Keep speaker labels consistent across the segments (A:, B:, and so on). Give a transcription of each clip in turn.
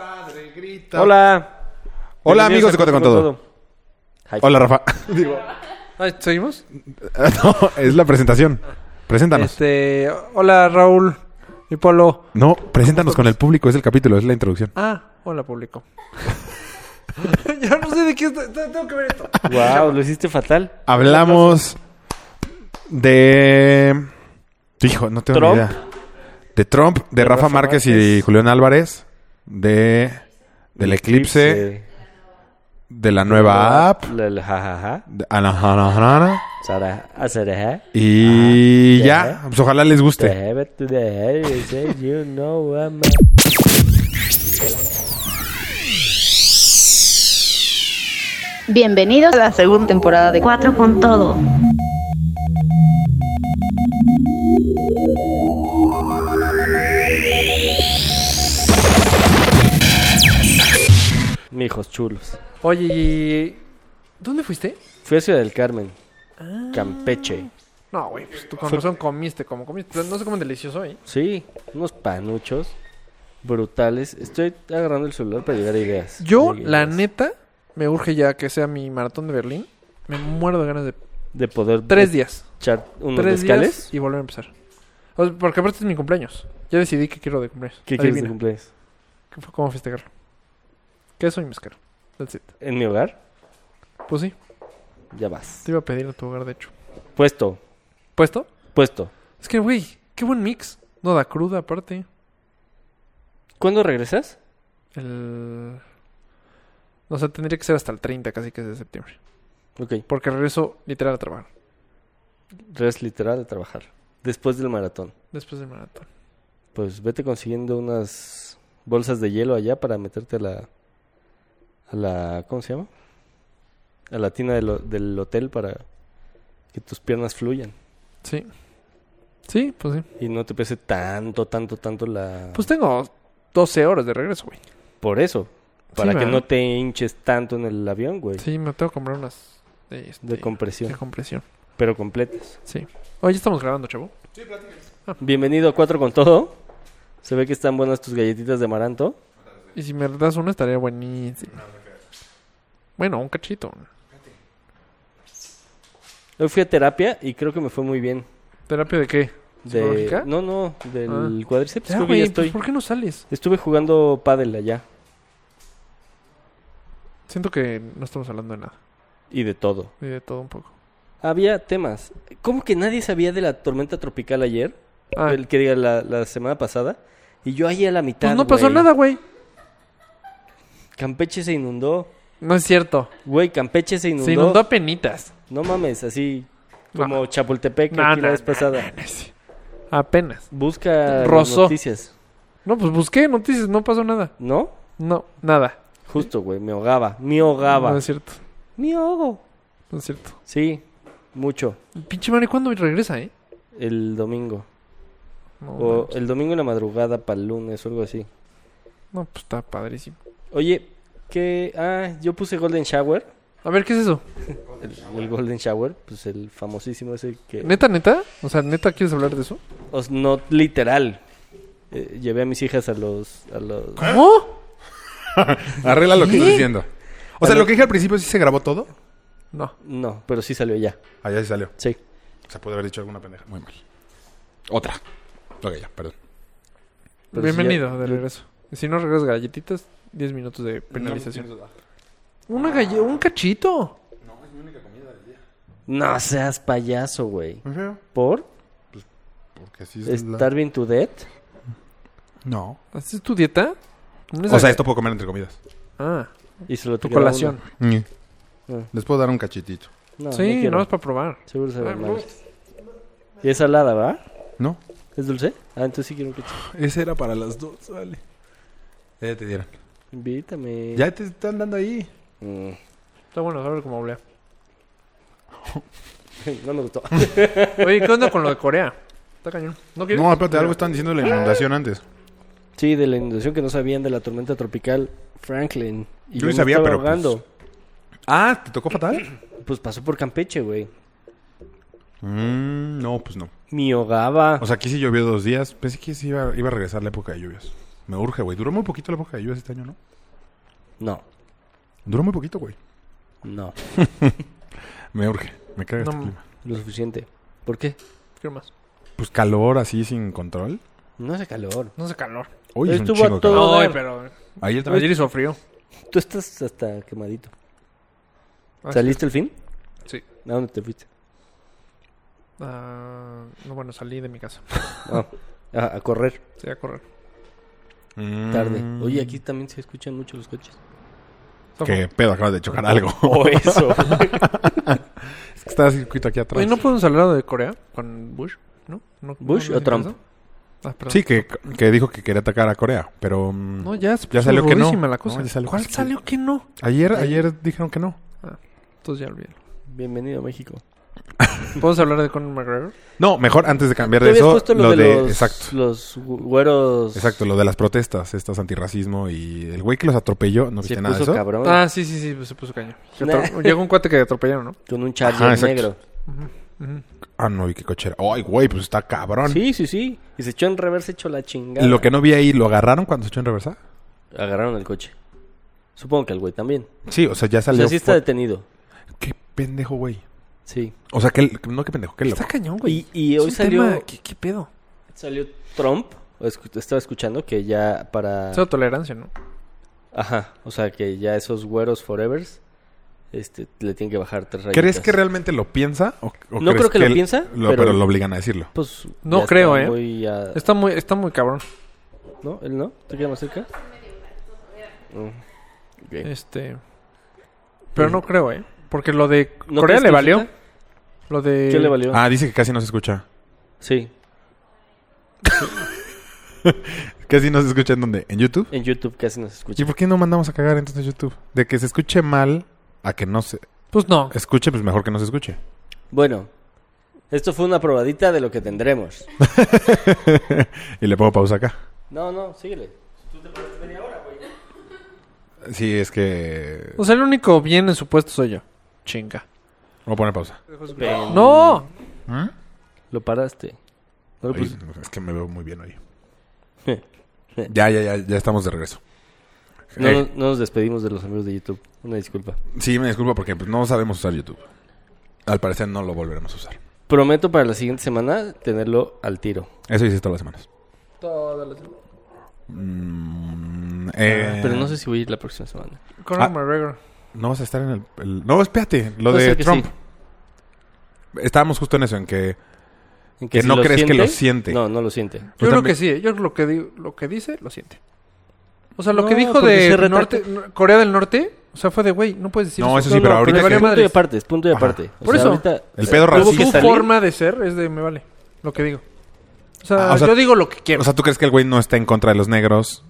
A: Padre, grita.
B: Hola.
A: Hola, amigos
B: Bienvenidos
A: de
B: a
A: Cuenta con Todo.
B: Hi.
A: Hola, Rafa. Digo,
B: Ay, Ah, ¿Seguimos?
A: no, es la presentación. Preséntanos.
B: Este, hola, Raúl y Polo.
A: No, preséntanos con el público, es el capítulo, es la introducción.
B: Ah, hola, público. Yo no sé de qué está- te- tengo que ver esto.
C: Wow, lo hiciste fatal.
A: Hablamos de... Hijo, no tengo
C: Trump.
A: ni idea. De Trump, de, Rafa,
C: Rafa
A: Márquez, y
C: Márquez.
A: Julián Álvarez, de... Del eclipse, de la nueva app,
C: La, la- ja, ja, ja.
A: de Anahanahana,
C: Sara- Azara-
A: y ya,
C: Ajá.
A: pues ojalá les guste.
C: Drive it to the hell, you say you know I'm a-
D: Bienvenidos a la segunda temporada de Cuatro con Todo.
C: Mijos chulos.
B: Oye, ¿y ¿dónde fuiste?
C: Fui a Ciudad del Carmen, Campeche.
B: No, güey, pues tú con razón comiste como comiste. No sé cómo delicioso, ¿eh?
C: Sí, unos panuchos brutales. Estoy agarrando el celular para llegar a ideas.
B: Yo,
C: Llegué a
B: la
C: ideas.
B: neta, me urge ya que sea mi maratón de Berlín. Me muero de ganas de
C: De poder
B: tres días.
C: echar unos
B: Tres
C: mezcales.
B: días y volver a empezar. O sea, porque aparte es mi cumpleaños. Ya decidí que quiero de cumpleaños.
C: ¿Qué quieres de
B: Adivina.
C: cumpleaños?
B: ¿Qué- ¿Cómo festejarlo? Queso y mezcal. That's it.
C: ¿En mi hogar?
B: Pues sí,
C: Ya vas.
B: te iba a pedir a tu hogar, de hecho.
C: Puesto,
B: ¿Puesto?
C: puesto.
B: Es que, güey, qué buen mix. No da cruda, aparte.
C: ¿Cuándo regresas?
B: El... O sea, tendría que ser hasta el 30, casi que es de septiembre.
C: Ok,
B: Porque regreso literal a trabajar.
C: regresas literal a trabajar. Después del maratón.
B: Después del maratón.
C: Pues vete consiguiendo unas bolsas de hielo allá para meterte a la. A la ¿Cómo se llama? A la tina del, ho- del hotel para que tus piernas fluyan.
B: Sí. Sí, pues sí.
C: Y no te pese tanto, tanto, tanto la...
B: Pues tengo 12 horas de regreso, güey.
C: Por eso. Para que
B: ¿verdad?
C: no te hinches tanto en el avión, güey.
B: Sí, me tengo que comprar unas de, este,
C: De compresión.
B: de compresión.
C: Pero completas.
B: Sí. Oye, ya estamos grabando, chavo. Ah.
C: Bienvenido a Cuatro con Todo. Se ve que están buenas tus galletitas de amaranto.
B: Y si me das una estaría buenísima. Bueno, un cachito.
C: Hoy fui a terapia y creo que me fue muy bien.
B: ¿Terapia de qué?
C: De...
B: ¿Psicológica?
C: No, no, del cuádriceps.
B: Ya,
C: Creo que
B: güey,
C: ya
B: pues,
C: estoy.
B: ¿Por qué no sales?
C: Estuve jugando pádel allá.
B: Siento que no estamos hablando de nada.
C: Y de todo.
B: Y de todo un poco.
C: Había temas. ¿Cómo que nadie sabía de la tormenta tropical ayer?
B: Ah,
C: El que diga la, la semana pasada. Y yo ahí a la mitad.
B: pues no pasó
C: güey.
B: nada, güey.
C: Campeche se inundó.
B: No es cierto.
C: Güey, Campeche se inundó.
B: Se inundó a penitas.
C: No mames, así
B: No.
C: como Chapultepec
B: No,
C: aquí
B: no,
C: la vez
B: no,
C: pasada.
B: Apenas.
C: Busca las
B: Rozó.
C: noticias.
B: No, pues busqué noticias, no pasó nada.
C: ¿No?
B: No, nada.
C: Justo, güey, me ahogaba, me ahogaba.
B: No es cierto.
C: Me ahogo.
B: No es cierto.
C: Sí, mucho.
B: Pinche madre, ¿cuándo regresa, eh?
C: El domingo.
B: No,
C: O
B: no,
C: el domingo en la madrugada para el lunes o algo así.
B: no, pues está padrísimo.
C: Oye, ¿qué? Ah, yo puse Golden Shower.
B: A ver, ¿qué es eso?
C: El, el Golden Shower, pues el famosísimo ese que...
B: ¿Neta, neta? O sea, ¿neta quieres hablar de eso?
C: o s- no literal. Eh, llevé a mis hijas a los... A los...
B: ¿Cómo?
A: Arregla lo que estoy diciendo. O sea, lo que dije al principio, ¿sí se grabó todo?
B: No.
C: No, pero sí salió ya.
A: Allá sí salió.
C: Sí.
A: Se puede haber dicho alguna pendeja. Muy mal. Otra. Ok, ya, perdón.
C: Pero
B: Bienvenido
C: si ya-
B: de regreso. Si no regresas galletitas, 10 minutos de penalización. Una galle un cachito.
C: No seas payaso, güey. ¿Por?
A: Porque así es la-
C: ¿Estar bien to dead?
A: No.
B: ¿Haces tu dieta? No es
A: O sea,
B: ac-
A: esto puedo comer entre comidas. Mm.
B: Ah,
C: Y se lo
B: tu
C: tiró a uno.
B: colación.
C: Ah.
A: Les puedo dar un cachitito.
C: No,
B: sí, no,
C: quiero.
B: es para probar.
C: Seguro se
B: Ah,
C: ven mal.
B: no.
C: Y es salada, ¿va?
A: ¿No?
C: ¿Es dulce? Ah, entonces sí quiero un cachito.
A: Ese era para las dos, vale. Ya te dieron.
C: Invítame.
A: Ya te están dando ahí.
C: Mm,
B: Está bueno, sabe cómo hablé.
C: no me gustó.
B: Oye, ¿qué onda con lo de Corea? Está cañón. ¿No quieres?
A: No, espérate, algo están diciendo de la inundación antes.
C: sí, de la inundación que no sabían de la tormenta tropical Franklin. Y
A: Yo sí
C: me
A: sabía,
C: estaba
A: pero, pues,
C: ahogando.
A: Ah, ¿te tocó fatal?
C: Pues... pasó por Campeche, güey.
A: Mm, no, pues no.
C: Me ahogaba.
A: Mm, pues O sea, aquí sí llovió dos días. Pensé que sí iba, iba a regresar la época de lluvias. Me urge, güey. Duró muy poquito la época de lluvias este año, ¿no?
C: No,
A: Duró muy poquito, güey.
C: no.
A: Me urge. Me caga
B: No,
A: este clima.
C: Lo suficiente. ¿Por qué?
B: ¿Qué más?
A: Pues calor así sin control.
C: No hace calor.
B: No hace calor.
A: Hoy es un
C: Estuvo a
A: chingo de calor.
C: todo-
B: No,
C: dar.
B: pero
A: Ayer también.
B: ayer hizo frío.
C: Tú estás hasta quemadito.
B: Ah,
C: ¿Saliste el fin?
B: Sí.
C: ¿A dónde te fuiste?
B: Ah, no, bueno, salí de mi casa.
C: Ah, a, a correr
B: Fui a correr.
A: Mm.
C: tarde. Oye, aquí también se escuchan mucho los coches.
A: ¿Qué pedo? Acabas de chocar algo.
C: O Oh, eso.
A: es que está el circuito aquí atrás.
B: Oye, ¿no pues, podemos hablar de Corea con Bush? ¿No? ¿No-
C: ¿Bush
B: no
C: o Trump?
B: interesa? Ah, perdón.
A: Sí, que, que dijo que quería atacar a Corea, pero... mm,
B: No, ya, es
A: Ya salió que no.
B: la cosa.
A: No, ya salió
B: ¿Cuál
A: que sí.
B: salió que no?
A: Ayer, ayer dijeron que no.
B: Entonces ya olvídalo.
C: Bienvenido a México.
B: ¿Podemos hablar de Conor McGregor?
A: No, mejor antes de cambiar
C: Tú
A: de
C: habías
A: eso,
C: puesto
A: lo de...
C: los,
A: Exacto.
C: los güeros.
A: Exacto, lo de las protestas, estas antirracismo y el güey que los atropelló, no
C: Se
A: viste nada de
C: puso
A: eso.
C: cabrón
B: Ah, sí, sí, sí, pues, se puso caño. Que
C: Nah.
B: atro- Llegó un cuate que atropellaron, ¿no?
C: con un charger
A: Ajá, exacto.
C: negro.
B: Ujú.
A: Ah, no, y qué cochera. Ay, güey, pues está cabrón.
C: Sí, sí, sí. Y se echó en reversa, echó la chingada.
A: Lo que no vi ahí, ¿lo agarraron cuando se echó en reversa?
C: Agarraron el coche. Supongo que el güey también.
A: Sí, o sea, ya
C: O
A: salió.
C: sea, sí está
A: fu-
C: detenido.
A: Qué pendejo, güey.
C: Sí.
A: O sea, que no, qué pendejo, qué loco.
B: Está cañón, güey.
C: Y- y
B: Es
C: hoy
B: un
C: salió-
B: tema- ¿Qué, qué pedo?
C: Salió Trump. o escu- Estaba escuchando que ya para...
B: Cero tolerancia, ¿no?
C: Ajá. O sea, que ya esos güeros forevers este, le tienen que bajar tres rayitas.
A: ¿Crees que realmente lo piensa? O, o
C: No
A: crees
C: creo que lo
A: él-
C: piensa,
A: lo-
C: pero-
A: pero... lo obligan a decirlo.
C: Pues...
B: No
C: ya
B: creo,
C: está
B: ¿eh?
C: muy, ah,
B: Está muy, está muy cabrón.
C: ¿No? ¿Él no? ¿Te quedas más cerca? Mm. Ok.
B: Este. Pero no creo, ¿eh? Porque lo de
C: ¿No
B: Corea
C: crees
B: le
C: que
B: valió.
C: ahorita?
B: Lo de.
C: ¿Qué le valió?
A: Ah, dice que casi no se escucha.
C: Sí.
A: Casi no se escucha en dónde? ¿En YouTube?
C: En YouTube casi no se escucha.
A: ¿Y por qué no mandamos a cagar entonces YouTube? De que se escuche mal a que no se
B: Pues no.
A: escuche, pues mejor que no se escuche.
C: Bueno. Esto fue una probadita de lo que tendremos.
A: y le pongo pausa acá.
C: No, no, síguele.
A: Sí, es que.
B: O sea, el único bien en su puesto soy yo. Chinga.
A: Voy a poner pausa.
C: Ven.
B: ¡No!
A: ¿Mm?
C: Lo paraste. pues, No lo
A: Ay,
C: pusiste.
A: es que me veo muy bien hoy. Ya, ya, ya, ya estamos de regreso.
C: No,
A: Eh,
C: no nos despedimos de los amigos de YouTube. Una disculpa.
A: Sí, me disculpo porque pues, no sabemos usar YouTube. Al parecer no lo volveremos a usar.
C: Prometo para la siguiente semana tenerlo al tiro.
A: Eso hice todas las semanas.
B: Todas las...
A: Mm, eh,
C: Ah, Pero no sé si voy a ir la próxima semana.
B: Conor
A: Ah.
B: McGregor.
A: No vas a estar en el. el- No, espérate. Lo
C: Puede
A: de
C: ser que
A: Trump.
C: sí.
A: Estábamos justo en eso, en que.
C: En
A: Que no crees que lo siente.
C: No, no lo siente.
B: Yo
A: Yo
B: creo
A: también-
B: que sí, ¿eh? yo lo que, digo, lo que dice, lo siente. O sea, lo que
C: No,
B: dijo
C: porque se
B: de
C: retracta.
B: norte, no- Corea del Norte, o sea, fue de, güey, no puedes decir
A: No,
B: eso.
A: eso sí, pero ahorita
B: me valió
A: que-
C: punto y
B: madres.
C: aparte, es punto y
A: Ajá.
C: aparte. O
B: Por
C: sea,
B: eso,
C: ahorita,
A: el pedo
C: tuvo que
B: Su
A: racista.
C: salir.
B: forma de ser es de, me vale, lo que digo. O sea,
A: Ah, o sea,
B: yo digo lo que quiero.
A: O sea, ¿tú crees que el güey no está en contra de los negros?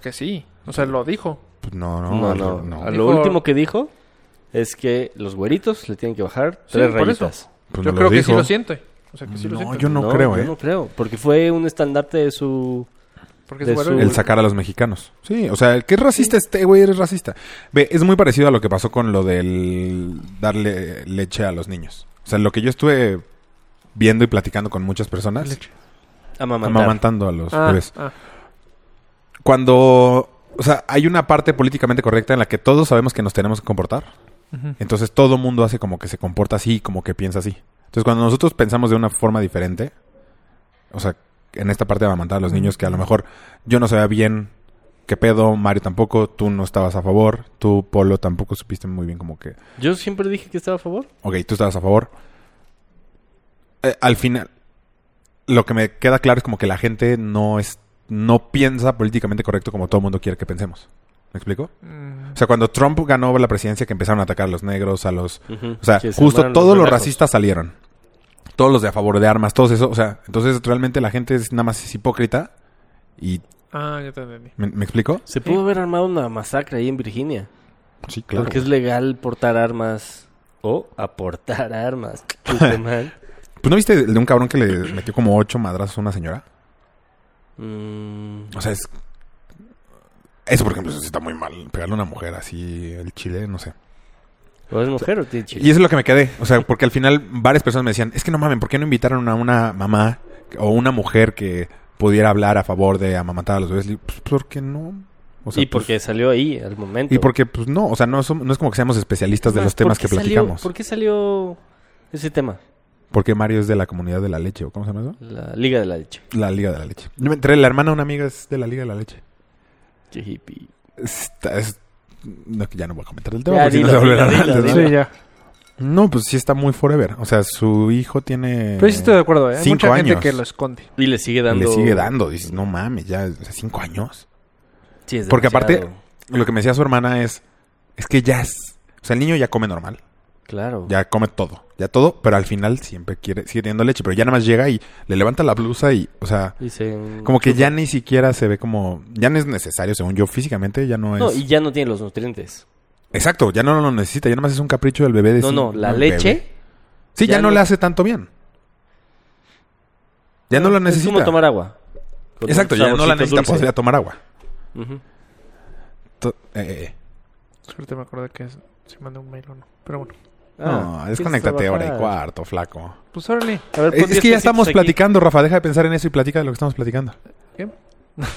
B: que sí, o sea, lo dijo.
A: Pues no,
C: No,
A: no. al-
C: no. A
B: Dijo-
C: Lo último que dijo es que los güeritos le tienen que bajar
B: Sí,
C: tres
B: por eso.
C: rayitas.
A: Pues
B: yo
A: no
B: creo que sí
A: dijo.
B: lo siente. O sea, que sí lo
A: No,
B: siente.
A: yo no creo, ¿eh?
C: Yo no creo. Porque fue un estandarte de su.
B: Porque
C: de
B: es güero
C: su-
B: y-
A: El sacar a los mexicanos. Sí, o sea, el que es racista este güey eres racista. Ve, es muy parecido a lo que pasó con lo del darle leche a los niños. O sea, lo que yo estuve viendo y platicando con muchas personas,
B: Leche.
C: Amamantar.
A: amamantando a los
B: Ah,
A: bebés.
B: ah.
A: Cuando, o sea, hay una parte políticamente correcta en la que todos sabemos que nos tenemos que comportar.
B: Ujú.
A: Entonces todo mundo hace como que se comporta así, como que piensa así. Entonces cuando nosotros pensamos de una forma diferente, o sea, en esta parte de amamantar a los niños, que a lo mejor yo no sabía bien qué pedo, Mario tampoco, tú no estabas a favor, tú, Polo, tampoco supiste muy bien como que,
C: Yo siempre dije que estaba a favor.
A: ok, tú estabas a favor. Eh, al final, lo que me queda claro es como que la gente no es, no piensa políticamente correcto como todo el mundo quiere que pensemos. ¿Me explico?
B: Mm,
A: O sea, cuando Trump ganó la presidencia que empezaron a atacar a los negros, a los
C: Ujú.
A: o sea,
C: Que se
A: justo
C: armaron
A: todos los
C: relajos.
A: racistas salieron. Todos los de a favor de armas, todos eso. O sea, entonces realmente la gente es nada más es hipócrita. Y,
B: Ah, ya te entendí.
A: ¿me, me explico?
C: Se pudo haber armado una masacre ahí en Virginia.
A: Sí,
C: Porque es legal portar armas. O aportar armas. Puta madre.
A: ¿Pues no viste el de un cabrón que le metió como ocho madrazos a una señora?
C: Mm,
A: O sea, es... Eso, por ejemplo, eso sí está muy mal. Pegarle a una mujer así, el chile, no sé.
C: ¿O es mujer o tiene
A: Y
C: chile?
A: eso es lo que me quedé. O sea, porque al final varias personas me decían, es que no mamen, ¿por qué no invitaron a una mamá o una mujer que pudiera hablar a favor de amamantar a los bebés. Le digo, Pues, ¿por qué no? O sea,
C: y porque
A: pues,
C: salió ahí al momento.
A: y porque, pues no, o sea, no, som- no es como que seamos especialistas de
C: Más,
A: los
C: ¿por
A: temas
C: qué
A: que
C: salió-
A: platicamos.
C: ¿Por qué salió ese tema?
A: Porque Mario es de la comunidad de la leche, ¿o cómo se llama eso?
C: La Liga de la Leche.
A: La Liga de la Leche. Yo me enteré, la hermana de una amiga es de la Liga de la Leche.
C: Qué hippie.
A: Está- es- no, ya no voy a comentar el tema
C: Ya,
A: porque si no
C: dilo,
A: se volverá
C: dilo,
A: antes,
C: dilo,
A: ¿no?
C: dilo.
B: Sí, ya.
A: No, pues sí está muy forever. O sea, su hijo tiene.
B: Pero sí estoy de acuerdo, ¿eh? Hay
A: cinco
B: mucha gente
A: años.
B: que lo esconde.
C: Y le sigue dando.
A: Le sigue dando. Dices, no mames, ya, o sea, cinco años.
C: Sí, es
A: Porque aparte-
C: demasiado.
A: Lo que me decía su hermana es. Es que ya es. O sea, el niño ya come normal.
C: Claro.
A: Ya come todo. Ya todo, pero al final siempre quiere, sigue teniendo leche. Pero ya nada más llega y le levanta la blusa y. O sea,
C: Y se-
A: como que ya ni siquiera se ve como. Ya no es necesario, según yo, físicamente ya no es.
C: No, y ya no tiene los nutrientes.
A: Exacto, ya no lo necesita. Ya nada más es un capricho del bebé de
C: No, no,
A: cinco-
C: la
A: del
C: leche.
A: bebé. Sí, ya,
C: Ya
A: no,
C: no-
A: le hace tanto bien. Ya no la necesita.
C: Ah, Es como tomar agua. Con
A: Exacto,
C: un
A: ya no la necesita.
C: saborcito
A: pues,
C: dulce.
A: Podría tomar agua.
C: Ujú.
A: To- eh, eh,
B: Suerte me acordé que es- si mandé un mail o no. Pero bueno.
C: Ah,
A: no,
C: ¿quieres
A: desconéctate hora y
C: trabajar?
A: cuarto, flaco.
B: Pues órale.
C: A ver, pon
A: Es, es que
C: diez
A: ya
C: pesitos
A: estamos
C: aquí.
A: platicando, Rafa. Deja de pensar en eso y platica de lo que estamos platicando.
B: ¿Qué?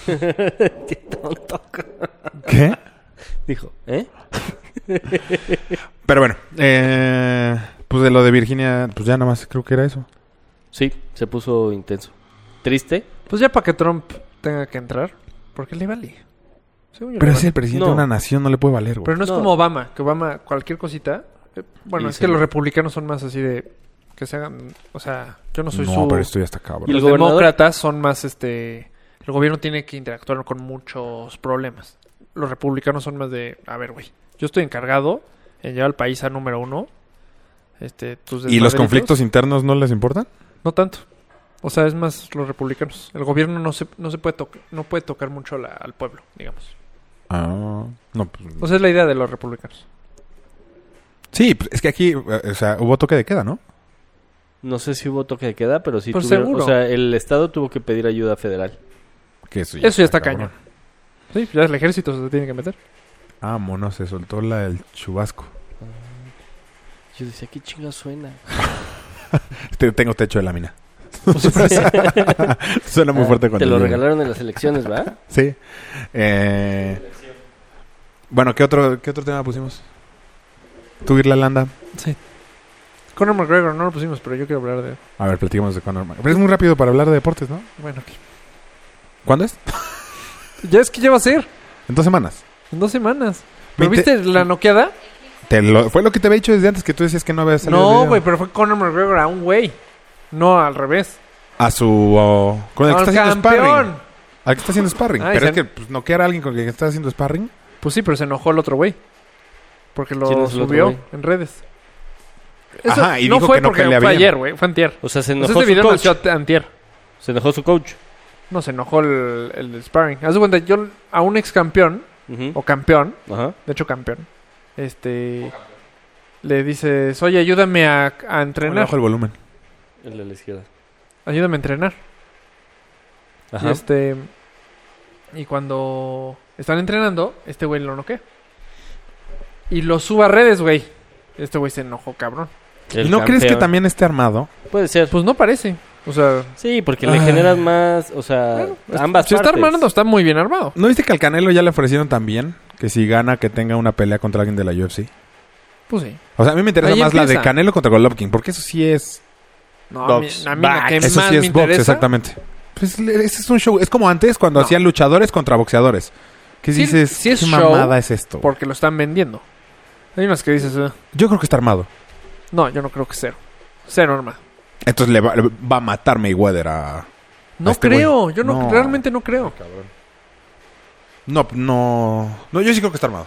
C: Qué tonto.
A: ¿Qué?
C: Dijo, ¿eh?
A: Pero bueno, eh, pues de lo de Virginia, pues ya nada más creo que era eso.
C: Sí, se puso intenso. Triste.
B: Pues ya para que Trump tenga que entrar. Porque le vale. Según yo
A: Pero
B: le
A: es el presidente
C: No.
A: de una nación, no le puede valer, güey.
B: Pero no es
C: No.
B: como Obama, que Obama cualquier cosita. eh, Bueno,
C: Y
B: es
C: se
B: que
C: lo-
B: los republicanos son más así de que se hagan, o sea, yo no soy
A: no,
B: su
A: pero estoy hasta
C: ¿Y
A: cabrón.
C: el
B: los
C: gobernador?
B: demócratas son más este el gobierno tiene que interactuar con muchos problemas. Los republicanos son más de, a ver, güey, yo estoy encargado en llevar al país a número uno. Este, tus
A: ¿Y los
B: desmadritos,
A: conflictos internos no les importan?
B: no tanto. O sea, es más los republicanos. El gobierno no se, no se puede tocar, no puede tocar mucho la- al pueblo, digamos.
A: Ah, no, pues,
B: O sea, es la idea de los republicanos.
A: Sí, pues, es que aquí, eh, o sea, hubo toque de queda, ¿no?
C: No sé si hubo toque de queda, pero sí
B: Pero
C: tuvieron-
B: seguro.
C: O sea, el Estado tuvo que pedir ayuda federal.
A: Que eso
B: Eso ya está
A: cabrón.
B: cañón. Sí, ya el ejército se tiene que meter.
A: Ah, mono, se soltó la del chubasco.
C: Yo decía, ¿qué chinga suena?
A: Te- tengo techo de lámina. Suena muy fuerte
C: Ah,
A: cuando
C: Te lo
A: llegue.
C: regalaron en las elecciones, ¿va?
A: Sí. Eh, bueno, ¿qué otro, ¿qué otro tema pusimos? Tú, Irlanda.
B: Conor McGregor no lo pusimos, pero yo quiero hablar de.
A: A ver, platicamos de Conor. McGregor. Pero es muy rápido para hablar de deportes, ¿no?
B: Bueno, aquí.
A: ¿Cuándo es?
B: ya es que ya va a ser.
A: En dos semanas.
B: En dos semanas. ¿Pero
A: Veinte-
B: viste la noqueada?
A: Te lo- fue lo que te había dicho desde antes que tú decías que no había salido. el
B: No,
A: video.
B: güey, pero fue Conor McGregor a un güey. No, al revés.
A: A su. oh, con el que
B: ¡Al
A: está haciendo sparring.
B: campeón!
A: Al que está haciendo sparring.
C: Ah,
B: Ay,
A: pero es
B: se-
A: que pues, noquear a alguien con el que está haciendo sparring.
B: Pues sí, pero se enojó el otro güey. Porque
C: ¿Quién
B: lo
C: es el otro
B: subió
C: güey?
B: en redes.
A: Ajá, y dijo
B: fue
A: que no
B: porque
A: pelea
B: fue
A: bien.
B: ayer, güey. Fue antier.
C: O sea, se
B: Entonces,
C: enojó
B: este
C: su
B: video
C: coach.
B: nació ante- antier.
C: Se enojó su coach.
B: No, se enojó el, el sparring. Haz de cuenta, yo a un ex campeón,
C: Ujú.
B: o campeón,
C: Ajá.
B: de hecho campeón, este... Le dices, oye, ayúdame a, a
A: Le
B: entrenar.
A: bajo el volumen.
C: El de la izquierda.
B: Ayúdame a entrenar.
C: Ajá.
B: Y este. Y cuando están entrenando, este güey lo noquea. Y lo suba a redes, güey. Este güey se enojó, cabrón.
C: El
A: ¿Y no crees que
C: campeón.
A: también esté armado?
C: Puede ser.
B: Pues no parece. O sea,
C: Sí, porque le
A: Ah.
C: generas más, o sea, ambas
B: se está
C: partes.
B: armando, está muy bien armado.
A: ¿No viste que al Canelo ya le ofrecieron también que si gana que tenga una pelea contra alguien de la UFC?
B: Pues sí.
A: O sea, a mí me interesa
B: Ahí
A: más la de
B: empieza.
A: Canelo contra Golovkin, porque eso sí es
B: No, a mí,
A: box.
B: a mí la que
A: eso
B: más
A: sí
B: me
A: es box,
B: interesa.
A: exactamente. Pues le- ese es un show, es como antes cuando
B: No.
A: hacían luchadores contra boxeadores. Que
B: Sí,
A: dices,
B: sí es
A: ¿qué
B: show,
A: mamada es esto?
B: Porque lo están vendiendo. Hay unas que dices, eh,
A: Yo creo que está armado.
B: no, yo no creo que cero. Cero armado.
A: Entonces le va, le va a matar Mayweather a...
B: No
A: este
B: creo,
A: güey.
B: yo no,
A: No.
B: realmente no creo.
A: No, no... No, yo sí creo que está armado.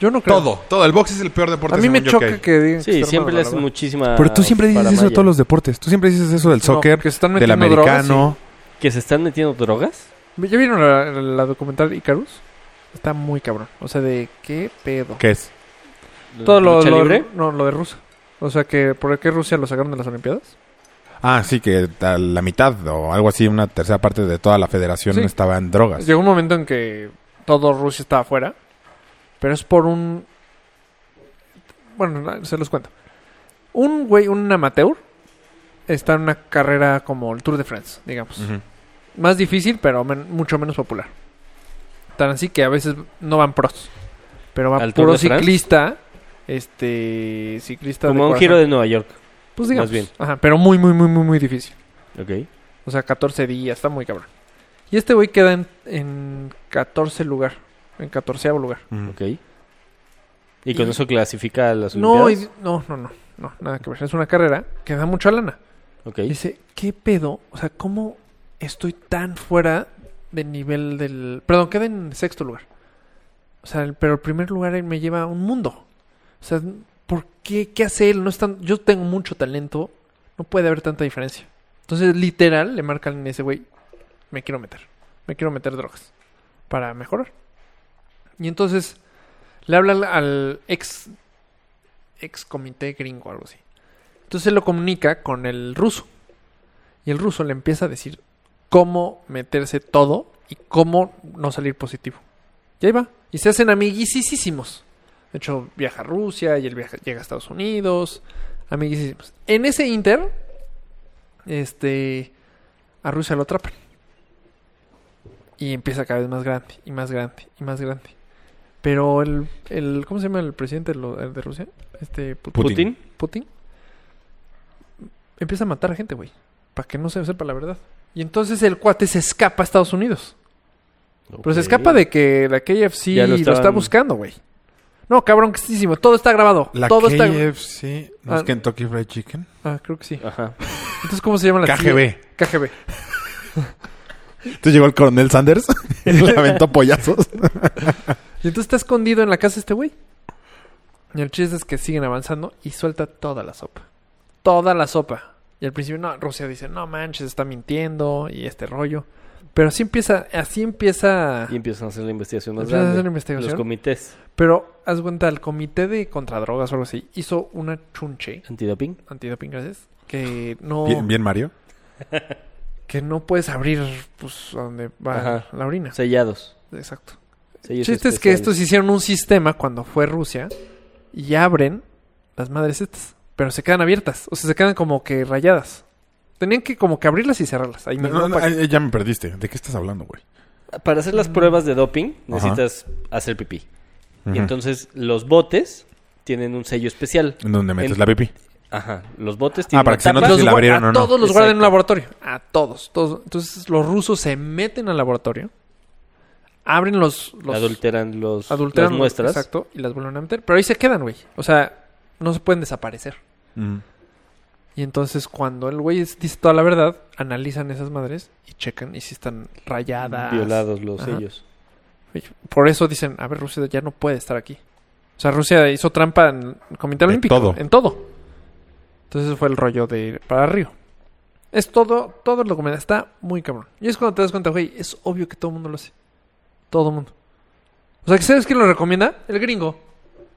B: Yo no creo.
A: Todo, todo. El box es el peor deporte.
B: A mí me
A: según yo
B: choca
A: hay.
B: que digan que
C: Sí,
B: está
C: siempre
B: armado,
C: le
B: la
C: haces
B: verdad.
C: muchísima
A: Pero tú siempre dices eso de
C: paramaya.
A: todos los deportes. Tú siempre dices eso del
B: No,
A: soccer,
B: porque se están
A: del
B: metiendo drogas y-
A: americano.
C: ¿Que se están metiendo drogas?
B: ¿Ya vieron la, la documental Icarus? Está muy cabrón. O sea, de qué pedo.
A: ¿Qué es?
B: Todo lo,
C: ¿Lucha
B: lo-
C: libre?
B: No, lo de Rusia. O sea, que ¿por qué Rusia lo sacaron de las Olimpiadas?
A: Ah, sí, que a la mitad o algo así, una tercera parte de toda la federación
B: Ah, Sí.
A: estaba en drogas.
B: Llegó un momento en que todo Rusia estaba afuera. Pero es por un... Bueno, na- se los cuento. Un güey, un amateur, está en una carrera como el Tour de France, digamos.
A: Ujú.
B: Más difícil, pero men- mucho menos popular. Tan así que a veces no van pros. Pero va
C: ¿Al Tour
B: puro
C: de France?
B: ciclista. Este. Ciclista.
C: Como un
B: corazón.
C: giro de Nueva York.
B: Pues digamos.
C: más bien.
B: Ajá, pero muy, muy, muy, muy, muy difícil.
C: Ok.
B: O sea, 14 días, está muy cabrón. Y este güey queda en, en 14 lugar. En 14 lugar.
A: Mm.
C: Ok. ¿Y con eso clasifica a las
B: No, y-
C: Olimpiadas?
B: no, no, no, no, nada que ver. Es una carrera que da mucha lana.
C: Ok.
B: Dice, ¿qué pedo? O sea, ¿cómo estoy tan fuera del nivel del... Perdón, queda en sexto lugar. O sea, el- pero el primer lugar él me lleva a un mundo. O sea, ¿por qué? ¿Qué hace él? No es tan... Yo tengo mucho talento. No puede haber tanta diferencia. Entonces, literal, le marcan a ese güey, me quiero meter. Me quiero meter drogas. Para mejorar. Y entonces, le hablan al ex... Ex comité gringo, algo así. Entonces él lo comunica con el ruso. Y el ruso le empieza a decir cómo meterse todo y cómo no salir positivo. Y ahí va. Y se hacen amiguisísimos. De hecho, viaja a Rusia y él viaja- llega a Estados Unidos. Amiguisísimos. En ese inter, este, a Rusia lo atrapan. Y empieza cada vez más grande, y más grande, y más grande. Pero el, el ¿cómo se llama el presidente de lo- de Rusia? Este, Putin.
A: Putin.
C: Putin.
B: Putin empieza a matar a gente, güey. Para que no se sepa la verdad. Y entonces el cuate se escapa a Estados Unidos. Pero se
C: Ok.
B: escapa de que la KFC
C: Ya
B: lo,
C: lo
B: está
C: estaban-
B: buscando, güey. No, cabrón, que estísimo. Todo está grabado.
A: La
B: Todo está.
A: KFC, ¿no es
B: Ah.
A: Kentucky Fried Chicken?
B: Ah, creo que sí.
C: Ajá.
B: Entonces, ¿cómo se llama la
A: KGB.
B: KGB.
A: Entonces llegó el coronel Sanders y le aventó pollazos.
B: Y entonces está escondido en la casa este güey. Y el chiste es que siguen avanzando y suelta toda la sopa. Toda la sopa. Y al principio, no, Rusia dice, no manches, está mintiendo y este rollo. Pero así empieza, así empieza.
C: Y empiezan a hacer la investigación más
B: Empiezan a
C: grande.
B: hacer la investigación.
C: Los comités
B: Pero, haz cuenta, el comité de contradrogas o algo así hizo una chunche,
C: antidoping.
B: antidoping, gracias, que no,
A: Bien, bien, Mario.
B: que no puedes abrir, pues, a donde va
C: Ajá.
B: la orina.
C: Sellados.
B: Exacto.
C: Sellos
B: chiste es que
C: especiales.
B: estos hicieron un sistema cuando fue Rusia y abren las madres estas, pero se quedan abiertas, o sea, se quedan como que rayadas. Tenían que como que abrirlas y cerrarlas. Ahí
A: No,
B: mismo
A: no, no,
B: para-
A: ay, ya me perdiste. ¿De qué estás hablando, güey?
C: Para hacer
B: Mm.
C: las pruebas de doping
A: Ajá.
C: necesitas hacer pipí.
A: Ujú.
C: Y entonces los botes tienen un sello especial.
A: En donde metes
C: en-
A: la pipí.
C: Ajá. Los botes tienen
A: Ah, para
C: una
A: que se
C: tapa.
A: note si
B: Los
A: la
B: gua-
A: abrieron
B: a
A: o no.
B: todos los guardan en
C: Exacto.
B: un laboratorio. A todos, todos. Entonces los rusos se meten al laboratorio, abren los, los
C: adulteran los,
B: adulteran
C: las
B: los-
C: muestras.
B: exacto, y las vuelven a meter. Pero ahí se quedan, güey. O sea, no se pueden desaparecer.
A: Mm.
B: Y entonces cuando el güey es- dice toda la verdad, analizan esas madres y checan y si están rayadas.
C: Violados los
B: Ajá.
C: sellos.
B: Por eso dicen, a ver, Rusia ya no puede estar aquí. O sea, Rusia hizo trampa en el Comité
A: En
B: Olímpico.
A: todo.
B: En todo. Entonces ese fue el rollo de para Río. Es todo, todo el documental. Está muy cabrón. Y es cuando te das cuenta, güey, es obvio que todo el mundo lo hace. Todo el mundo. O sea, que ¿sabes quién lo recomienda? El gringo.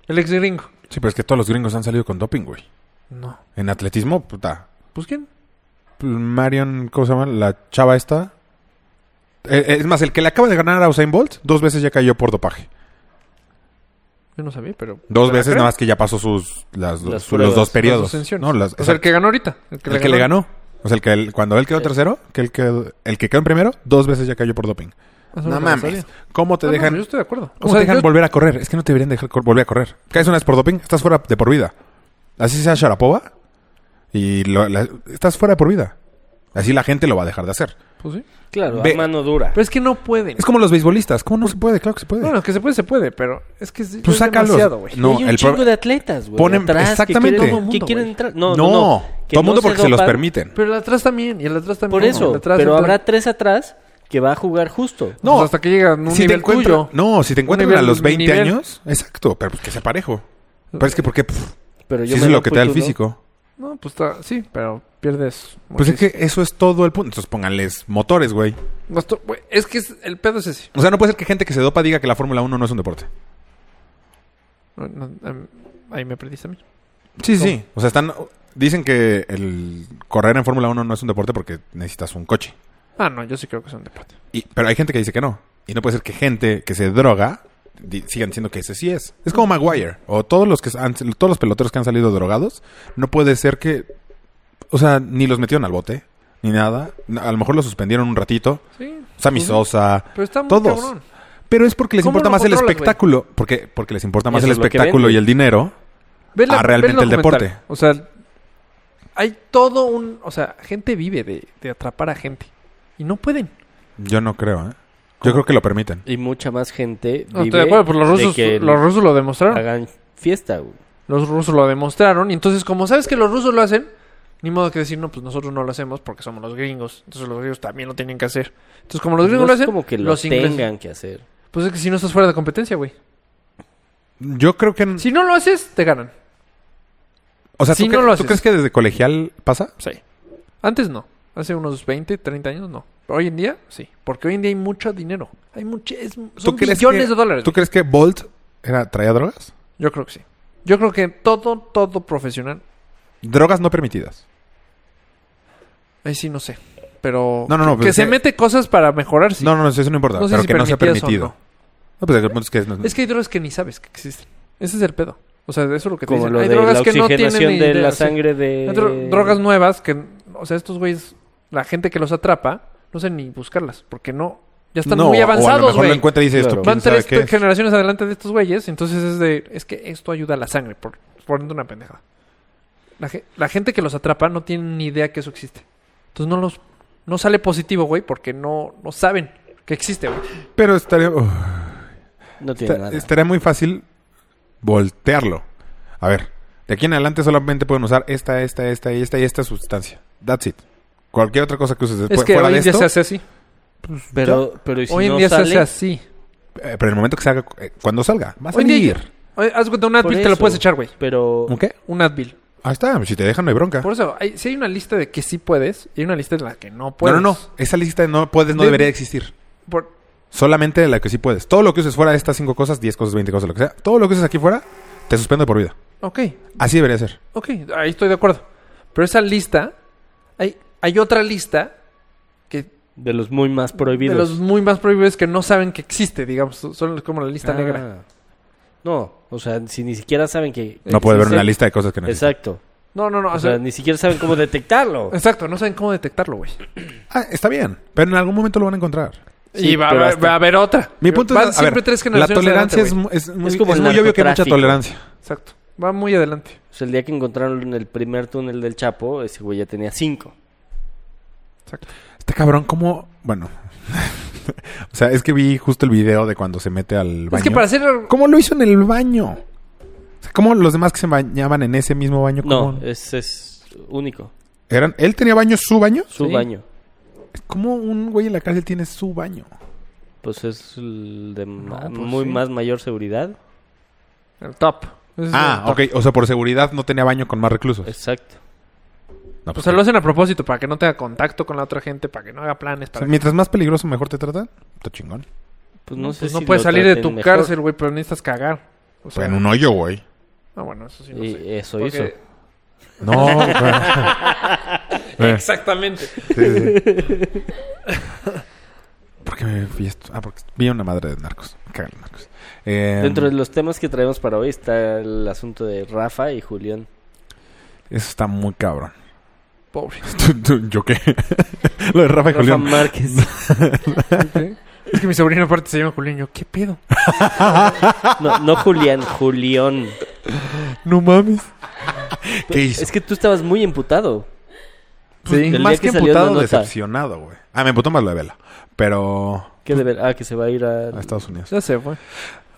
B: El ex gringo.
A: Sí, pero es que todos los gringos han salido con doping, güey.
B: No.
A: En atletismo, puta. Pues,
B: ¿Pues quién?
A: Marion, ¿cómo se llama? La chava esta. Eh, eh, es más, el que le acaba de ganar a Usain Bolt, dos veces ya cayó por dopaje.
B: Yo no sabía, pero.
A: Dos
B: ¿me la
A: veces
B: creo?
A: nada más que ya pasó sus las-
C: Las
A: su- los
C: pruebas,
A: dos
C: las
A: periodos.
B: suspensiones.
A: No, las-
B: o sea, el que ganó ahorita.
A: el que le ganó. O sea, el que el- cuando él quedó
C: Sí.
A: tercero, que él quedó- el que quedó en primero, dos veces ya cayó por doping.
B: Eso
A: No
B: me lo
A: mames.
B: sabía.
A: ¿Cómo te
B: Ah, no,
A: dejan,
B: yo estoy de acuerdo. O
A: cómo
B: sea,
A: te dejan
B: yo-
A: volver a correr? Es que no te deberían dejar cor- volver a correr. Caes una vez por doping, estás fuera de por vida. Así sea Sharapova y lo- la- estás fuera de por vida. Así la gente lo va a dejar de hacer.
B: pues sí.
C: Claro,
A: Ve-
C: a mano dura.
B: Pero es que no pueden.
A: Es como los beisbolistas. ¿Cómo no se puede? Claro que se puede.
B: Bueno, que se puede, se puede, pero es que es,
A: Pues
B: es
A: sácalos.
B: demasiado, güey.
A: no,
C: Y hay un
A: el
C: chingo
A: pro-
C: de atletas, güey.
A: Ponen-
C: atrás, que
A: exactamente.
C: quieren-
B: Todo mundo,
C: que quieren
B: güey.
C: entrar. No, no,
A: No,
C: no. Que
A: todo el mundo
C: no
A: porque se los
C: dopan.
A: permiten.
B: Pero el atrás también, y el atrás también.
C: Por eso.
B: el atrás,
C: pero
B: el
C: habrá
B: atrás.
C: tres atrás que va a jugar justo.
B: No, pues hasta que llega a un
A: Si te
B: nivel
A: encuentran-
B: tuyo.
A: No, si te
B: Un
A: encuentran
B: nivel
A: a los 20
B: nivel.
A: años, exacto, pero pues que se parejo. Pero es que porque pff,
C: Pero yo
A: si
C: me
A: eso es lo
C: dopo
A: que
C: y
A: te da el
C: tú no.
A: físico.
B: No, pues está, sí, pero pierdes.
A: Pues es
B: muchísimo.
A: que eso es todo el punto. Entonces pónganles motores, güey.
B: No, esto- güey, es que es- el pedo es ese.
A: O sea, no puede ser que gente que se dopa diga que la Fórmula 1 no es un deporte.
B: No, no, em, ahí me perdiste a mí.
A: Sí, sí. O sea, están dicen que el correr en Fórmula 1 no es un deporte porque necesitas un coche.
B: Ah, no, yo sí creo que es un deporte.
A: Y- pero hay gente que dice que no. Y no puede ser que gente que se droga di- sigan diciendo que ese sí es. Es como Maguire. O todos los que han- todos los peloteros que han salido drogados, no puede ser que. O sea, ni los metieron al bote. ni nada. A lo mejor lo suspendieron un ratito.
B: Sí.
A: Sammy
B: Pues,
A: Sosa.
B: Pero está muy
A: todos.
B: cabrón.
A: Pero es porque les
B: ¿Cómo
A: importa
B: lo
A: más el
B: controlas,
A: espectáculo. Porque, porque les importa más
C: Eso
A: el
C: es lo que
A: espectáculo
C: vende.
A: y el dinero.
B: Ve
A: a Ah, realmente el
B: documental.
A: deporte.
B: O sea, hay todo un... O sea, gente vive de, de atrapar a gente. Y no pueden.
A: Yo no creo, ¿eh? Yo creo que lo permiten.
C: Y mucha más gente vive
B: No, estoy de acuerdo, pues los
C: de
B: rusos,
C: que
B: los rusos lo demostraron.
C: hagan fiesta, güey.
B: Los rusos lo demostraron. Y entonces, como sabes que los rusos lo hacen, ni modo que decir, no, pues nosotros no lo hacemos porque somos los gringos. Entonces los gringos también lo tienen que hacer. Entonces, como los
C: No
B: gringos
C: es
B: lo hacen,
C: como que lo
B: los ingleses-
C: tengan que hacer.
B: Pues es que si no estás fuera de competencia, güey.
A: Yo creo que.
B: Si no lo haces, te ganan.
A: o sea, ¿tú,
B: si
A: cre-
B: no lo
A: tú
B: haces.
A: crees que desde colegial pasa?
B: Sí. Antes no. Hace unos 20, 30 años no. Pero hoy en día, sí. Porque hoy en día hay mucho dinero. Hay mucho... es- son
A: crees
B: billones
A: que-
B: de dólares.
A: ¿Tú
B: güey.
A: crees que Bolt era, traía drogas?
B: Yo creo que sí. Yo creo que todo, todo profesional...
A: Drogas no permitidas.
B: Ahí sí, no sé. Pero...
A: No, no, no,
B: Que,
A: pero
B: se
A: que-
B: mete cosas para mejorar, sí.
A: No, no, no, eso no importa.
B: No sé
A: pero
B: si
A: que no sea
B: permitidas o
A: permitido.
B: no.
A: No. pues el punto es que no-
B: Es que hay drogas que ni sabes que existen. Ese es el pedo. O sea, eso es lo que te
C: Como
B: dicen.
C: lo
B: hay
C: de la
B: drogas que no
C: oxigenación
B: tienen ni
C: de
B: idea,
C: la
B: sí.
C: sangre de...
B: Hay dro- drogas nuevas que, o sea, estos güeyes, la gente que los atrapa, no sé ni buscarlas, porque no, ya están
A: No,
B: muy
A: o a lo
B: avanzados,
A: mejor lo
B: güey.
A: encuentra y dice esto.
C: Claro.
A: ¿quién
B: Van
A: sabe
B: tres
A: qué es?
B: generaciones adelante de estos güeyes, entonces es de, es que esto ayuda a la sangre, por poniendo una pendejada. La, ge- la gente que los atrapa no tiene ni idea que eso existe. Entonces no los, no sale positivo, güey, porque no, no saben que existe, güey.
A: Pero estaría, uf,
C: No tiene
A: esta-
C: nada.
A: estaría muy fácil voltearlo. A ver, de aquí en adelante solamente pueden usar esta, esta, esta y esta y esta sustancia. That's it. Cualquier otra cosa que uses después
B: Es que
A: fuera
B: hoy
A: de
B: en día
A: esto.
B: se hace así.
C: Pero, pero ¿y si
B: hoy en
C: no
B: día se
C: sale?
B: hace así.
A: eh, pero en el momento que se haga, eh, cuando salga, va a
B: Hoy en día-
A: salir.
B: Oye, haz cuenta, un
C: Por
B: Advil te lo
C: eso.
B: puedes echar, güey.
C: Pero...
A: ¿Un qué?
B: Un Advil.
A: Ahí está, si te dejan no hay bronca.
B: Por eso, hay, si hay una lista de que sí puedes y hay una lista en la que no
A: No,
B: puedes.
A: no, no. Esa lista de no puedes no
B: De-
A: debería existir.
B: Por-
A: Solamente de la que sí puedes. Todo lo que uses fuera de estas cinco cosas, 10 cosas, 20 cosas, lo que sea. Todo lo que uses aquí fuera, te suspendo por vida.
B: Ok,
A: Así debería ser.
B: ok, ahí estoy de acuerdo. Pero esa lista, hay, hay otra lista que
C: De los muy más prohibidos.
B: de los muy más prohibidos que no saben que existe, digamos. Son como la lista
C: Ah.
B: negra.
C: No, o sea, si ni siquiera saben que...
A: No puede haber
C: existe-
A: una lista de cosas que no existen.
C: Exacto.
B: No, no, no. o
C: O
B: sea,
C: sea, ni siquiera saben cómo detectarlo.
B: exacto, no saben cómo detectarlo, güey.
A: Ah, está bien, pero en algún momento lo van a encontrar.
C: Sí,
B: y va, a
C: pero
B: haber-
C: hasta-
B: va a haber otra.
A: Mi punto
B: Van
A: es, a ver,
B: siempre tres
A: la
B: generaciones
A: tolerancia es,
B: adelante,
A: mu- es muy,
C: Es como
A: es
C: el
A: muy obvio que hay mucha
C: narcotráfico.
A: tolerancia.
B: güey. Exacto, va muy adelante.
C: O sea, el día que encontraron el primer túnel del Chapo, ese güey ya tenía cinco.
B: Exacto.
A: Este cabrón, ¿cómo? Bueno. o sea, es que vi justo el video de cuando se mete al baño.
B: Es que para hacer...
A: ¿Cómo lo hizo en el baño? O sea, ¿Cómo los demás que se bañaban en ese mismo baño?
C: No,
A: cómo-
B: eh.
C: ese es único.
A: eran, ¿Él tenía baño, su baño?
C: Su
B: Sí.
C: baño.
A: ¿Cómo un güey en la cárcel tiene su baño?
C: Pues es el de ma-
B: pues
C: muy
B: sí.
C: más mayor seguridad.
B: El top. Ese es
A: Ah,
B: el top.
A: ok. O sea, por seguridad no tenía baño con más reclusos.
B: Pues
C: Exacto.
A: No,
B: O
A: pues,
B: sea, Ah, lo hacen a propósito para que no tenga contacto con la otra gente, para que no haga planes,
A: o
B: para
A: sea,
B: que...
A: mientras más peligroso, mejor te tratan. Está chingón.
C: Pues no sé
B: Pues no
C: si
B: puedes
C: lo
B: salir de
C: traten
B: tu
C: mejor.
B: cárcel, güey, pero necesitas cagar. O sea,
A: en un hoyo, güey.
B: Ah, bueno, eso sí no
C: Y
B: sé.
C: eso
B: Porque-
C: hizo. Eh.
A: Em. No, güey. Eh,
B: Exactamente.
A: Sí, sí. ¿Por qué me vi esto? Ah, porque vi una madre de narcos. Me cagan los narcos. Eh,
C: Dentro de los temas que traemos para hoy está el asunto de Rafa y Julián.
A: Eso está muy cabrón.
B: Pobre.
A: ¿Tú- tú- ¿Yo qué? Lo de Rafa y
C: Rafa
A: Julián.
C: Márquez.
B: Es que mi sobrino aparte se llama Julián. Yo, ¿qué pedo?
C: No, no Julián, Julián.
A: No mames. ¿Qué hizo?
C: Pues,
A: Pues,
C: Es que tú estabas muy emputado.
B: Sí.
C: el
A: más
C: día
A: que
C: que salió
A: emputado,
C: la nota.
A: decepcionado, güey. Ah, me emputó más lo de Vela. Pero
C: ¿Qué de ver? Ah, que se va a ir a...
A: a Estados Unidos.
B: Ya se fue.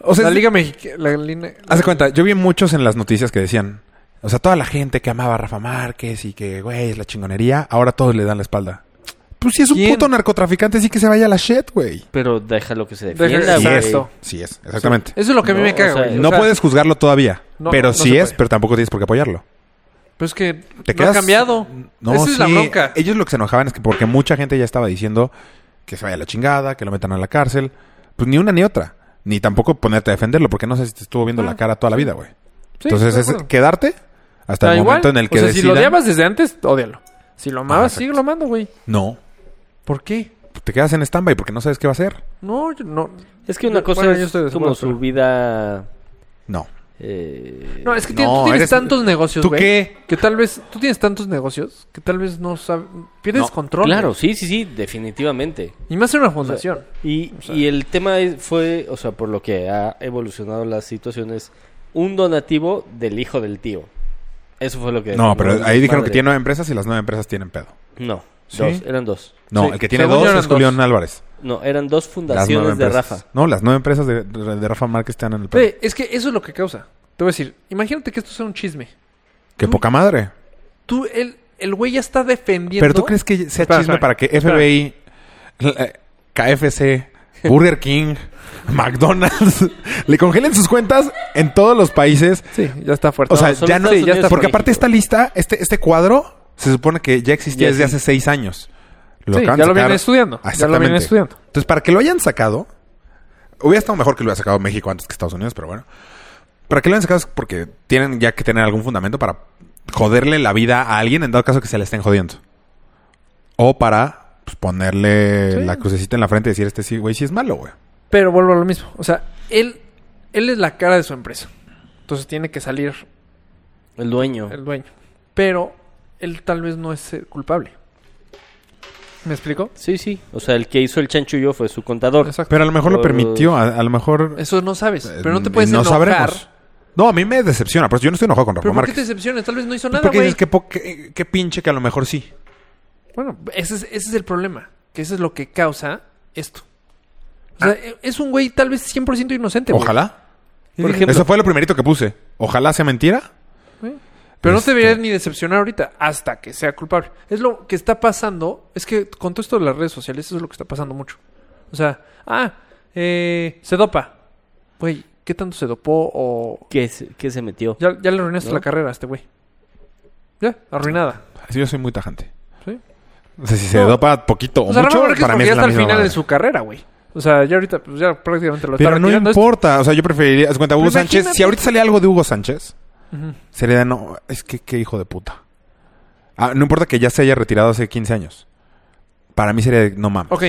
A: O sea,
B: la
A: es-
B: Liga Mexicana... La línea...
A: Haz de cuenta, yo vi muchos en las noticias que decían, o sea, toda la gente que amaba a Rafa Márquez y que, güey, es la chingonería, ahora todos le dan la espalda. Pues si es un
B: ¿Quién?
A: puto narcotraficante, sí que se vaya a la shit, güey.
C: Pero déjalo que se
B: Deja-
C: defienda,
A: Sí
C: güey.
A: es,
B: Exacto.
A: sí es, exactamente.
B: Eso es lo que a mí
C: No,
B: me caga,
C: o sea,
B: güey.
A: no
B: O sea,
A: puedes juzgarlo todavía,
B: No,
A: pero
B: no
A: sí
B: se
A: es,
B: puede.
A: pero tampoco tienes por qué apoyarlo.
B: Pero es que
A: Te
B: no
A: quedas...
B: ha cambiado.
A: No,
B: Esa es la
A: sí,
B: bronca.
A: Ellos lo que se enojaban es que porque mucha gente ya estaba diciendo que se vaya a la chingada, que lo metan a la cárcel. Pues ni una ni otra. Ni tampoco ponerte a defenderlo, porque no sé si te estuvo viendo la cara toda la vida, güey.
B: Ah, Sí,
A: Entonces
B: de
A: es
B: acuerdo.
A: quedarte hasta
B: Da
A: el
B: igual.
A: momento en el que
B: o sea, si lo
A: decidan-
B: odiabas desde antes, ódialo. Si lo amabas,
A: exacto.
B: sigue lo amando, güey.
A: No,
B: ¿Por qué?
A: te quedas en stand-by porque no sabes qué va a hacer.
B: No, yo no...
C: Es que una
B: Yo-
C: cosa
B: bueno, yo
C: es
B: estoy de
C: como
B: acuerdo,
C: su
B: pero-
C: vida
A: No.
C: Eh,
B: No, es que
A: Este, No,
B: tienes- tú tienes
A: eres-
B: tantos negocios,
A: ¿Tú
B: güey,
A: qué?
B: Que tal vez... Tú tienes tantos negocios que tal vez no sabes... Pierdes
C: no,
B: control.
C: Claro,
B: güey.
C: sí, sí, sí, definitivamente.
B: Y más en una fundación.
C: Y,
B: O sea-
C: y el tema es- fue, o sea, por lo que ha evolucionado las situaciones, un donativo del hijo del tío. Eso fue lo que...
A: No, pero
C: los
A: ahí dijeron que
C: padres.
A: tiene nueve empresas y las nueve empresas tienen pedo.
C: No,
A: ¿Sí?
C: dos, eran dos.
A: No,
B: Sí,
A: el que tiene
B: según yo
A: dos
B: eran
A: es Julián Álvarez.
C: No, eran dos
A: Las nueve
C: fundaciones de
A: empresas.
C: Rafa.
A: No, las nueve empresas de, de- de Rafa Márquez están en el pedo.
B: Ve, es que eso es lo que causa. Te voy a decir, imagínate que esto sea un chisme.
A: Qué
B: tú-
A: poca madre.
B: Tú, el, el güey ya está defendiendo...
A: Pero tú crees que sea
B: Espera,
A: chisme
B: espera,
A: para que
B: espera.
A: FBI, eh, KFC, Burger King, McDonald's le congelen sus cuentas en todos los países.
B: Sí, ya está fuerte.
A: O sea,
C: No, solo
A: ya no.
C: Estados Unidos
A: porque
C: y México.
A: aparte esta lista, este, este cuadro, se supone que ya existía
C: Ya
A: desde
C: sí.
A: hace seis años.
B: Sí,
A: acaban
B: ya
A: de
B: lo vienen
A: sacar-
B: estudiando.
A: Ah,
B: Ya lo vienen
A: exactamente.
B: estudiando.
A: Entonces, para que lo hayan sacado, hubiera estado mejor que lo hubiera sacado México antes que Estados Unidos, pero bueno. Para que lo hayan sacado es porque tienen ya que tener algún fundamento para joderle la vida a alguien en dado caso que se le estén jodiendo. O para pues, ponerle
B: Sí.
A: la crucecita en la frente y decir, este sí, güey, sí es malo, güey.
B: Pero vuelvo a lo mismo. O sea, él, él es la cara de su empresa. Entonces tiene que salir
C: El dueño.
B: el dueño. Pero él tal vez no es el culpable. ¿Me explico?
C: Sí, sí. O sea, el que hizo el chanchullo fue su contador.
B: Exacto. Pues
A: Pero a lo mejor lo
C: Por-
A: permitió, a, a lo mejor...
B: Eso no sabes.
A: eh,
B: Pero no te puedes enojar.
A: sabremos. No, a mí me decepciona, por eso yo no estoy enojado con Rafa
B: Pero ¿por qué te
A: Márquez.
B: decepcionas? Tal vez no hizo
A: Pues
B: nada,
A: porque
B: güey.
A: dices que, po- que- que pinche que a lo mejor sí.
B: Bueno, ese es, ese es el problema. Que eso es lo que causa esto. O sea, e, es un güey tal vez 100% inocente, güey.
A: Ah. Ojalá.
C: Por
B: Dije,
C: ejemplo,
A: Eso fue lo primerito que puse. Ojalá sea mentira.
B: Pero no
A: Este-
B: te deberías ni decepcionar ahorita hasta que sea culpable. Es lo que está pasando. Es que con todo esto de las redes sociales, eso es lo que está pasando mucho. O sea, ah, eh, se dopa. Güey, ¿qué tanto se dopó o...?
C: ¿qué, se- qué se metió?
B: Ya, ya le arruinaste
C: ¿No?
B: la carrera a este güey. Ya, arruinada.
A: Así yo soy muy tajante.
B: ¿sí?
A: O sea, si se
B: No.
A: dopa poquito o,
B: O sea,
A: mucho,
B: Rafa Márquez
A: para mí
B: porque ya
A: es
B: hasta
A: la
B: el
A: misma
B: final
A: madre.
B: de su carrera, güey. O sea, ya ahorita, pues ya prácticamente lo está
A: Pero no
B: retirando esto.
A: importa. O sea, yo preferiría... haz cuenta, Hugo
B: Pero
A: Sánchez...
B: imagínate.
A: Si ahorita sale algo de Hugo Sánchez,
B: Ujú.
A: sería de no... Es que qué hijo de puta. Ah, no importa que ya se haya retirado hace 15 años. Para mí sería de no mames.
B: Ok.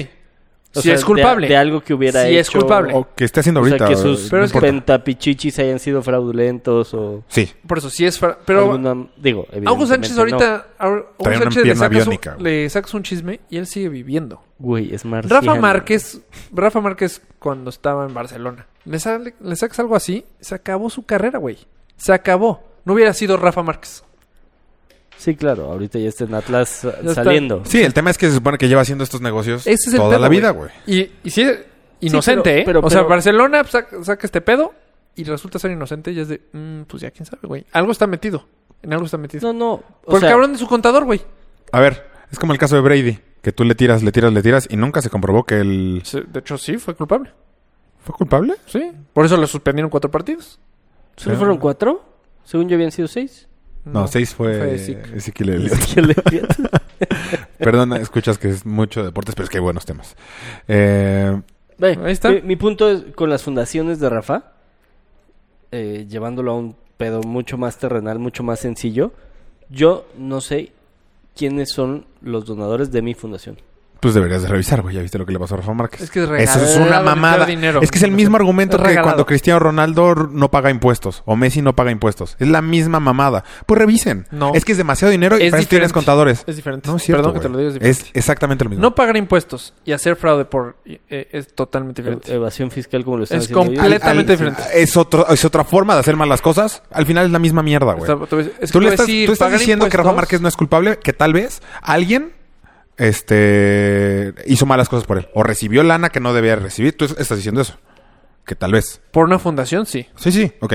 C: O
B: si
C: sea,
B: es
C: de-
B: culpable.
C: De, algo que hubiera
B: Si
C: hecho.
B: es culpable.
A: O que esté haciendo
C: O sea,
A: ahorita.
C: que
A: o-
C: sus
B: Pero es que-
C: pentapichichis hayan sido fraudulentos o...
A: Sí.
B: Por eso, sí es... fra- Pero...
C: alguna- digo,
B: A Hugo Sánchez
C: evidentemente no.
B: ahorita... a Hugo
A: Trae una
B: Sánchez le
A: pierna
B: sacas, un-
A: biónica, güey.
B: le sacas un chisme y él sigue viviendo.
C: Güey, es marciano.
B: Rafa Márquez, Rafa Márquez cuando estaba en Barcelona, le, sale- le sacas algo así, se acabó su carrera, güey. Se acabó. No hubiera sido Rafa Márquez.
C: Sí, claro. Ahorita ya está en Atlas ah,
B: está.
C: saliendo.
A: Sí, el tema es que se supone que lleva haciendo estos negocios
B: Ese es el
A: toda
B: pedo,
A: la vida, güey.
B: Y, y sí, inocente,
C: pero-
B: ¿eh?
C: pero-
B: o sea,
C: pero-
B: Barcelona saca, saca este pedo y resulta ser inocente y es de, mm, pues ya quién sabe, güey. Algo está metido. En algo está metido.
C: No, no. O
B: Por
C: sea,
B: el cabrón de su contador, güey.
A: A ver, es como el caso de Brady. Que tú le tiras, le tiras, le tiras y nunca se comprobó que él...
B: Se- Pues, eh, De hecho, sí, fue culpable.
A: ¿Fue culpable?
B: Sí. Por eso lo suspendieron cuatro partidos.
C: ¿Solo fueron cuatro? Según yo habían sido seis.
A: No, seis fue,
B: fue Zeke.
A: Ezequiel Elliott. Perdón, escuchas que es mucho deportes, pero es que hay buenos temas. Eh,
C: Ve,
B: Ahí está.
C: Mi, mi punto es con las fundaciones de Rafa, eh, llevándolo a un pedo mucho más terrenal, mucho más sencillo. Yo no sé quiénes son los donadores de mi fundación.
A: pues deberías de revisar, güey. Ya viste lo que le pasó a Rafa Márquez.
B: Es que es
A: Eso es
B: regalado,
A: una
B: dinero,
A: mamada.
B: dinero.
A: Es que es el mismo argumento
B: Es
A: que
B: regalado.
A: cuando Cristiano Ronaldo r- no paga impuestos o Messi no paga impuestos. Es la misma mamada. Pues revisen.
B: No.
A: Es que es demasiado dinero y
B: Es
A: para eso tienes
B: diferente.
A: contadores.
B: Es diferente.
A: No es cierto,
B: Perdón que te
A: güey.
B: lo diga. Es
A: Es
B: diferente.
A: exactamente lo mismo.
B: No pagar impuestos y hacer fraude por eh, es totalmente
C: Ev-
A: eh,
B: diferente.
C: Evasión fiscal como lo están
B: Es
C: haciendo
A: Al-
C: ellos.
A: al-
B: completamente diferente.
A: Es, otro, es otra forma de hacer mal las cosas. Al final es la misma mierda, güey.
B: O sea, tú ves- es que
A: tú, le
B: voy a
A: estás,
B: decir,
A: tú estás
B: pagar
A: diciendo que Rafa
B: impuestos-
A: Márquez no es culpable, que tal vez alguien este, hizo malas cosas por él. O recibió lana que no debía recibir. Tú es- estás diciendo eso. Que tal vez.
B: Por una fundación, sí.
A: Sí, sí, ok.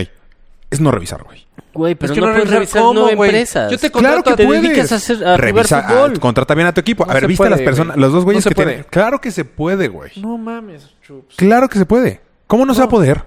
A: Es no revisar, güey.
C: Güey, pero
B: Es que
C: no,
B: no
C: puedes
B: revisar
C: revisar
B: cómo,
C: nueve
B: güey.
C: empresas.
B: Yo te con-
A: Claro
B: Contrato
A: que
B: a- te
A: puedes.
C: dedicas a hacer- a jugar
A: Revisa,
C: fútbol.
A: ah, contrata bien a tu equipo.
B: No
A: a ver,
B: se
A: ¿viste a las
B: puede,
A: personas,
B: güey.
A: los dos güeyes
B: No se
A: que tienen?
B: puede.
A: Claro que se puede, güey.
B: No mames, chups.
A: Claro que se puede. ¿Cómo no, se va a poder?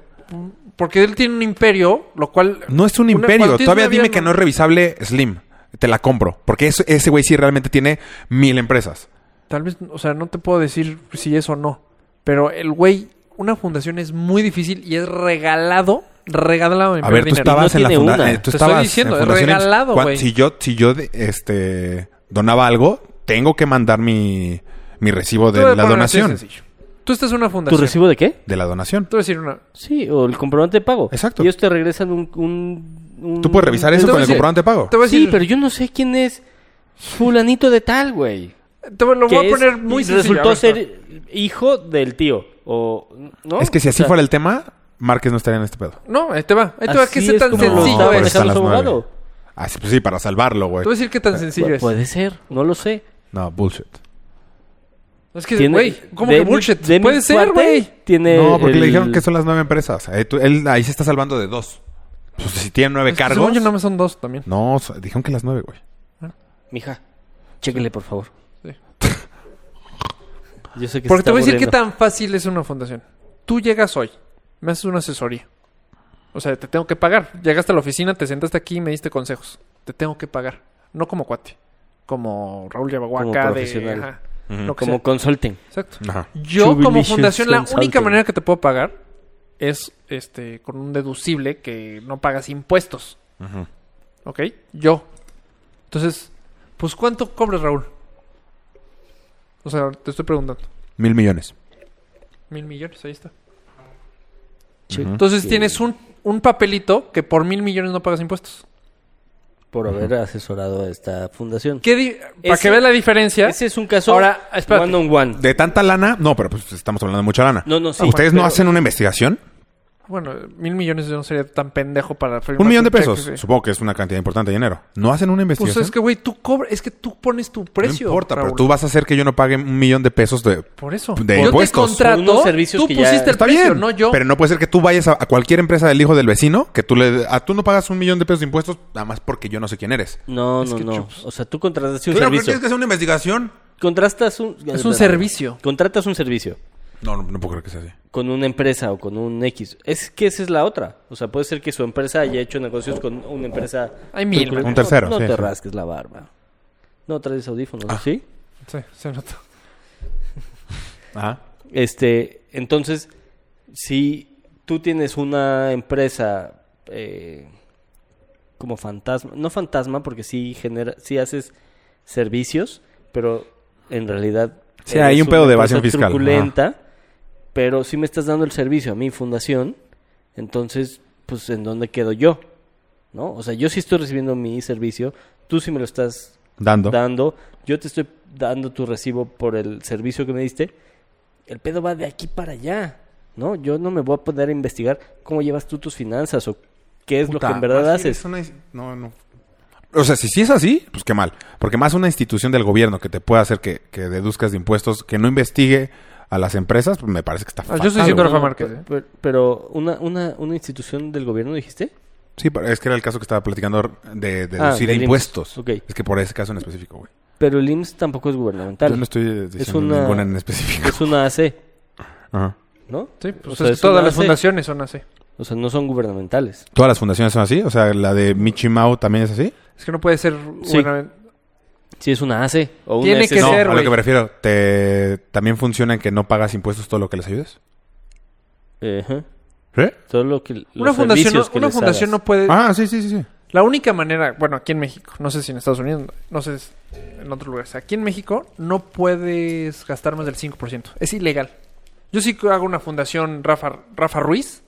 B: Porque él tiene un imperio, lo cual.
A: No es un
B: Una-
A: imperio.
B: cuando tienes
A: Todavía
B: una
A: dime
B: vida
A: que no es revisable Slim. Te la compro. Porque eso- ese güey sí realmente tiene mil empresas.
B: Tal vez, o sea, no te puedo decir si es o no. Pero el güey, una fundación es muy difícil y es regalado, regalado en
A: A ver, tú
B: dinero.
A: estabas en la
C: tiene una.
A: fundación. Tú
B: Te
A: estabas
B: estoy diciendo,
A: en
B: es
A: fundaciones.
B: regalado,
A: Cuan-
B: güey.
A: Si yo, si yo de- este, donaba algo, tengo que mandar mi, mi recibo
B: Te
A: de
B: voy a
A: la
B: poner así de
A: donación.
B: sencillo. Tú estás en una
C: ¿Tu
B: fundación.
C: recibo de qué?
A: de la donación.
B: Tú vas a decir una.
C: Sí, o el comprobante de pago.
A: Exacto.
C: Y ellos te regresan un... un- un-
A: Tú puedes revisar eso
B: Entonces,
A: con el
B: sí.
A: comprobante de pago.
B: Te voy a decir.
C: Sí, pero yo no sé quién es fulanito de tal, güey.
B: te voy- lo
C: que
B: voy a
C: es-
B: poner muy sencillo.
C: Resultó
B: A ver,
C: ser hijo del tío. O, ¿no?
A: Es que si así
C: O sea,
A: fuera el tema, Márquez no estaría en este pedo.
B: No, ahí te va. Ahí te va. ¿Qué
C: así
B: sé
C: es
B: tan
C: como lo
B: sencillo
C: estaba
A: Por
B: es?
A: eso
B: Te
A: está
C: manejando
A: a las
C: su
A: nueve.
C: abogado.
A: Ah, sí, pues sí, para salvarlo, güey.
B: voy a decir qué tan sencillo es.
C: Puede ser, no lo sé.
A: No, bullshit.
B: Es que,
C: Tiene-
B: güey, ¿cómo
C: de
B: que
C: mi-
B: bullshit?
C: de mi
B: Puede ser,
C: parte,
B: güey.
C: Tiene
A: No, porque le
C: Eh, el-
A: dijeron que son las nueve empresas. Ahí, tú- él, ahí se está salvando de dos. Pues si tiene nueve
B: Es que
A: cargos.
B: según yo, nada más son dos también.
A: No, so- dijeron que las nueve, güey.
C: Mija, chéquele, por favor.
B: Sí.
C: Yo sé que se
B: Porque
C: está
B: te voy a decir qué
C: aburriendo.
B: tan fácil es una fundación. Tú llegas hoy, me haces una asesoría. O sea, te tengo que pagar. Llegaste a la oficina, te sentaste aquí y me diste consejos. Te tengo que pagar. No como cuate. Como Raúl Yabaguaca
C: Como
B: de-
C: profesional.
B: ajá,
A: Ujú.
B: lo que
C: Como
B: sea.
C: consulting.
B: Exacto.
A: Ajá.
B: Yo,
C: Chubilicious
B: como fundación, la
C: consulting.
B: única manera que te puedo pagar es este con un deducible que no pagas impuestos.
A: Ujú.
B: ¿Ok? Yo. Entonces, pues, ¿cuánto cobras, Raúl? O sea, te estoy preguntando.
A: Mil millones.
B: Mil millones, ahí está.
C: Che-
A: Ujú.
B: Entonces
C: Sí.
B: tienes un, un papelito que por mil millones no pagas impuestos.
C: Por haber asesorado a esta fundación.
B: ¿Qué di- para
C: Ese-
B: que veas la diferencia.
C: Ese es un caso
B: Ahora, espérate.
C: one on one.
A: De tanta lana, no, pero pues estamos hablando de mucha lana.
C: No, no, sí.
A: ¿Ustedes no
C: Pero-
A: hacen una investigación?
B: Bueno, mil millones yo no sería tan pendejo para firmar
A: Un millón de
B: cheque,
A: pesos.
B: sí.
A: Supongo que es una cantidad importante de dinero. ¿No hacen una
B: Pues
A: investigación?
B: es que, güey, tú cobras, es que tú pones tu precio.
A: no importa, pero
B: Raúl.
A: tú vas a hacer que yo no pague un millón de pesos de...
B: Por eso.
A: de
B: yo
A: impuestos.
B: te contrato.
C: Unos servicios
B: tú
C: que ya-
B: pusiste el
A: Está
B: precio,
A: bien,
B: no yo.
A: pero no puede ser que tú vayas a, a cualquier empresa del hijo del vecino, que tú le... A tú no pagas un millón de pesos de impuestos, nada más porque yo no sé quién eres.
C: No,
B: Es
C: no,
B: que
C: no.
B: chups.
C: O sea, tú contrataste un
A: Claro, pero
C: servicio.
A: tienes que hacer una investigación.
C: Contratas un...
B: es un servicio.
C: Contratas un servicio
A: No, no, no puedo creer que sea así.
C: con una empresa o con un X. Es que esa es la otra. O sea, puede ser que su empresa haya hecho negocios con una empresa...
B: Hay mil.
A: Un
B: man.
A: tercero,
C: No, no
A: sí, Ah.
C: te
A: sí.
C: rasques la barba. No traes audífonos, ¿sí?
B: Sí, se nota.
A: Ajá.
C: Este, entonces, si tú tienes una empresa eh, como fantasma, no fantasma, porque sí genera, sí haces servicios, pero en realidad
A: Sí,
C: eres
A: hay un
C: una
A: pedo de
C: empresa
A: evasión fiscal,
C: truculenta, pero sí me estás dando el servicio a mi fundación, entonces, pues, ¿en dónde quedo yo? ¿No? O sea, yo sí estoy recibiendo mi servicio, tú sí me lo estás
A: Dando.
C: dando. Yo te estoy dando tu recibo por el servicio que me diste. El pedo va de aquí para allá, ¿no? Yo no me voy a poner a investigar cómo llevas tú tus finanzas o qué es lo
A: Puta,
C: que en verdad
A: más si eres
C: haces.
A: una ins- No, no. O sea, si sí es así, pues qué mal. Porque más una institución del gobierno que te pueda hacer que, que deduzcas de impuestos, que no investigue a las empresas, pues me parece que está
B: Ah,
A: fatal.
B: yo estoy diciendo
A: güey.
B: Rafa Márquez. ¿eh?
C: Pero, pero una, una, una institución del gobierno, dijiste.
A: Sí, pero es que era el caso que estaba platicando de, de
C: Ah,
A: deducir
C: del IMSS.
A: impuestos.
C: Ok.
A: Es que por ese caso en específico, güey.
C: Pero el IMSS tampoco es gubernamental.
A: Yo no estoy eh, diciendo
C: Es una-
A: ninguna en específico.
C: Es una AC,
A: Ajá.
C: ¿no?
B: Sí, pues
C: O sea,
B: es que
C: es
B: todas
C: una
B: las
C: AC.
B: fundaciones son así.
C: O sea, no son gubernamentales.
A: ¿Todas las fundaciones son así? O sea, la de Michi Mao también es así.
B: Es que no puede ser.
C: Sí.
B: bueno,
C: Sí, es una AC. O una
B: Tiene que
C: SC.
A: no,
B: ser,
A: a lo
B: güey.
A: que me refiero, te... ¿también funciona en que no pagas impuestos todo lo que les ayudes?
C: Eh, ajá.
A: ¿Sí?
C: Todo lo que. los
B: una fundación, no,
C: servicios que
B: una
C: les
B: fundación no
C: hagas.
B: puede.
A: Ah, sí, sí, sí. sí.
B: La única manera, bueno, aquí en México, no sé si en Estados Unidos, no sé si en otros lugares, aquí en México no puedes gastar más del 5%, es ilegal. Yo sí que hago una fundación Rafa, Rafa Ruiz,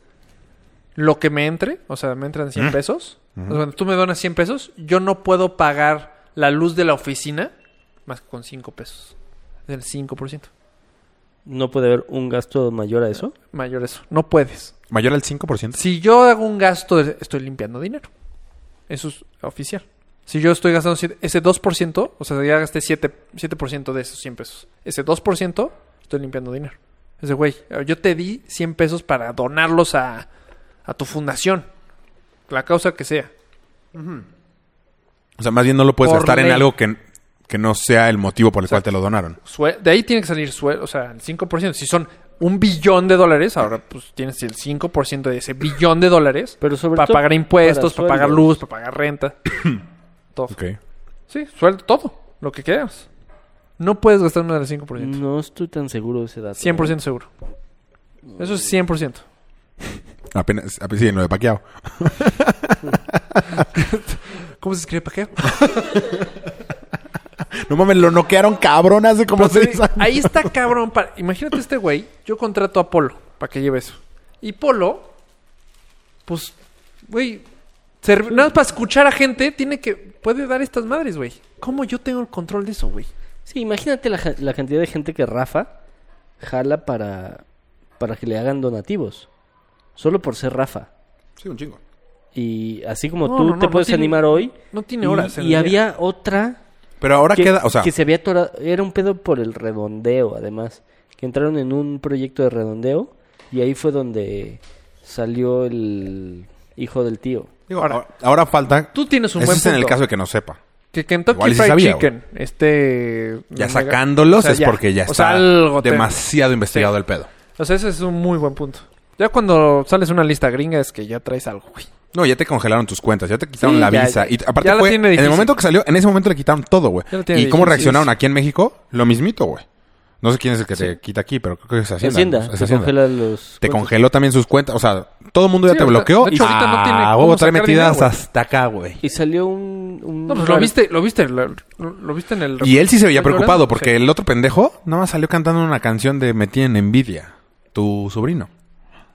B: lo que me entre, o sea, me entran 100 pesos, o sea, cuando tú me donas 100 pesos, yo no puedo pagar la luz de la oficina más que con 5 pesos, del 5%,
C: ¿No puede haber un gasto mayor a eso?
B: mayor eso, no puedes.
A: ¿Mayor al 5%?
B: Si yo hago un gasto, estoy limpiando dinero. Eso es oficial. Si yo estoy gastando siete- ese 2%, o sea, ya gasté 7%, 7% de esos 100 pesos. Ese 2% estoy limpiando dinero. Ese güey, yo te di 100 pesos para donarlos a, a tu fundación. La causa que sea.
A: O sea, más bien no lo puedes
B: Por
A: gastar en
B: ley.
A: algo que, que no sea el motivo por el cual te lo donaron.
B: Sue- de ahí tiene que salir sueldo, o sea, el 5%. Si son un billón de dólares, ahora pues tienes el 5% de ese billón de dólares
C: Pero sobre
B: para
C: todo
B: pagar impuestos, para, pagar
C: sueldos.
B: luz, para pagar renta. Todo. Sí, sueldo, todo, lo que quieras. No puedes gastar más del 5%.
C: No estoy tan seguro de ese dato. ¿eh?
B: 100% seguro. Eso es 100%.
A: Apenas, apenas sí, en lo de paqueado.
B: ¿Cómo se escribe paqueo?
A: No mames, lo noquearon cabrón hace como
B: Pero te
A: seis
B: digo,
A: años.
B: Ahí está cabrón. para- Imagínate este güey. Yo contrato a Polo para que lleve eso. Y Polo, pues, güey, ser- nada más para escuchar a gente, tiene que, puede dar estas madres, güey. ¿Cómo yo tengo el control de eso, güey?
C: Sí, imagínate la, ja- la cantidad de gente que Rafa jala para, para que le hagan donativos. Solo por ser Rafa.
A: Sí, un chingo.
C: Y así como
B: No,
C: tú
B: no, no,
C: te
B: no
C: puedes
B: tiene-
C: animar hoy.
B: No tiene
C: y-
B: horas. en
C: Y,
B: el día.
C: había otra
A: Pero ahora
C: que,
A: Ah, queda, o sea,
C: que se había atorado. Era un pedo por el redondeo, además. Que entraron en un proyecto de redondeo. Y ahí fue donde salió el hijo del tío.
A: digo, ahora, ahora falta.
B: Tú tienes un
A: Ese
B: buen
A: es en el
B: punto.
A: caso de que no sepa.
B: Que Kentucky
A: Igual y sí
B: Fried
A: sabía,
B: Chicken, este...
A: Ya
B: mega-
A: sacándolos
B: o sea,
A: es porque ya
B: o
A: está
B: sea, algo te-
A: demasiado investigado
B: Sí.
A: el pedo.
B: O sea, ese es un muy buen punto. Ya cuando sales una lista gringa es que ya traes algo, güey.
A: No, ya te congelaron tus cuentas, ya te quitaron
B: Sí,
A: la
B: ya,
A: visa.
B: ya.
A: Y aparte
B: Ya la
A: fue,
B: tiene
A: en el
B: difícil.
A: momento que salió, en ese momento le quitaron todo, güey.
B: Ya la tiene
A: ¿Y cómo
B: difícil,
A: reaccionaron
B: sí.
A: aquí en México? Lo mismito, güey. No sé quién es el que te quita aquí, pero creo que es Hacienda.
C: Hacienda.
A: ¿no? Es
C: se
A: Hacienda.
C: congela los.
A: Te
C: cuentos.
A: congeló también sus cuentas. O sea, todo el mundo ya
B: Sí,
A: te
B: ahorita-
A: bloqueó.
B: de hecho, ahorita no tiene
A: ah,
B: cómo
A: huevo, trae
B: sacar
A: metidas
B: dinero, güey.
A: hasta acá, güey.
C: Y salió un. un
B: No, pues lo viste, lo viste, lo, lo viste en el...
A: Y él sí se veía
B: ¿Estás
A: preocupado
B: llorando?
A: porque el otro pendejo nada más salió cantando una canción de Me tienen envidia. Tu sobrino,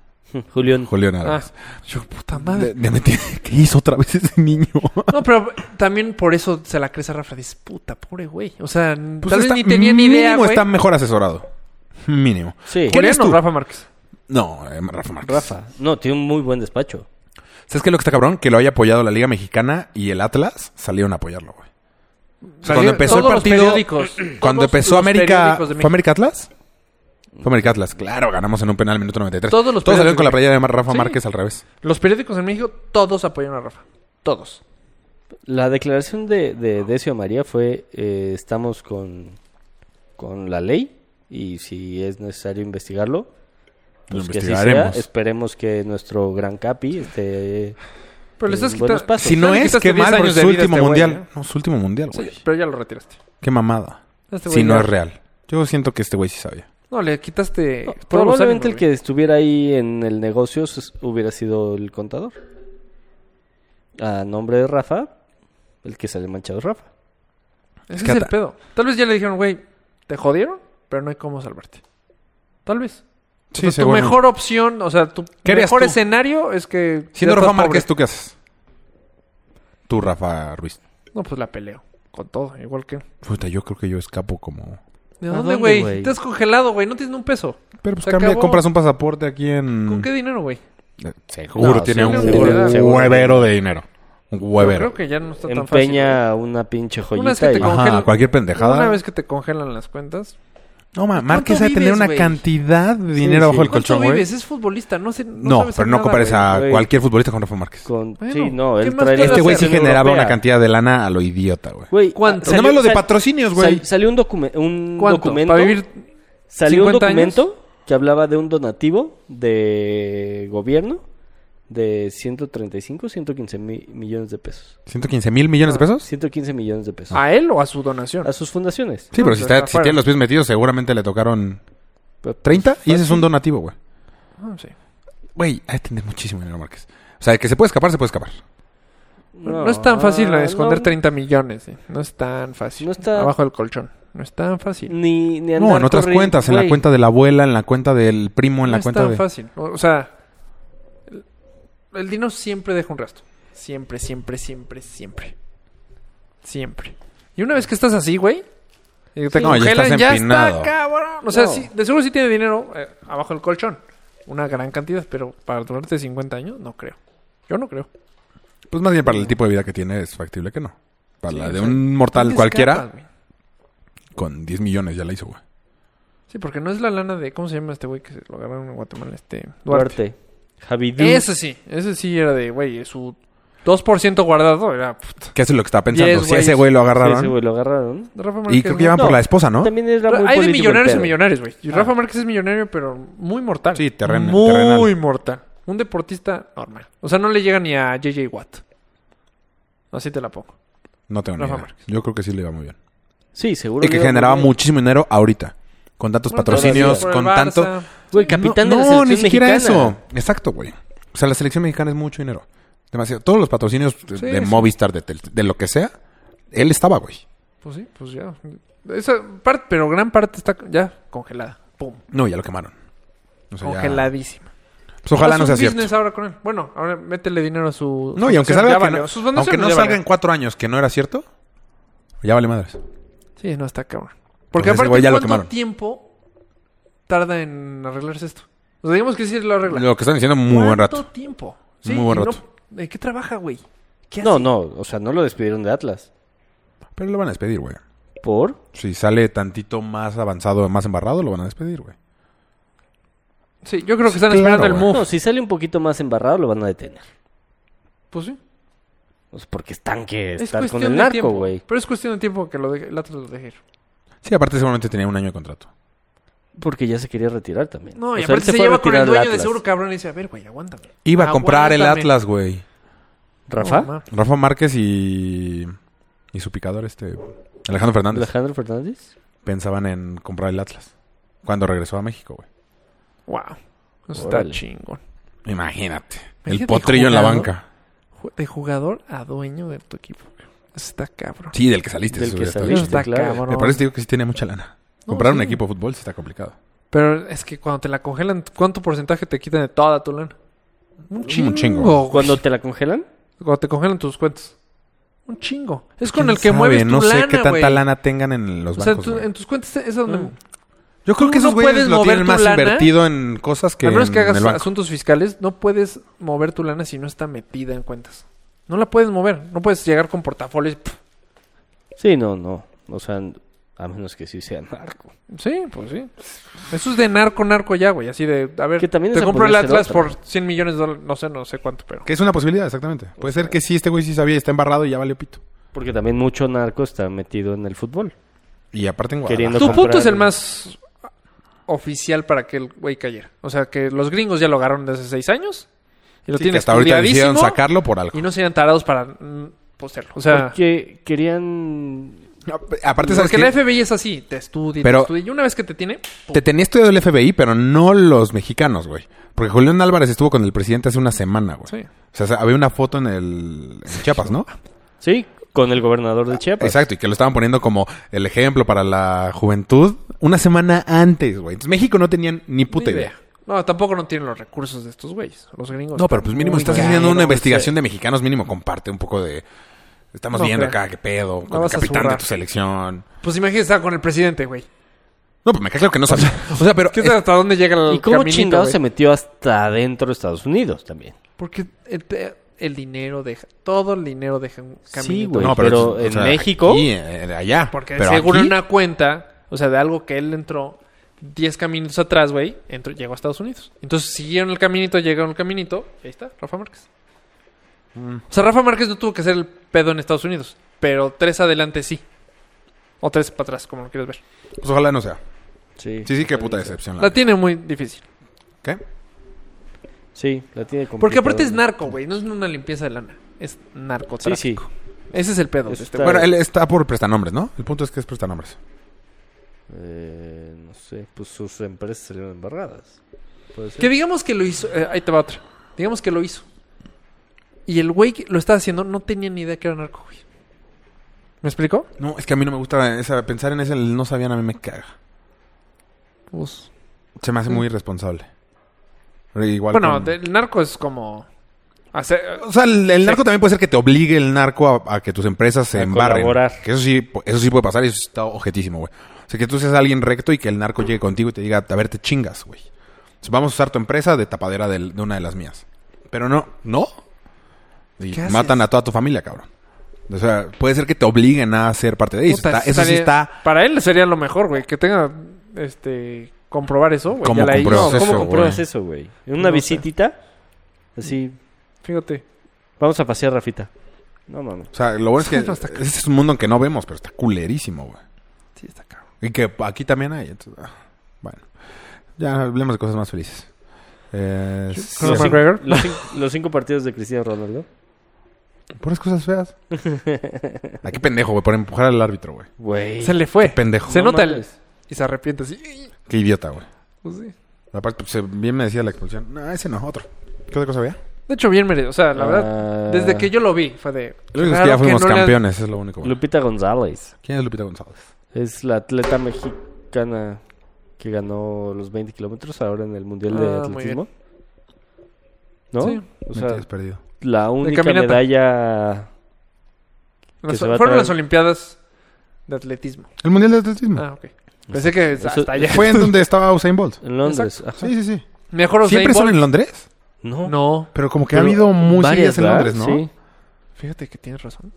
C: Julián.
A: Julio nada
B: Ah,
A: más.
B: yo, puta
A: De,
B: madre.
A: de me tiene- ¿Qué hizo otra vez ese niño?
B: No, pero también por eso se la crece a Rafa. Dices, puta, pobre güey. O sea,
A: Pues
B: tal vez
A: está-
B: ni tenía ni idea,
A: mínimo
B: güey.
A: está mejor asesorado. Mínimo.
C: Sí.
A: ¿Quién eres
B: Julián o
A: tú?
B: Rafa Márquez.
A: No, eh, Rafa Márquez.
C: Rafa. No, tiene un muy buen despacho.
A: ¿Sabes qué es lo que está cabrón? Que lo haya apoyado la Liga Mexicana y el Atlas salieron a apoyarlo, güey. O sea, cuando
B: Salió-
A: empezó
B: todos
A: el
B: los
A: partido.
B: periódicos,
A: Cuando
B: todos
A: empezó
B: los
A: América.
B: periódicos de
A: ¿Fue
B: México.
A: América Atlas? Fue América Atlas, claro, ganamos en un penal minuto 93.
B: Todos los
A: Todos salieron
B: periódicos
A: con la
B: de
A: playera de Rafa
B: Sí.
A: Márquez al revés.
B: Los periódicos en México, todos apoyaron a Rafa. Todos.
C: La declaración de, de Decio María fue: eh, estamos con, con la ley y si es necesario investigarlo,
A: Lo
C: pues que así sea.
A: investigaremos.
C: Esperemos que nuestro gran Capi esté. eh,
B: Pero le estás
C: en buenos
B: quitando...
C: pasos.
A: Si no
B: le
A: es,
B: quitaste
A: qué
B: 10
A: mal por
B: años de
A: su
B: vida a
A: último
B: este güey,
A: mundial.
B: ¿eh?
A: No, su último mundial, güey.
B: Sí, pero ya lo retiraste.
A: Qué mamada.
B: Este güey
A: si no
B: ya-
A: es real. Yo siento que este güey sí sabía.
B: No, ¿eh? le quitaste... todos los
C: Probablemente el
B: ánimos,
C: que estuviera ahí en el negocio s- hubiera sido el contador. A nombre de Rafa, el que sale manchado es Rafa.
B: güey.
A: Es
B: Ese
A: que
B: es el
A: ata-
B: pedo. Tal vez ya le dijeron, güey, te jodieron, pero no hay cómo salvarte. Tal vez.
A: Sí,
B: Entonces, tu
A: seguro.
B: mejor opción, o sea, tu
A: ¿Qué harías
B: mejor
A: tú?
B: escenario es que...
A: Siendo
B: ya
A: Rafa
B: estás pobre.
A: Márquez, ¿tú qué haces? Tú, Rafa Ruiz.
B: No, pues la peleo. Con todo, igual que...
A: Puta, yo creo que yo escapo como.
B: ¿De
C: ¿A
B: dónde,
C: dónde,
B: güey?
C: güey?
B: Te has congelado, güey. No tienes ni un peso.
A: Pero pues
B: Se
A: cambia,
B: acabó.
A: compras un pasaporte aquí en.
B: ¿Con qué Ah, dinero, güey?
A: Eh, Seguro
C: No,
A: tiene
C: sí,
A: un
B: sí,
A: hue-
C: sí, sí.
A: huevero de dinero. Un huevero.
B: Creo que ya no está tan fácil. ¿eh?
C: Empeña una pinche
B: Una vez que
C: joyita
B: te
C: y-
B: con-
A: Ajá,
B: congelan-
A: cualquier pendejada.
B: Una vez que te congelan las cuentas.
A: No, ma, Márquez
B: cuánto
A: ha de tener
B: vives,
A: una
B: güey?
A: cantidad de dinero
C: sí.
A: bajo el
B: ¿Cuánto
A: colchón, güey.
B: vives? Es futbolista. No, sé, no,
A: No,
B: sabes
A: pero
B: hacer
A: no
B: nada,
A: compares
B: güey.
A: a
C: güey.
A: cualquier futbolista con Rafa Márquez.
C: con-
B: Bueno,
C: sí, no,
B: ¿qué
C: él
B: más
C: trae
B: puedes
A: Este güey sí
B: Europea.
A: generaba una cantidad de lana a lo idiota, güey.
C: Güey,
B: ¿Cuánto?
A: Nada
B: Salió-
A: más lo de
C: sal-
A: patrocinios, güey.
C: sal- salió un, docu- un
B: ¿Cuánto?
C: documento.
B: Para vivir...
C: Salió un
B: 50 años?
C: documento que hablaba de un donativo de gobierno de 135, 115 mi- millones de pesos.
A: 115 mil millones de pesos.
C: 115 millones de pesos.
B: ¿A él o a su donación?
C: A sus fundaciones.
A: Sí, pero si, está,
B: está
A: si
B: fuera.
A: tiene los pies metidos, seguramente le tocaron
C: Pero, pues,
A: 30 y ese es un
C: fácil.
A: donativo, güey.
B: Ah, sí.
A: Güey, ha de tener muchísimo dinero Márquez. O sea, que se puede escapar, se puede escapar.
B: No, es tan fácil esconder
C: no,
B: 30 millones. eh. No es tan fácil.
C: No está-
B: Abajo del colchón. No es tan fácil.
C: Ni, ni
A: No,
C: andar
A: en otras
C: corri-
A: cuentas, en la
C: güey,
A: cuenta de la abuela, en la cuenta del primo, en la
B: No es
A: cuenta
B: tan
A: de...
B: fácil. O o sea, el- el dinero siempre deja un rastro. Siempre, siempre, siempre, siempre. Siempre. Y una vez que estás así, güey, y te
A: Sí. No, ya
B: congelan,
A: estás
B: ya,
A: empinado.
B: está cabrón. O sea,
C: No.
B: sí, de seguro sí tiene dinero eh, abajo del colchón. Una gran cantidad, pero para durante 50 años, no creo. Yo no creo.
A: Pues más bien para el tipo de vida que tiene es factible que no. Para
B: Sí,
A: la
B: o
A: de
B: sea,
A: un mortal
B: ¿Dónde
A: cualquiera,
B: escapas, güey?
A: con 10 millones ya la hizo, güey.
B: Sí, porque no es la lana de. ¿Cómo se llama este güey que se lo agarraron en Guatemala? Este. Duarte.
C: Duarte. Javidú.
B: Ese sí. Ese sí era de, güey, su 2% guardado era. puta.
A: ¿Qué es lo que estaba pensando?
B: Yes,
A: si a
B: güey.
A: ese güey lo
C: Sí,
A: agarraron.
C: ese güey lo agarraron.
B: Rafa
A: y
B: Márquez,
A: creo que
B: ¿no?
A: ya van por
C: No.
A: la esposa, ¿no?
C: También era muy
B: Hay de
C: político el
B: millonarios y
C: pedo.
B: millonarios, güey. Y
C: Ah.
B: Rafa Márquez es millonario, pero muy mortal.
A: Sí, terren-
B: Muy
A: terrenal.
B: mortal. Un deportista normal. O sea, no le llega ni a JJ Watt. Así te la pongo.
A: No tengo ni
B: Rafa
A: idea.
B: Márquez.
A: Yo creo que sí le iba muy bien.
C: Sí, seguro.
A: Y que
C: le iba muy
A: generaba
C: bien.
A: muchísimo dinero ahorita. Con tantos
B: Bueno,
A: patrocinios,
B: por el
A: con
B: Barça.
A: tanto...
C: Güey, capitán
A: no,
C: de la
A: no,
C: selección
A: ni siquiera
C: mexicana.
A: eso. Exacto, güey. O sea, la selección mexicana es mucho dinero. Demasiado. Todos los patrocinios de,
B: Sí,
A: de
B: sí.
A: Movistar, de, Tel- de lo que sea, él estaba, güey.
B: Pues sí, pues ya. Esa parte, pero gran parte está ya congelada. Pum.
A: No, ya lo quemaron. O sea, ya-
B: Congeladísima.
A: Pues ojalá
B: Haz
A: no
B: un
A: sea cierto.
B: business ahora con él. Bueno, ahora métele dinero a su.
A: No, y aunque
B: fundación,
A: salga,
B: ya
A: que
B: valió.
A: no-
B: Sus
A: aunque
B: fundaciones
A: no
B: ya
A: salga en
B: valieron.
A: cuatro años que no era cierto, ya vale madres.
B: Sí, no está cabrón.
A: Pues
B: Porque
A: ese
B: aparte,
A: güey ya lo
B: ¿cuánto
A: quemaron.
B: tiempo tarda en arreglarse esto? O sea, digamos que sí lo arregla.
A: Lo que están diciendo, muy buen
B: ¿Cuánto
A: rato.
B: tiempo?
A: Muy buen
B: y no-
A: rato.
B: ¿De qué trabaja, güey? ¿Qué
C: No,
B: hace?
C: no, o sea, no lo despidieron de Atlas.
A: Pero lo van a despedir, güey.
C: ¿Por?
A: Si sale tantito más avanzado, más embarrado, lo van a despedir, güey.
B: Sí, yo creo que están
A: claro,
B: esperando el
A: güey.
B: move.
C: No, si sale un poquito más embarrado lo van a detener.
B: Pues sí.
C: O sea, porque están que
B: Es
C: estar
B: cuestión
C: con el
B: de
C: narco,
B: tiempo.
C: güey.
B: Pero es cuestión de tiempo que lo deje, el Atlas lo deje ir.
A: Sí, aparte seguramente tenía un año de contrato.
C: Porque ya se quería retirar también.
B: No, y
C: O sea, Pues él
B: aparte se,
C: fue a
B: lleva con el
C: retirar al
B: dueño de
C: Atlas.
B: seguro cabrón y dice, a ver, güey, aguántame.
A: Iba a comprar el
B: Aguántame.
A: Atlas, güey.
C: ¿Rafa?
B: No, ma.
A: Rafa Márquez y, y su picador, este Alejandro Fernández,
C: ¿Alejandro Fernández?
A: pensaban en comprar el Atlas cuando regresó a México, güey.
B: Wow. Eso está
C: Órale.
B: chingón.
A: Imagínate.
B: Imagínate
A: el potrillo en la
B: jugador.
A: banca.
B: Ju- De jugador a dueño de tu equipo. güey. Eso está cabrón.
A: Sí, del que saliste.
C: Del
A: eso
C: que
A: hubiera estado
B: Eso
C: saliste,
B: está
C: claro.
A: chido.
B: cabrón.
A: Pero por eso te digo que sí tenía mucha lana.
B: No,
A: Comprar un
B: sí.
A: equipo de fútbol sí está complicado.
B: Pero es que cuando te la congelan, ¿cuánto porcentaje te quitan de toda tu lana? Un chingo.
A: chingo.
B: güey.
C: ¿Cuándo te la congelan?
B: Cuando te congelan tus cuentas. Un chingo. Es con
A: ¿Quién
B: el que mueves
A: sabe?
B: tu
A: No
B: lana,
A: sé qué tanta
B: güey.
A: lana tengan en los
B: O sea,
A: bancos,
B: tú-
A: güey.
B: en tus cuentas es donde...
C: Mm.
A: Yo creo
B: tú
A: que esos
B: no
A: güeyes
B: puedes
A: lo
B: mover
A: tienen
B: tu
A: más
B: lana.
A: invertido en cosas que
B: a menos que
A: en el
B: hagas
A: banco.
B: asuntos fiscales, no puedes mover tu lana si no está metida en cuentas. No la puedes mover. No puedes llegar con portafolios. y, pff,
C: Sí, no, no. O sea, a menos que sí sea narco.
B: Sí, pues sí. Eso es de narco, narco ya, güey. Así de, a ver,
C: Que también
B: te
C: esa
B: compro el
C: podría ser
B: Atlas
C: otra.
B: por 100 millones de dólares. No sé, no sé cuánto, pero...
A: Que es una posibilidad, exactamente. Puede ser que sí, este güey sí sabía, está embarrado y ya valió pito.
C: Porque también mucho narco está metido en el fútbol.
A: Y aparte en Guadalajara.
C: Queriendo-
B: Tu
C: comprar
B: punto es el
C: un-
B: más oficial para que el güey cayera. O sea, que los gringos ya lo agarraron desde hace seis años. Y lo
A: Sí, que
B: tienen
A: hasta ahorita decidieron
B: estudiadísimo.
A: sacarlo por algo.
B: Y no serían tarados para mm, postearlo. O sea,
C: Porque querían...
A: No, Aparte, ¿sabes
B: porque
A: qué?
B: la FBI es así. Te estudia,
A: Pero-
B: te estudia. Y una vez que te tiene...
A: Te tenía estudiado el FBI, pero no los mexicanos, güey. Porque Julián Álvarez estuvo con el presidente hace una semana, güey.
B: Sí.
A: O sea, había una foto en el en Chiapas, ¿no?
C: Sí, con el gobernador de Chiapas.
A: Exacto, y que lo estaban poniendo como el ejemplo para la juventud una semana antes, güey. Entonces México no tenían ni puta
B: Ni
A: idea.
B: No, tampoco no tienen los recursos de estos güeyes. Los gringos.
A: No, pero pues mínimo
B: muy
A: estás
B: mal.
A: haciendo
C: no,
A: una
C: sí.
A: investigación de mexicanos, mínimo comparte un poco de... Estamos
B: No,
A: viendo
B: pero-
A: acá qué pedo, con el
B: vas a
A: capitán de
B: zurrar.
A: tu selección.
B: Pues imagínate estar con el presidente, güey.
A: No, pues me queda claro que no sabía. O sea, pero...
B: ¿Qué tal hasta dónde llega el
C: ¿Y cómo
B: caminito,
C: chingados
B: güey?
C: se metió hasta adentro de Estados Unidos también?
B: Porque el, te- el dinero deja... Todo el dinero deja un caminito.
C: güey.
A: No,
C: Pero
A: o
C: en México-
A: aquí, eh, allá.
B: Porque
A: pero
B: seguro
A: aquí-
B: en una cuenta, o sea, de algo que él entró 10 caminos atrás, güey, entró- llegó a Estados Unidos. Entonces siguieron el caminito, llegaron el caminito, y ahí está, Rafa Márquez. O sea, Rafa Márquez no tuvo que hacer el pedo en Estados Unidos, pero tres adelante sí. O tres para atrás, como lo quieres ver.
A: Pues ojalá no sea. Sí, sí, qué
C: ojalá
A: puta
C: no sea.
A: decepción. la
B: La
A: neta.
B: tiene muy difícil.
A: ¿Qué?
C: Sí, la tiene complicada.
B: Porque aparte es narco, güey, no es una limpieza de lana, es
C: Sí,
B: narcotráfico.
C: sí.
B: Ese es el pedo. de
C: Está-
B: este güey.
A: Bueno, él está por prestanombres, ¿no? El punto es que es prestanombres.
C: Eh, no sé, pues sus empresas salieron embarradas. Puede ser.
B: Que digamos que lo hizo. eh, ahí te va otra. Digamos que lo hizo. Y el güey que lo estaba haciendo no tenía ni idea que era narco, güey. ¿Me explico?
A: No, es que a mí no me gusta esa- pensar en ese, el no sabían, a mí me caga.
B: Pues,
A: Se me hace muy irresponsable. Pero Igual
B: bueno,
A: con-
B: de- el narco es como. hacer- eh,
A: O sea, el, el narco también puede ser que te obligue el narco a, a que tus empresas se
C: A
A: embarren.
C: colaborar.
A: Que eso sí, eso sí puede pasar y eso sí está objetísimo, güey. O sea, que tú seas alguien recto y que el narco llegue contigo y te diga, a ver, te chingas, güey. Entonces, Vamos a usar tu empresa de tapadera del- de una de las mías. Pero no, ¿no? Y
B: ¿Qué haces?
A: matan a toda tu familia, cabrón. O sea, puede ser que te obliguen a ser parte de eso.
B: puta,
A: Está- eso sí
B: estaría-
A: está
B: Para él sería lo mejor, güey. Que tenga. Este. Comprobar eso, güey.
A: ¿Cómo
B: ya la hizo.
A: compruebas
C: No, ¿cómo
A: eso,
C: compruebas
A: güey?
C: eso, güey? En
B: No
C: una
B: sé.
C: visitita, así,
B: Fíjate.
C: vamos a pasear, Rafita. No mames.
A: O sea, lo bueno es que
B: No, está cabrón.
A: ese es un mundo en que no vemos, pero está culerísimo, güey.
B: Sí, está cabrón.
A: Y que aquí también hay. entonces, ah, bueno, ya hablemos de cosas más felices. Eh, sí,
B: Conor
C: Los,
A: sí,
C: cinco,
B: McGregor.
C: los cin- los cinco partidos de Cristiano Ronaldo.
A: puras cosas feas. Aquí pendejo, güey, por empujar al árbitro, güey.
C: Güey.
B: Se le fue.
A: Pendejo.
B: Se
C: No
B: nota el.
C: mames.
B: Y se arrepiente así.
A: Qué idiota, güey.
B: Pues sí.
A: Aparte, pues, bien me decía la expulsión. No, ese no, otro. ¿Qué otra cosa había?
B: De hecho, bien merecido. O sea, la verdad,
C: Ah,
B: desde que yo lo vi, fue de.
A: Lo único es
B: raro
A: que ya fuimos
B: no le han-
A: campeones, es lo único. bueno.
C: Lupita González
A: ¿Quién es Lupita González?
C: es la atleta mexicana que ganó los 20 kilómetros ahora en el Mundial de
B: Ah, muy
C: Atletismo. ¿No?
B: Sí.
C: O
A: Me
C: sea,
A: tienes perdido.
C: la única
B: caminata.
C: medalla
B: Las-
C: se va a
B: fueron las
C: traer-
B: Olimpiadas de Atletismo.
A: El Mundial de Atletismo.
B: Ah, ok. Pensé que hasta
C: Eso-
B: allá.
A: Fue en donde estaba Usain Bolt.
C: en Londres. Ajá.
A: Sí, sí, sí.
B: Mejor Usain
A: ¿Siempre son
B: Bolt.
A: en Londres?
C: No.
B: No,
A: Pero como que
C: Pero
A: ha habido muy
C: varias,
A: seguidas en Londres,
C: ¿verdad?
A: ¿no?
C: Sí.
B: fíjate que tienes razón.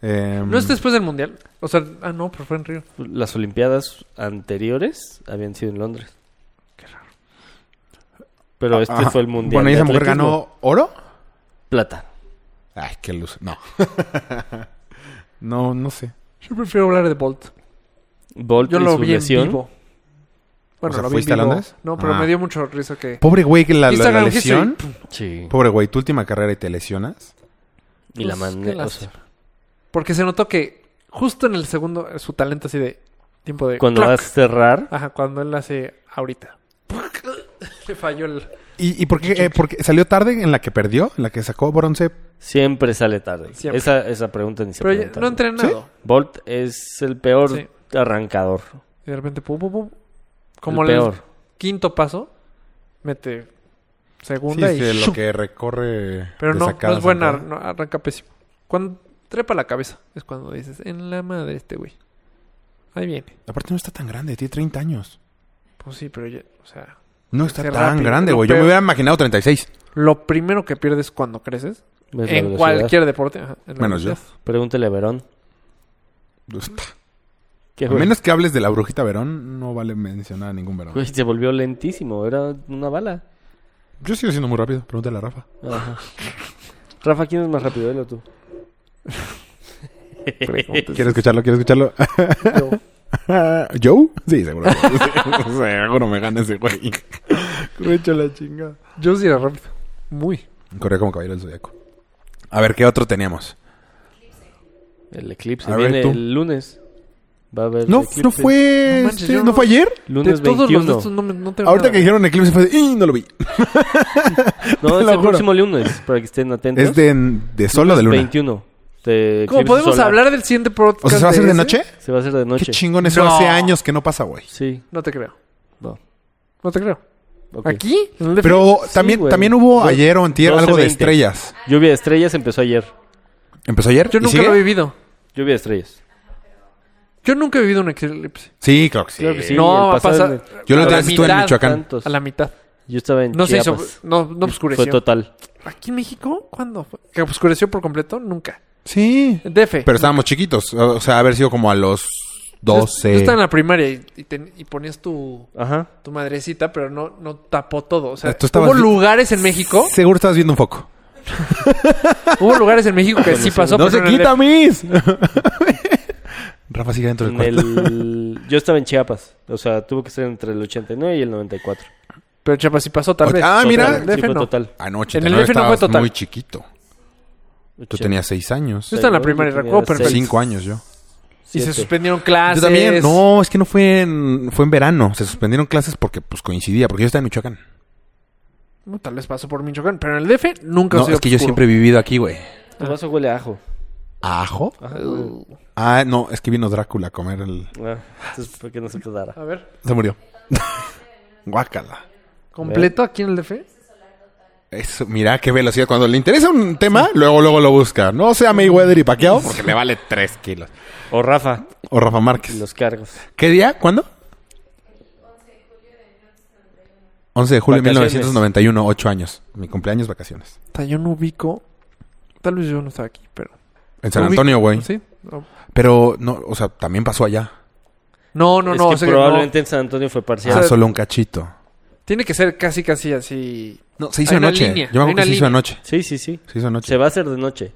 A: Em,
B: No es este después del mundial. O sea, ah, no, pero fue en Río.
C: Las Olimpiadas anteriores habían sido en Londres.
B: Qué raro.
C: Pero este
A: ajá.
C: fue el mundial.
A: Bueno, ¿y
C: de
A: esa mujer
C: atletismo.
A: ganó oro?
C: plata.
A: Ay, qué Ah, luz. No. no, no sé.
B: Yo prefiero hablar de Bolt.
C: Bolt
B: Yo
C: y
B: lo
C: su
B: vi
C: lesión.
B: en vivo. Bueno,
A: O sea,
B: lo vi en
A: ¿fuiste a
B: vivo.
A: Londres?
B: No, pero
A: Ah.
B: me dio mucho risa que.
A: Pobre güey, que la, la- la
B: Instagram
A: lesión.
B: history.
C: Sí.
A: Pobre güey, tu última carrera y te lesionas.
C: Y la
B: Pues,
C: man-
B: qué
C: o
B: lástima.
C: sea,
B: Porque se notó que justo en el segundo, eh, su talento así de tiempo de.
C: cuando
B: ¡clac!
C: vas a cerrar,
B: Ajá, cuando él hace ahorita. Le falló el.
A: ¿Y, y por qué? eh, porque salió tarde en la que perdió, en la que sacó bronce.
C: siempre sale tarde.
B: Siempre.
C: Esa, esa pregunta ni se
B: Pero ya-
C: pregunta.
B: no ha entrenado.
C: Bolt es el peor
B: Sí.
C: arrancador.
B: Y de repente, pu, pu, pu, como
C: el
B: el,
C: peor.
B: quinto paso, mete
A: Sí,
B: segunda y.
A: sí, lo
B: ¡shum!
A: que recorre.
B: Pero
A: de
B: no, no
A: sacada
B: es
A: a
B: buena,
A: sacada.
B: no, arranca pésimo. Cuando trepa la cabeza, es cuando dices, en la madre este güey. Ahí viene.
A: Aparte no está tan grande, tiene 30 años.
B: Pues sí, pero ya, o sea,
A: No está
B: Qué
A: tan
B: rápido.
A: grande,
B: Lo
A: güey. Yo me
B: peor-
A: hubiera imaginado 36.
B: lo primero que pierdes cuando creces,
C: Es la
B: en
C: velocidad.
B: cualquier deporte, ajá, en la
A: Menos yo.
B: velocidad.
C: Pregúntale a Verón. Que,
A: A
C: güey,
A: menos que hables de la brujita Verón, no vale mencionar a ningún Verón.
C: güey, se volvió lentísimo. Era una bala.
A: Yo sigo siendo muy rápido, pregúntale a Rafa.
C: Ajá. Rafa, ¿quién es más rápido? Él o tú.
A: Pues, ¿Quieres escucharlo? ¿Quieres escucharlo?
B: Yo,
A: ¿Joe? Sí, seguro. Sí, seguro me gana ese güey.
B: me echo la chinga. Yo sí era rápido. Muy.
A: Corría como caballero del zodiaco. A ver, ¿qué otro teníamos?
C: El eclipse
A: A ver,
C: viene
A: tú.
C: el lunes. Va a haber
A: No,
C: eclipse.
A: no fue.
B: No manches,
A: este,
B: yo
A: no,
B: no-
A: fue ayer?
B: De
C: Lunes
B: todos
C: 21.
B: los de estos no, me- no tengo
A: Ahorita
B: nada.
A: que dijeron eclipse fue de. "Ih, No lo vi.
C: No,
A: Te
C: es
A: lo
C: el
A: juro.
C: próximo lunes, para que estén atentos.
A: Es de, de sol o de luna.
C: 21. de
B: Como
C: eclipse
B: podemos
C: solar.
B: hablar del siguiente podcast.
A: O sea, ¿se va a hacer de
B: ese?
A: noche?
C: Se va a hacer de noche.
A: Qué chingón eso.
B: No.
A: Hace años que no pasa, güey.
C: Sí.
B: No te creo.
C: No.
B: No te creo.
C: ok.
B: ¿Aquí? ¿En el DF?
A: Pero
C: Sí,
A: también,
C: güey.
A: también hubo
C: Fue
A: ayer o antier algo de
C: 12:20.
A: estrellas.
C: Lluvia de estrellas empezó ayer.
A: ¿Empezó ayer?
B: Yo
A: ¿Y
B: nunca
A: sigue?
B: lo he vivido.
C: Lluvia de estrellas.
B: Yo nunca he vivido un eclipse.
A: Sí, claro que sí.
C: Claro que sí.
B: no,
C: el
B: va a
C: pasado
B: pasar
A: Yo
B: A
A: lo
B: la
A: traje estuve en
B: mitad,
A: Michoacán.
C: tantos.
B: a la mitad.
C: Yo estaba en
B: No se hizo.
A: pues,
C: Chiapas.
B: No, no oscureció.
C: Fue total.
B: ¿Aquí en México? ¿Cuándo? fue? ¿Que oscureció por completo? Nunca.
A: Sí.
B: DF.
A: Pero estábamos chiquitos. O sea, haber sido como a los 12.
B: Yo, yo estaba en la primaria y, y ten- y ponías tu,
C: Ajá.
B: tu madrecita, pero no, no tapó todo. O sea,
A: Tú estabas
B: hubo
A: vi-
B: lugares en México.
A: Seguro estabas viendo un foco.
B: hubo lugares en México que sí pasó. pero en el DF.
A: mis! Rafa sigue dentro del
C: En
A: cuarto.
C: el... Yo estaba en Chiapas. O sea, tuvo que ser entre el 89 y el 94.
B: Pero en Chiapas sí pasó, tal
A: Oye,
B: vez.
A: ah, mira.
B: En
C: Total. Sí,
B: el DF
C: fue
B: no.
C: total.
A: Anoche
B: En el
A: Ah, no
B: DF no fue
A: estabas
B: total.
A: muy chiquito. Tú tenías 6 años.
B: Yo estaba en la
C: Yo
B: primaria,
C: tenía
B: recuerdo perfecto.
C: seis.
A: 5 años yo.
B: Y se
C: Siete.
B: suspendieron clases.
A: Yo también. No, es que no fue en, fue en verano. Se suspendieron clases porque pues coincidía. Porque yo estaba en Michoacán.
B: No, tal vez pasó por Michoacán, pero en el DF nunca
A: No,
B: ha sido
A: es que yo
B: oscuro.
A: siempre he vivido aquí, güey.
C: Tu vaso huele a ajo.
A: ¿Ajo?
C: Ajá.
B: Uh,
A: Ah, no, es que vino Drácula a comer el...
C: Ah, entonces, ¿por qué no se quedara?
B: A ver,
A: Se murió. Guácala.
B: ¿completo aquí en el DF?
A: Eso, mira qué velocidad. Cuando le interesa un tema, luego, luego lo busca. No sea Mayweather y Paqueo, porque le vale 3 kilos.
C: O Rafa.
A: O Rafa Márquez.
C: Los cargos.
A: ¿Qué día? ¿Cuándo? 11 de julio de
C: Vacaciones.
A: 1991, 8 años. Mi cumpleaños, vacaciones.
B: Puta, Yo no ubico. Tal vez yo no estaba aquí, pero.
A: En San Antonio, güey.
B: ¿Sí? No,
A: Pero, no, o sea, también pasó allá.
B: no, no.
C: es
B: no,
C: que
B: o sea que no.
C: probablemente en San Antonio fue
A: Ah,
C: parcial.
B: O sea,
A: solo un cachito.
B: Tiene que ser casi, casi así.
A: No, se
B: hizo
A: hizo
B: hay una
A: anoche.
B: anoche.
A: Yo
B: línea,
A: me
B: hay
A: acuerdo
B: una
A: que se hizo
B: línea.
A: anoche.
C: Sí, sí, sí.
A: Se hizo anoche.
C: Se va a hacer de noche.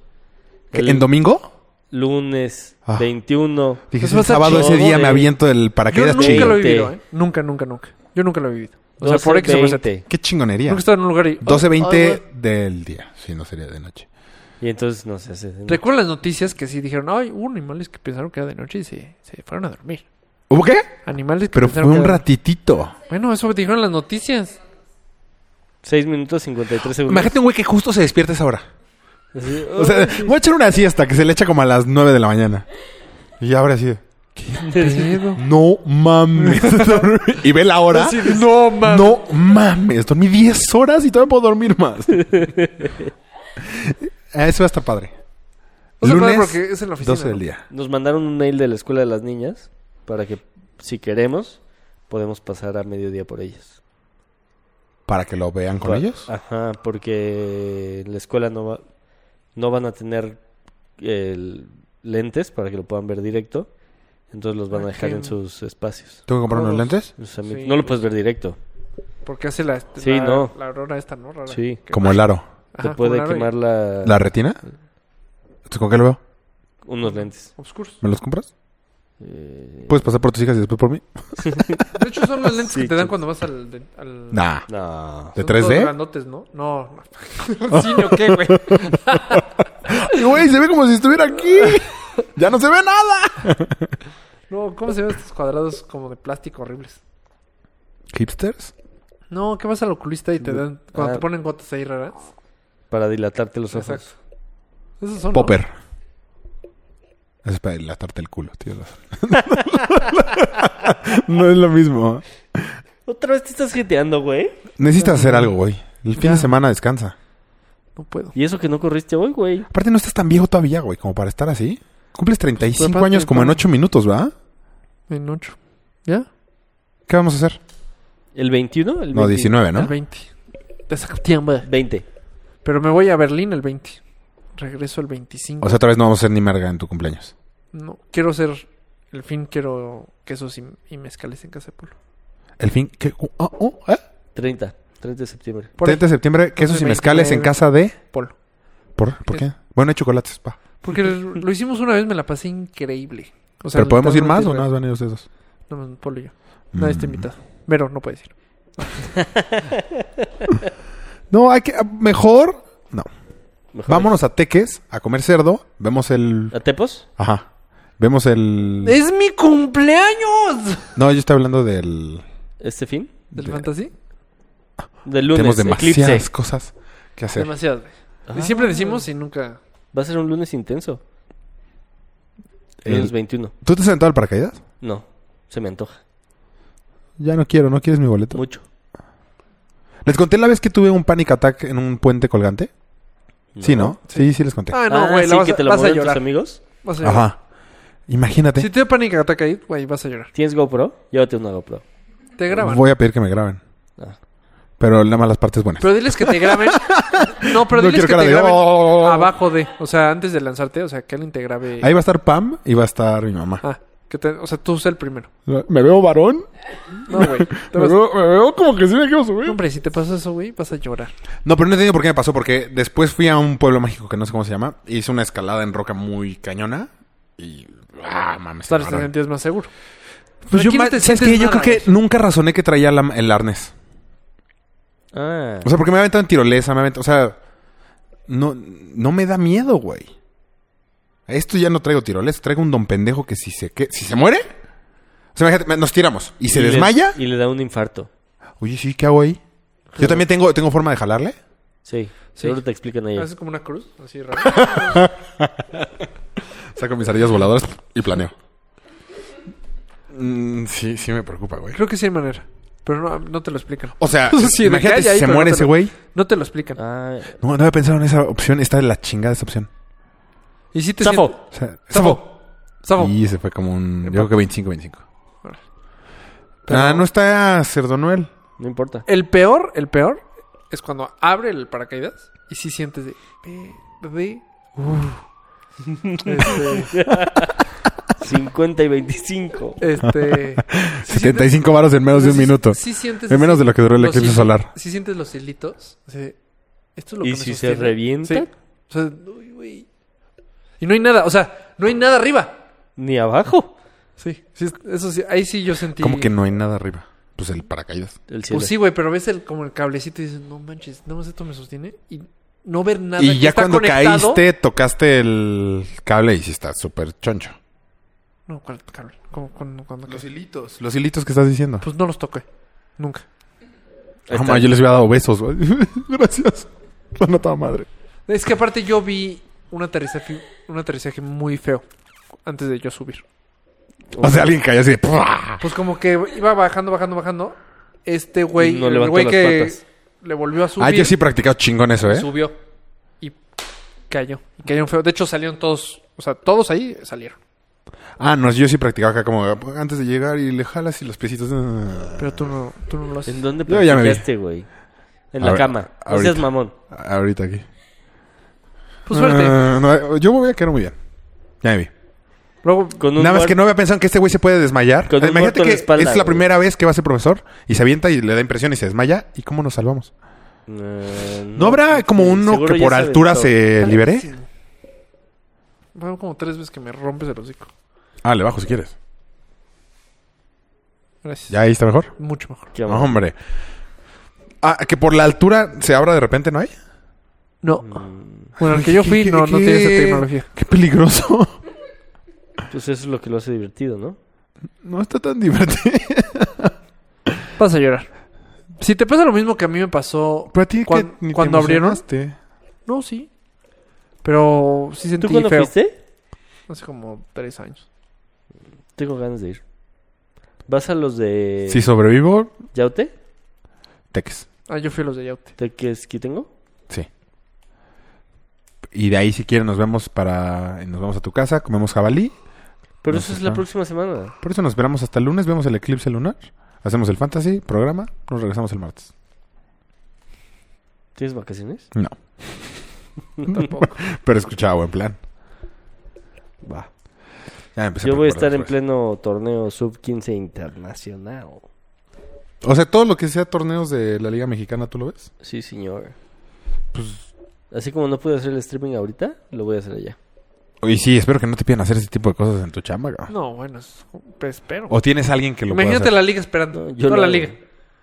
A: ¿Qué, ¿En domingo?
C: Lunes
A: Ah.
C: 21.
A: Dije,
B: Pues
A: el
B: vas a
A: sábado ese
C: chorro,
A: día me
C: güey.
A: aviento del
B: Yo
A: paracaídas
B: nunca
A: chido.
B: lo he
C: Veinte.
B: vivido, ¿eh? Nunca, nunca, nunca. Yo nunca lo he vivido. O sea,
C: 12,
B: por X o por Z.
C: 20.
A: Qué chingonería.
B: Nunca he estado en un lugar y...
A: 12.20 del día. Sí, no sería de noche.
C: Y entonces no se hace. de noche.
B: Recuerdo las noticias que sí dijeron, ay, hubo animales que pensaron que era de noche y se, se fueron a dormir.
A: ¿Hubo qué?
B: Animales que
A: Pero fue
B: pensaron que
A: un
B: era-
A: ratitito.
B: Bueno, eso dijeron las noticias.
C: 6 minutos 53 segundos.
A: Imagínate un güey que justo se despierta a esa hora.
C: Así,
A: O sea,
C: "Ay, sí".
A: voy a echar una siesta que se le echa como a las 9 de la mañana. Y ahora sí. No mames. y ve la hora.
B: No, mames.
A: No mames. Dormí 10 horas y todavía puedo dormir más. Ah, Eso va a estar padre.
B: O sea,
A: Lunes,
B: padre, porque es en la oficina.
A: 12 del
B: ¿no?
A: día.
C: Nos mandaron un mail de la escuela de las niñas para que, si queremos, podemos pasar a mediodía por ellas.
A: Para Ah. que lo vean con
C: Pa-
A: ellos.
C: Ajá, porque la escuela no va, no van a tener el- lentes para que lo puedan ver directo. Entonces los van a
B: Ah,
C: dejar
B: qué-
C: en sus espacios.
A: ¿Tengo que comprar unos
B: Todos.
A: lentes?
C: O sea, mi-
B: Sí.
C: No lo puedes ver directo.
B: Porque hace la,
C: Sí,
B: la,
C: no.
B: la aurora esta, ¿no? Rara.
C: Sí.
B: Que-
A: Como el aro.
B: Ajá,
C: Te
B: como
C: puede
B: la aurora y
C: quemar la,
A: ¿La retina? ¿Entonces ¿Con qué lo veo?
C: unos lentes.
B: Oscuros.
A: ¿Me los compras?
C: Eh,
A: ¿Puedes pasar por tus hijas y después por mí?
B: De hecho, son los lentes
C: Sí,
B: que te dan
C: chicos.
B: cuando vas al. de- al...
A: Nah.
C: no.
A: ¿De
B: son todos
A: 3D?
B: grandotes, ¿no? No. no. ¿Sí, ¿o
C: Eh,
B: qué, güey?
A: Güey, se ve como si estuviera aquí. Ya no se ve nada.
B: No, ¿cómo se ven estos cuadrados como de plástico horribles?
A: ¿Hipsters?
B: No, que vas al oculista y te dan. Cuando
C: Ah.
B: te ponen gotas ahí raras.
C: Para dilatarte los ojos.
B: Exacto. Esos son. ¿no?
A: Popper. Es para dilatarte el culo, tío. no es lo mismo.
C: Otra vez te estás jeteando, güey.
A: Necesitas hacer algo, güey. El fin de semana descansa.
B: No puedo.
C: Y eso que no corriste hoy, güey.
A: Aparte, no estás tan viejo todavía, güey, como para estar así. Cumples 35
B: Pues, aparte,
A: años como en
B: ¿cómo?
A: 8 minutos, ¿verdad?
B: En 8. ¿Ya?
A: ¿Qué vamos a hacer?
C: ¿El 21? El
A: No,
C: 20.
A: 19,
B: El
A: ¿no?
B: 20. De septiembre.
C: 20.
B: Pero me voy a Berlín el 20. Regreso el 25.
A: O sea, otra vez no vamos a hacer ni merga en tu cumpleaños.
B: no, quiero ser. El fin quiero quesos y, y mezcales en casa de Polo.
A: El fin... ¿qué? Oh, oh, ¿eh?
C: 30. 30 de septiembre.
B: Por
A: 30 de septiembre, quesos y mezcales en
B: 29.
A: casa de...
B: Polo.
A: ¿Por, ¿por qué? Bueno, hay chocolates, pa.
B: Porque lo hicimos una vez, me la pasé increíble. O sea,
A: ¿Pero podemos ir más o
B: literalmente,
A: nada más van a ir ustedes dos?
B: No, más Polo y yo. Nadie está
A: Mm.
B: invitado. Pero no puedes ir.
A: No, hay que... ah, Mejor... No.
C: Mejor
A: Vámonos a Teques a comer cerdo. Vemos el...
C: ¿A Tepos?
A: Ajá. Vemos el...
B: ¡Es mi cumpleaños!
A: No, yo estaba hablando del...
C: ¿Este fin?
B: ¿Del
A: De-
B: fantasy?
C: Del
A: Tenemos
C: lunes,
A: demasiadas
C: eclipse.
A: cosas que hacer.
B: Demasiado. güey.
C: Ah.
B: Siempre decimos y nunca.
C: Va a ser un lunes intenso.
A: El-
C: Menos 21.
A: ¿Tú te has sentado al paracaídas?
C: No, se me antoja.
A: Ya no quiero, ¿no quieres mi boleto?
C: Mucho.
A: ¿Les conté la vez que tuve un panic attack en un puente colgante? Sí, ¿no? Sí, sí, les conté.
B: Ah, no, güey, la
C: sí,
B: vas,
C: que
B: a-
C: te lo
B: vas a
C: mueven tus
B: llorar.
C: amigos.
B: Vas a llorar.
A: Ajá. Imagínate.
B: Si te da pánico ataque ahí, güey, vas a llorar.
C: ¿Tienes GoPro? Llévate una GoPro.
B: Te graban.
A: Voy a pedir que me graben.
C: Ah.
A: Pero nada más las partes buenas.
B: Pero diles que te graben. No, pero
A: No
B: diles
A: quiero
B: que
A: cara
B: te
A: de,
B: graben
A: "Oh".
B: abajo de. O sea, antes de lanzarte, o sea, que alguien te grabe.
A: Ahí va a estar Pam y va a estar mi mamá.
B: Ah, que te- o sea, tú sé el primero.
A: ¿Me veo varón?
B: No, güey. te vas-
A: me veo como que sí me quiero
B: No,
A: subir?
B: Hombre, si te pasa eso, güey, vas a llorar.
A: No, pero no entiendo por qué me pasó. Porque después fui a un pueblo mágico que no sé cómo se llama. e hice una escalada en roca muy cañona. Y... Ah, mames.
B: Tal vez te
A: cabrón.
B: sentías más seguro.
A: Pues yo,
B: Aquí no
A: ma-
B: te
A: ¿sabes
B: sientes
A: qué? yo
B: nada,
A: creo que nunca razoné que traía la- el arnés.
C: Ah.
A: O sea, porque me aventan tirolesa, me aventan... O sea, no, no me da miedo, güey. A Esto ya no traigo tirolesa, traigo un don pendejo que si se, que, si se muere... O sea, imagínate, me- nos tiramos. ¿Y se
C: Y le-
A: desmaya?
C: y le da un infarto.
A: Oye, sí, ¿qué hago ahí? Yo también tengo, tengo forma de jalarle.
C: Sí. Seguro te explican ahí.
B: Haces como una cruz, así rara.
A: Saco mis ardillas voladoras y planeo. Mm, sí, sí me preocupa, güey.
B: Creo que sí hay manera. Pero no, no te lo explican.
A: O sea,
B: Sí, de que
A: imagínate
B: hay
A: si
B: ahí,
A: se
B: pero
A: muere
B: no te
A: ese
B: lo-
A: güey.
B: No te lo explican.
C: Ah,
A: No, no había pensado en esa opción. Está de la chingada esa opción.
B: Y si te
C: Zafo.
B: sientes-
A: O sea,
B: Zafo. Zafo.
A: Y se fue como un... Yo creo que 25, 25.
B: Órale.
A: Ah, no está Cerdo Noel.
C: no importa.
B: El peor, el peor, es cuando abre el paracaídas y sí sientes de... eh, de-
C: 50 y 25.
B: este... sí sientes-
A: 75 varos en menos de un
B: sí-
A: minuto.
B: Sí sientes...
A: En menos de lo que duró el
B: los
A: eclipse
B: hil-
A: solar.
B: Sí sientes los hilitos. o sea, esto es lo
C: ¿Y
B: que me
C: si se
B: sostiene.
C: revienta?
B: Sí. O sea, uy, güey. Y no hay nada, o sea, no hay nada arriba.
C: Ni abajo.
B: Sí, sí, eso sí, ahí sí yo sentí...
A: Como que no hay nada arriba. Pues el paracaídas.
C: El cielo.
B: Pues sí, güey, pero ves el, como el cablecito y dices, no manches, nada más esto me sostiene. Y no ver nada.
A: Y
B: que
A: ya
B: está
A: cuando
B: conectado-
A: caíste, tocaste el cable y sí está súper choncho.
B: No, ¿cuál cable? ¿Cómo- cuándo- cuándo caí?
A: hilitos. Los hilitos que estás diciendo.
B: Pues no los toqué. Nunca.
C: Ahí
A: Ah,
C: está.
A: ma, yo les había dado besos, güey. Gracias. La nota madre.
B: Es que aparte yo vi un aterrizaje, un aterrizaje muy feo antes de yo subir.
A: O sea, alguien cayó así de... ¡pua!
B: Pues como que iba bajando, bajando, bajando. Este güey,
C: No
B: el
C: levantó
B: güey
C: las
B: que
C: patas.
B: le volvió a subir,
A: Ah, yo sí he practicado chingón eso, ¿eh?
B: subió y cayó. Y cayó feo. De hecho salieron todos, o sea, todos ahí salieron.
A: Ah, no, yo sí practicaba acá como antes de llegar y le jalas y los piecitos... ah.
B: Pero tú no, tú no lo haces.
C: ¿En dónde
A: Yo ya me vi.
C: practicaste, güey? En
A: A
C: la
A: ver,
C: cama. No
A: ahorita.
C: seas mamón.
A: Ahorita aquí.
B: Pues suerte.
A: Ah, no, yo me voy a quedar muy bien. Ya me vi.
B: Luego,
C: Con un
A: Nada más
C: muer-
A: que no había pensado en que este güey se puede desmayar.
C: Con un muerto
A: Imagínate
C: en
A: que
C: la espalda,
A: es la
C: güey.
A: primera vez que va a ser profesor y se avienta y le da impresión y se desmaya. ¿Y cómo nos salvamos?
C: Eh,
A: ¿No habrá como uno
C: seguro
A: que
C: ya
A: por
C: se
A: altura
C: aventó.
A: se libere?
B: Sí. Fueron como tres veces que me rompes el hocico.
A: Ah, le bajo si quieres.
B: Gracias.
A: ¿Ya ahí está mejor?
B: Mucho mejor.
C: Qué
A: No,
C: amor.
A: hombre. Ah, que por la altura se abra de repente, ¿no hay?
B: No.
C: Mm,
B: Bueno, el que yo fui
A: ¿Qué-
B: no, no
A: qué-
B: tiene esa tecnología.
A: Qué peligroso.
C: Pues eso es lo que lo hace divertido, ¿no?
A: No está tan divertido.
B: Vas a llorar. Si te pasa lo mismo que a mí me pasó
A: Pero a ti
B: cuan-
A: que ni te
B: cuando abrieron.
A: emocionaste.
B: No, sí. Pero sí sentí
C: ¿Tú cuándo
B: feo.
C: fuiste?
B: Hace como tres años.
C: Tengo ganas de ir. ¿Vas a los de
A: eh, Si sobrevivo,
C: Yaute?
A: teques.
B: Ah, yo fui a los de Yaute.
C: ¿De qué es que tengo?
A: Sí. Y de ahí, si quieren, nos vemos para... eh, Nos vamos a tu casa, comemos jabalí.
C: Pero
A: No
C: eso
A: sé, ah.
C: es la
A: claro.
C: próxima semana.
A: Por eso nos esperamos hasta el lunes, vemos el eclipse lunar, hacemos el fantasy, programa, nos regresamos el martes.
C: ¿Tienes vacaciones?
A: No.
B: Tampoco.
A: Pero escuchaba buen plan.
C: Va.
A: Ya empecé
C: Yo voy a estar
A: preparar
C: en
A: después.
C: pleno torneo sub 15 internacional.
A: O sea, todo lo que sea torneos de la Liga Mexicana, ¿tú lo ves?
C: Sí, señor. Pues así como no pude hacer el streaming ahorita, lo voy a hacer allá.
A: Y sí, espero que no te pidan hacer ese tipo de cosas en tu chamba, cabrón.
B: No, bueno, es- pues, espero.
A: O tienes alguien que lo pueda
B: Imagínate
A: hacer.
B: la liga esperando.
C: No, yo
B: Toda
C: lo
B: la
C: hago.
B: liga.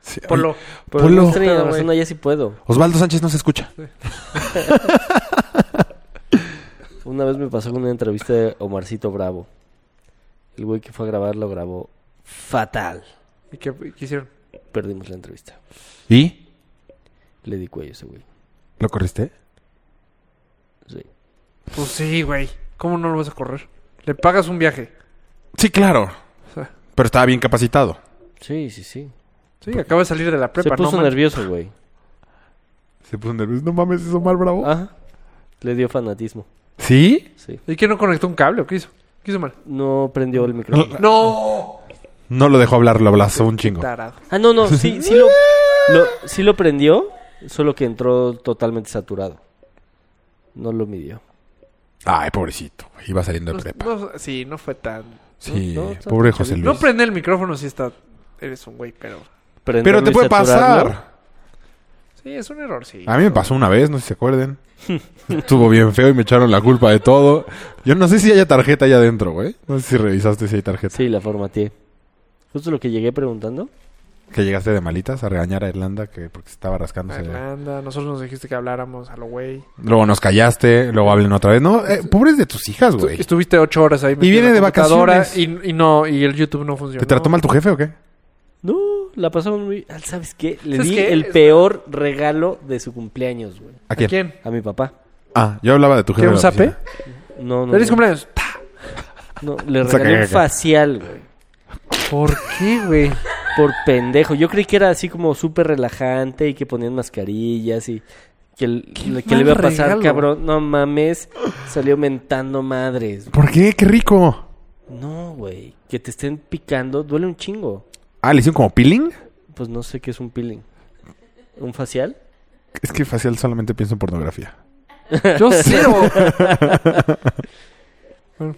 A: Sí,
B: Por lo...
A: oye,
C: Pero
A: Polo.
C: no extraña
B: Pero,
C: razón,
B: güey.
C: allá sí puedo.
A: Osvaldo Sánchez no se escucha.
C: Una vez me pasó con una entrevista de Omarcito Bravo. El güey que fue a grabar lo grabó fatal.
B: ¿Y qué, y qué hicieron?
C: Perdimos la entrevista.
A: ¿Y?
C: Le di cuello a ese güey.
A: ¿Lo corriste?
C: Sí.
B: Pues sí, güey. ¿Cómo no lo vas a correr? Le pagas un viaje.
A: Sí, claro. Pero estaba bien capacitado.
C: Sí, sí, sí.
B: Sí,
A: Pues,
B: acaba de salir de la prepa,
C: Se puso
B: ¿no? man?
C: nervioso, güey.
A: Se puso nervioso. No mames, hizo mal, bravo.
B: Ah.
C: Ajá. Le dio fanatismo.
A: ¿Sí?
C: Sí.
B: ¿Y qué no conectó un cable o qué hizo? ¿Qué hizo mal?
C: No prendió el
A: Ah,
C: micrófono.
B: ¡No!
A: No lo dejó hablar, lo abrazó un chingo.
B: Tarado.
C: Ah, no, no, sí, sí lo, lo- sí lo prendió, solo que entró totalmente saturado. No lo midió.
A: Ay, pobrecito. güey, Iba saliendo de
B: No-
A: prepa.
B: no- sí, no fue tan...
A: Sí,
C: no, está
A: pobre
C: chavito.
A: José Luis.
B: No prende el micrófono si está... Eres un güey, pero...
A: Pero te
C: Prenderlo y
A: puede
C: saturarlo.
A: pasar.
B: Sí, es un error, sí.
A: A mí me pasó una vez, no sé si se acuerden. Estuvo bien feo y me echaron la culpa de todo. Yo no sé si haya tarjeta allá adentro, güey. No sé si revisaste si hay tarjeta.
C: Sí, la formateé. Justo lo que llegué preguntando.
A: Que llegaste de malitas a regañar a Irlanda que porque se estaba
B: A
A: rascándose.
B: Irlanda, nosotros nos dijiste que habláramos a lo güey.
A: Luego nos callaste, luego hablen otra vez. No,
C: Pues,
A: eh, pobres de tus hijas, güey.
B: Estuviste ocho horas ahí. metido en
A: viene
B: la
A: de
B: computadora
A: vacaciones.
B: Y, y no, y el YouTube no funcionó.
A: ¿Te trató mal tu jefe o qué?
C: No, la pasamos muy... Ah, ¿Sabes qué? Le
B: ¿Sabes
C: di
B: qué?
C: el
B: Es-
C: peor regalo de su cumpleaños, güey.
A: ¿A
B: ¿A
A: quién?
B: quién?
C: A mi papá.
A: Ah, yo hablaba de tu jefe.
B: ¿Qué, un
A: de la
B: zape?
A: oficina.
C: No, no.
B: ¿Feliz
C: no,
B: cumpleaños? ¡Ta!
C: no, le
A: Saca,
C: regalé un
A: saca.
C: facial, güey.
B: ¿Por qué, güey?
C: Por pendejo. Yo creí que era así como súper relajante y que ponían mascarillas y que, el- le- que le
B: mal
C: iba a pasar,
B: regalo.
C: cabrón. No mames. Salió mentando madres. güey.
A: ¿Por qué? ¡Qué rico!
C: No, güey. Que te estén picando duele un chingo.
A: Ah, ¿le hicieron como peeling?
C: Pues no sé qué es un peeling. ¿Un facial?
A: Es que facial solamente pienso en pornografía.
B: Yo cero.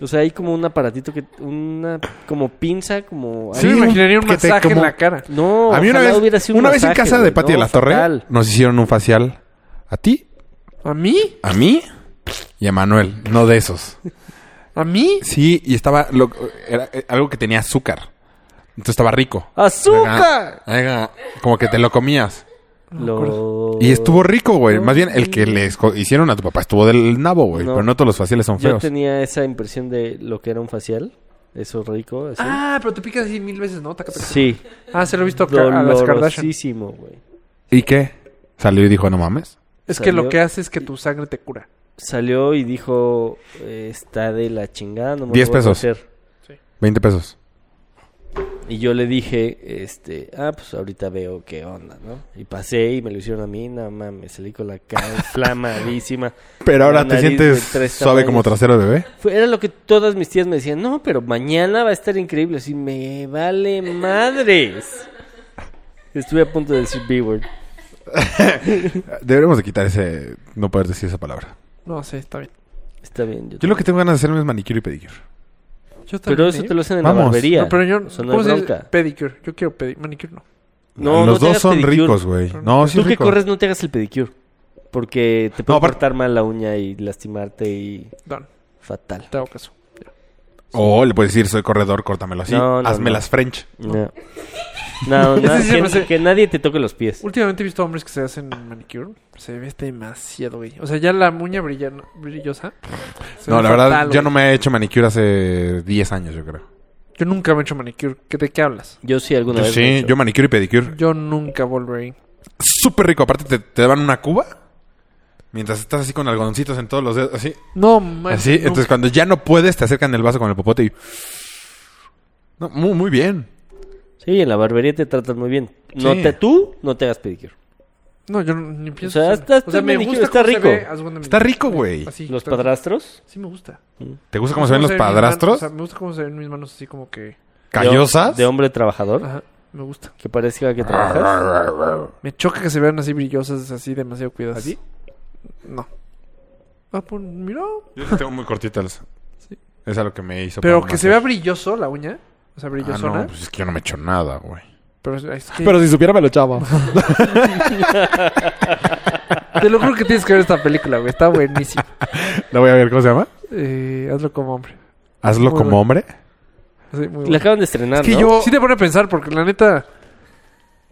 C: O sea, hay como un aparatito que... Una... Como pinza, como...
B: Sí, me imaginaría un
A: que te
B: masaje en
A: como-
B: la cara.
C: No,
A: A mí una
C: ojalá hubiera
A: vez,
C: sido un
A: una vez en
C: masaje,
A: casa de
C: güey.
A: Pati de
C: No,
A: la Torre
C: fatal.
A: nos hicieron un facial a ti,
B: ¿A mí?
A: a mí y a Manuel, no de esos.
B: ¿A mí?
A: Sí, y estaba lo- era eh, algo que tenía azúcar. Entonces estaba rico.
C: ¡Azúcar!
A: Era- era como que te lo comías.
C: Lo-
A: Y estuvo rico, güey. Más bien el que le esco- hicieron a tu papá estuvo del nabo, güey,
C: No.
A: pero no todos los faciales son
C: Yo
A: feos.
C: tenía esa impresión de lo que era un facial. Eso rico, así.
A: Ah,
B: Ah, pero te picas así mil veces, ¿no? Taca, taca.
C: Sí.
B: Ah, se lo he visto a Ka- a las Kardashian.
C: Dolorosísimo, güey.
A: ¿Y qué? Salió y dijo, no mames.
B: Es que lo
C: Salió-
B: que hace es que tu sangre te cura.
C: Salió y dijo, eh, está de la chingada, no me lo
A: 10
C: voy a
A: pesos.
C: hacer".
A: 20 pesos.
C: Y yo le dije, este, ah, pues ahorita veo qué onda, ¿no? Y pasé y me lo hicieron a mí, no mames, salí con la cara inflamadísima.
A: Pero ahora
C: La
A: te
C: nariz de
A: sientes
C: tres
A: suave como
C: tamaños.
A: trasero de bebé.
C: Fue- era lo que todas mis tías me decían, no, pero mañana va a estar increíble, así me vale madres. Estuve a punto de decir B-word.
A: Deberíamos de quitar ese... No poder decir esa palabra.
B: No sé, está bien.
C: Está bien. Yo
A: Yo lo que tengo ganas de hacerme es manicure y pedicure.
B: Yo también,
C: Pero eso
B: ¿eh?
C: te lo hacen en
A: Vamos.
C: la barbería.
B: No, pero yo
C: O sea, no
B: ¿cómo
C: hay
B: se dice?
C: bronca.
B: pedicure. Yo quiero pedir manicure, no.
C: No, no
A: Los
C: te
A: dos
C: hagas
A: son
C: pedicure.
A: ricos, güey. No, sí
C: Tú
A: es
C: que
A: rico.
C: corres no te hagas el pedicure. Porque te puede
A: aparte-
C: cortar mal la uña y lastimarte y
B: Done.
C: fatal.
B: Te hago caso.
A: O le puedes decir, soy corredor, córtamelo así.
C: No, no,
A: Hazme
C: no.
A: las French.
C: No. No,
B: Ese
C: no,
B: sí se me hace-
C: que, que nadie te toque los pies.
B: Últimamente he visto hombres que se hacen manicure. Se ve demasiado, güey. O sea, ya la muña brillan- brillosa. se
A: No,
B: ve
A: la verdad,
B: fatal,
A: yo
B: güey.
A: no me he hecho manicure hace 10 años, yo creo.
B: Yo nunca me he hecho manicure. ¿Qué- ¿De qué hablas?
C: Yo sí alguna
A: Yo
C: vez. me he
A: sí,
C: hecho.
A: yo manicure y pedicure.
B: Yo nunca volveré.
A: Súper rico. Aparte, te, te daban una cuba. Mientras estás así con algodoncitos en todos los dedos, así.
B: No, man.
A: así.
B: nunca.
A: Entonces, cuando ya no puedes, te acercan el vaso con el popote y... No, muy, muy bien.
C: Sí, en la barbería te tratan muy bien. No
A: Sí.
C: te, tú no te hagas pedicure.
B: No, yo no- ni pienso.
C: sea,
B: hacerlo.
C: está- está manicure, está
B: cómo se
C: rico.
B: ve, haz cuenta,
A: Está rico, güey.
B: así,
C: Los
B: tal cual.
C: padrastros.
B: Sí, me gusta.
A: ¿Te gusta cómo se ven los
B: mis manos, o
A: padrastros?
B: sea, me gusta cómo se ven mis manos así como que.
C: de hom-
A: ¿Callosas?
C: De hombre trabajador.
B: Ajá, me gusta.
C: Que parezca que trabajas.
B: Me choca que se vean así brillosas, así demasiado cuidadas. ¿Así? No. Ah, pues mira.
A: Yo las tengo muy cortitas. Es a lo que me hizo.
B: Pero
A: para
B: que
A: nacer.
B: se vea brilloso la uña. O sea,
A: Ah,
B: brillosona.
A: no, pues es que yo no me echo nada, güey.
B: Pero es que.
A: si supiera me lo echaba.
B: Te lo juro que tienes que ver esta película, güey. Está buenísimo.
A: La voy a ver, ¿cómo se llama?
B: Eh, hazlo como hombre.
A: Hazlo
B: Muy
A: como
B: bueno.
A: hombre.
B: Así, muy
C: La
B: bueno.
C: acaban de estrenar,
A: Es que
C: ¿no?
A: yo-
B: Sí te pone a pensar, porque la neta.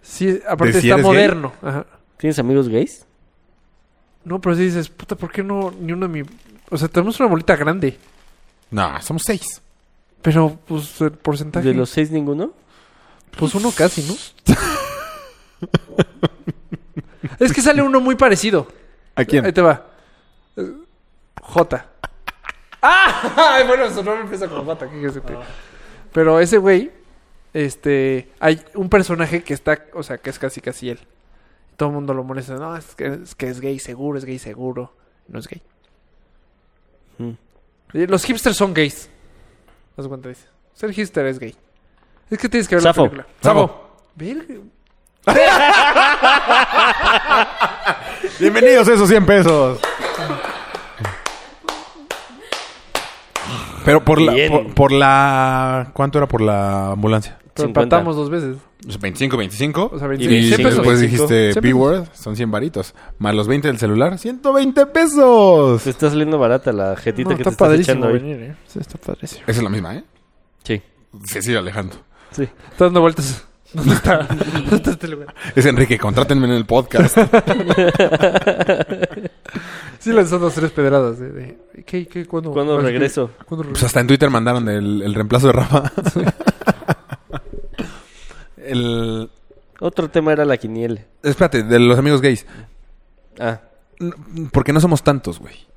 B: Sí, aparte
A: ¿De si
B: está
A: eres gay?
B: moderno. Ajá.
C: ¿Tienes amigos gays?
B: No, pero si dices, puta, ¿por qué no ni uno de mi. O sea, tenemos una bolita grande.
A: No, somos seis.
B: Pero, pues, el porcentaje.
C: ¿De los seis ninguno?
B: Pues uno casi, ¿no? es que sale uno muy parecido.
A: ¿A
B: Ahí
A: quién?
B: te va. Eh, J. ¡Ah! Ay, Bueno, su nombre empieza con J. ¿qué quieres que te- Ah. Pero ese güey, este, hay un personaje que está, o sea, que es casi casi él. Todo el mundo lo molesta. No, es que es, que es gay seguro, es gay seguro. No es gay.
C: Mm.
B: Eh, Los hipsters son gays. No sé cuánto dice. Ser hipster es gay. Es que tienes que ver
C: Safo.
B: la película.
A: Sabo.
B: Verga.
A: Bienvenidos a esos 100 pesos. Pero por la,
C: Bien.
A: por, por la... ¿Cuánto era por la ambulancia?
B: Pero
C: 50.
B: empatamos dos veces.
A: 25, 25.
B: O sea,
C: 25.
B: 26
C: Y
B: pesos.
A: después
C: 25.
A: dijiste
B: 100
A: B-Word, son 100 varitos. Más los 20 del celular, 120 pesos.
C: Te está saliendo barata la jetita
B: No,
C: que te
B: está
C: estás echando
B: padrísimo
C: hoy.
B: venir, ¿eh? Sí, está padrísimo.
A: Esa es la misma, ¿eh?
C: Sí.
A: Se sigue alejando.
C: Sí.
B: Está dando vueltas. ¿Dónde está? ¿Dónde está este lugar?
A: Es Enrique, contrátenme en el podcast.
B: Sí lanzó dos, tres pedradas. De, de- ¿Qué, qué, cuándo?
C: ¿Cuándo
B: ahora sí que-
C: regreso?
B: ¿Cuándo
A: Pues
B: regreso?
A: hasta en Twitter mandaron el, el reemplazo de Rafa. el,
C: Otro tema era la quiniela.
A: espérate, de los amigos gays.
C: Ah,
A: No, Porque no somos tantos, güey.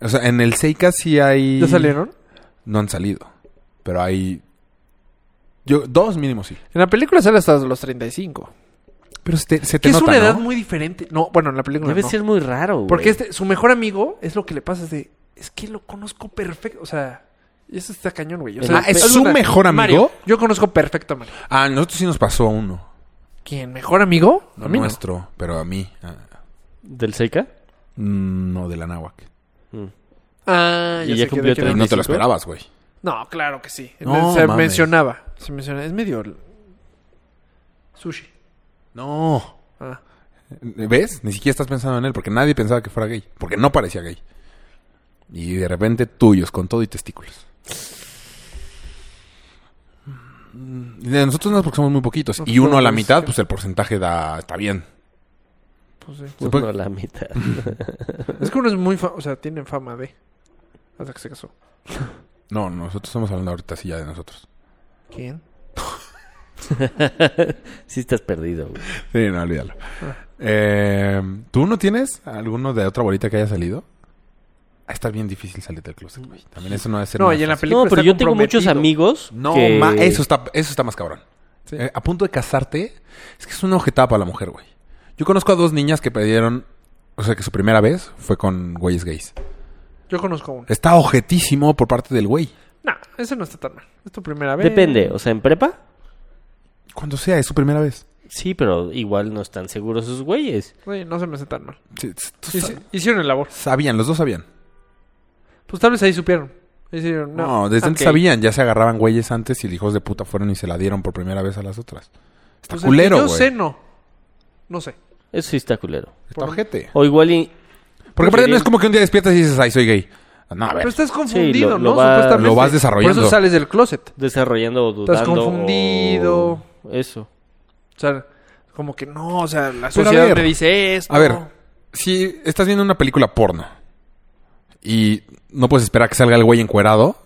A: O sea, en el Seika sí hay...
B: ¿Ya salieron?
A: No han salido. Pero hay... Yo, dos mínimo sí.
B: En la película sale hasta los 35.
A: Pero se te, se te
B: Que es
A: nota,
B: una edad
A: ¿no?
B: muy diferente. No, bueno, en la película
C: debe
B: no.
C: ser muy raro, güey.
B: Porque este, su mejor amigo es lo que le pasa. Es de, es que lo conozco perfecto. O sea, y eso está cañón, güey. O sea,
A: Ah, ¿es
B: haz
A: su
B: cuenta,
A: mejor amigo?
B: Mario, yo conozco perfecto a Mario.
A: Ah, a nosotros sí nos pasó uno.
B: ¿Quién? ¿Mejor amigo?
A: No
B: a mí no.
A: nuestro, pero a mí. ah,
C: ¿Del Seika?
A: mm, no, de la náhuac.
C: Mm.
B: Ah,
C: Y
B: ya,
C: ya
B: sé que
C: cumplió
B: de quién
A: Y
B: hablas.
A: no te lo
C: 35?
A: esperabas, güey.
B: No, claro que sí.
A: No,
B: se
A: mames.
B: mencionaba. Se mencionaba. Es medio. l- Sushi.
A: No.
B: Ah.
A: ¿Ves? Ni siquiera estás pensando en él porque nadie pensaba que fuera gay. Porque no parecía gay. Y de repente tuyos, con todo y testículos. Mm, De nosotros no, porque somos muy poquitos. Y uno a la mitad, pues el porcentaje da está bien.
B: Pues sí.
A: Se
C: Uno
A: puede-
C: a la mitad.
B: Es que uno es muy. fa- o sea, tienen fama de. Hasta que se casó.
A: No, nosotros estamos hablando ahorita sí ya de nosotros.
B: ¿Quién?
C: sí estás perdido, güey.
A: Sí, no, olvídalo. Eh, ¿Tú no tienes alguno de otra bolita que haya salido? Ah, Está bien difícil salir del closet, güey. También eso no es
B: No, y en la
C: No,
B: película
C: pero
B: está
C: yo tengo muchos
B: comprometido.
C: amigos
A: No,
C: que...
A: ma- eso está, eso está más cabrón. Eh, a punto de casarte, es que es una ojetada para la mujer, güey. Yo conozco a dos niñas que perdieron, o sea, que su primera vez fue con güeyes gays.
B: Yo conozco uno.
A: Está ojetísimo por parte del güey.
B: No, ese no está tan mal. Es tu primera vez.
C: Depende, o sea, en prepa,
A: Cuando sea, es su primera vez.
C: sí, pero igual no están seguros esos güeyes.
B: Güey, no se me hace tan mal.
A: Sí, s- tú
B: Hici-
A: sa-
B: Hicieron el labor.
A: Sabían, los dos sabían.
B: Pues tal vez ahí supieron. Hicieron,
A: No,
B: no.
A: desde antes
B: ok.
A: sabían, ya se agarraban güeyes antes y el hijos de puta fueron y se la dieron por primera vez a las otras. Está
B: Pues el que
A: culero,
B: Yo
A: güey.
B: sé, no. No sé.
C: Eso sí está culero.
A: Está ojete.
C: O igual y...
A: Porque aparte
C: Sería-
A: no es como que un día despiertas y dices, ay, soy gay. No, a ver.
B: Pero estás confundido,
C: lo-
B: ¿no?
C: lo va-
B: Supuestamente.
A: lo vas desarrollando.
B: Por eso sales del closet.
C: desarrollando o dudando.
B: Estás confundido.
C: o Eso.
B: O sea, como que no, o sea, la
A: Pero a
B: sociedad
A: ver,
B: me dice esto.
A: A ver, si estás viendo una película porno y no puedes esperar que salga el güey encuerado,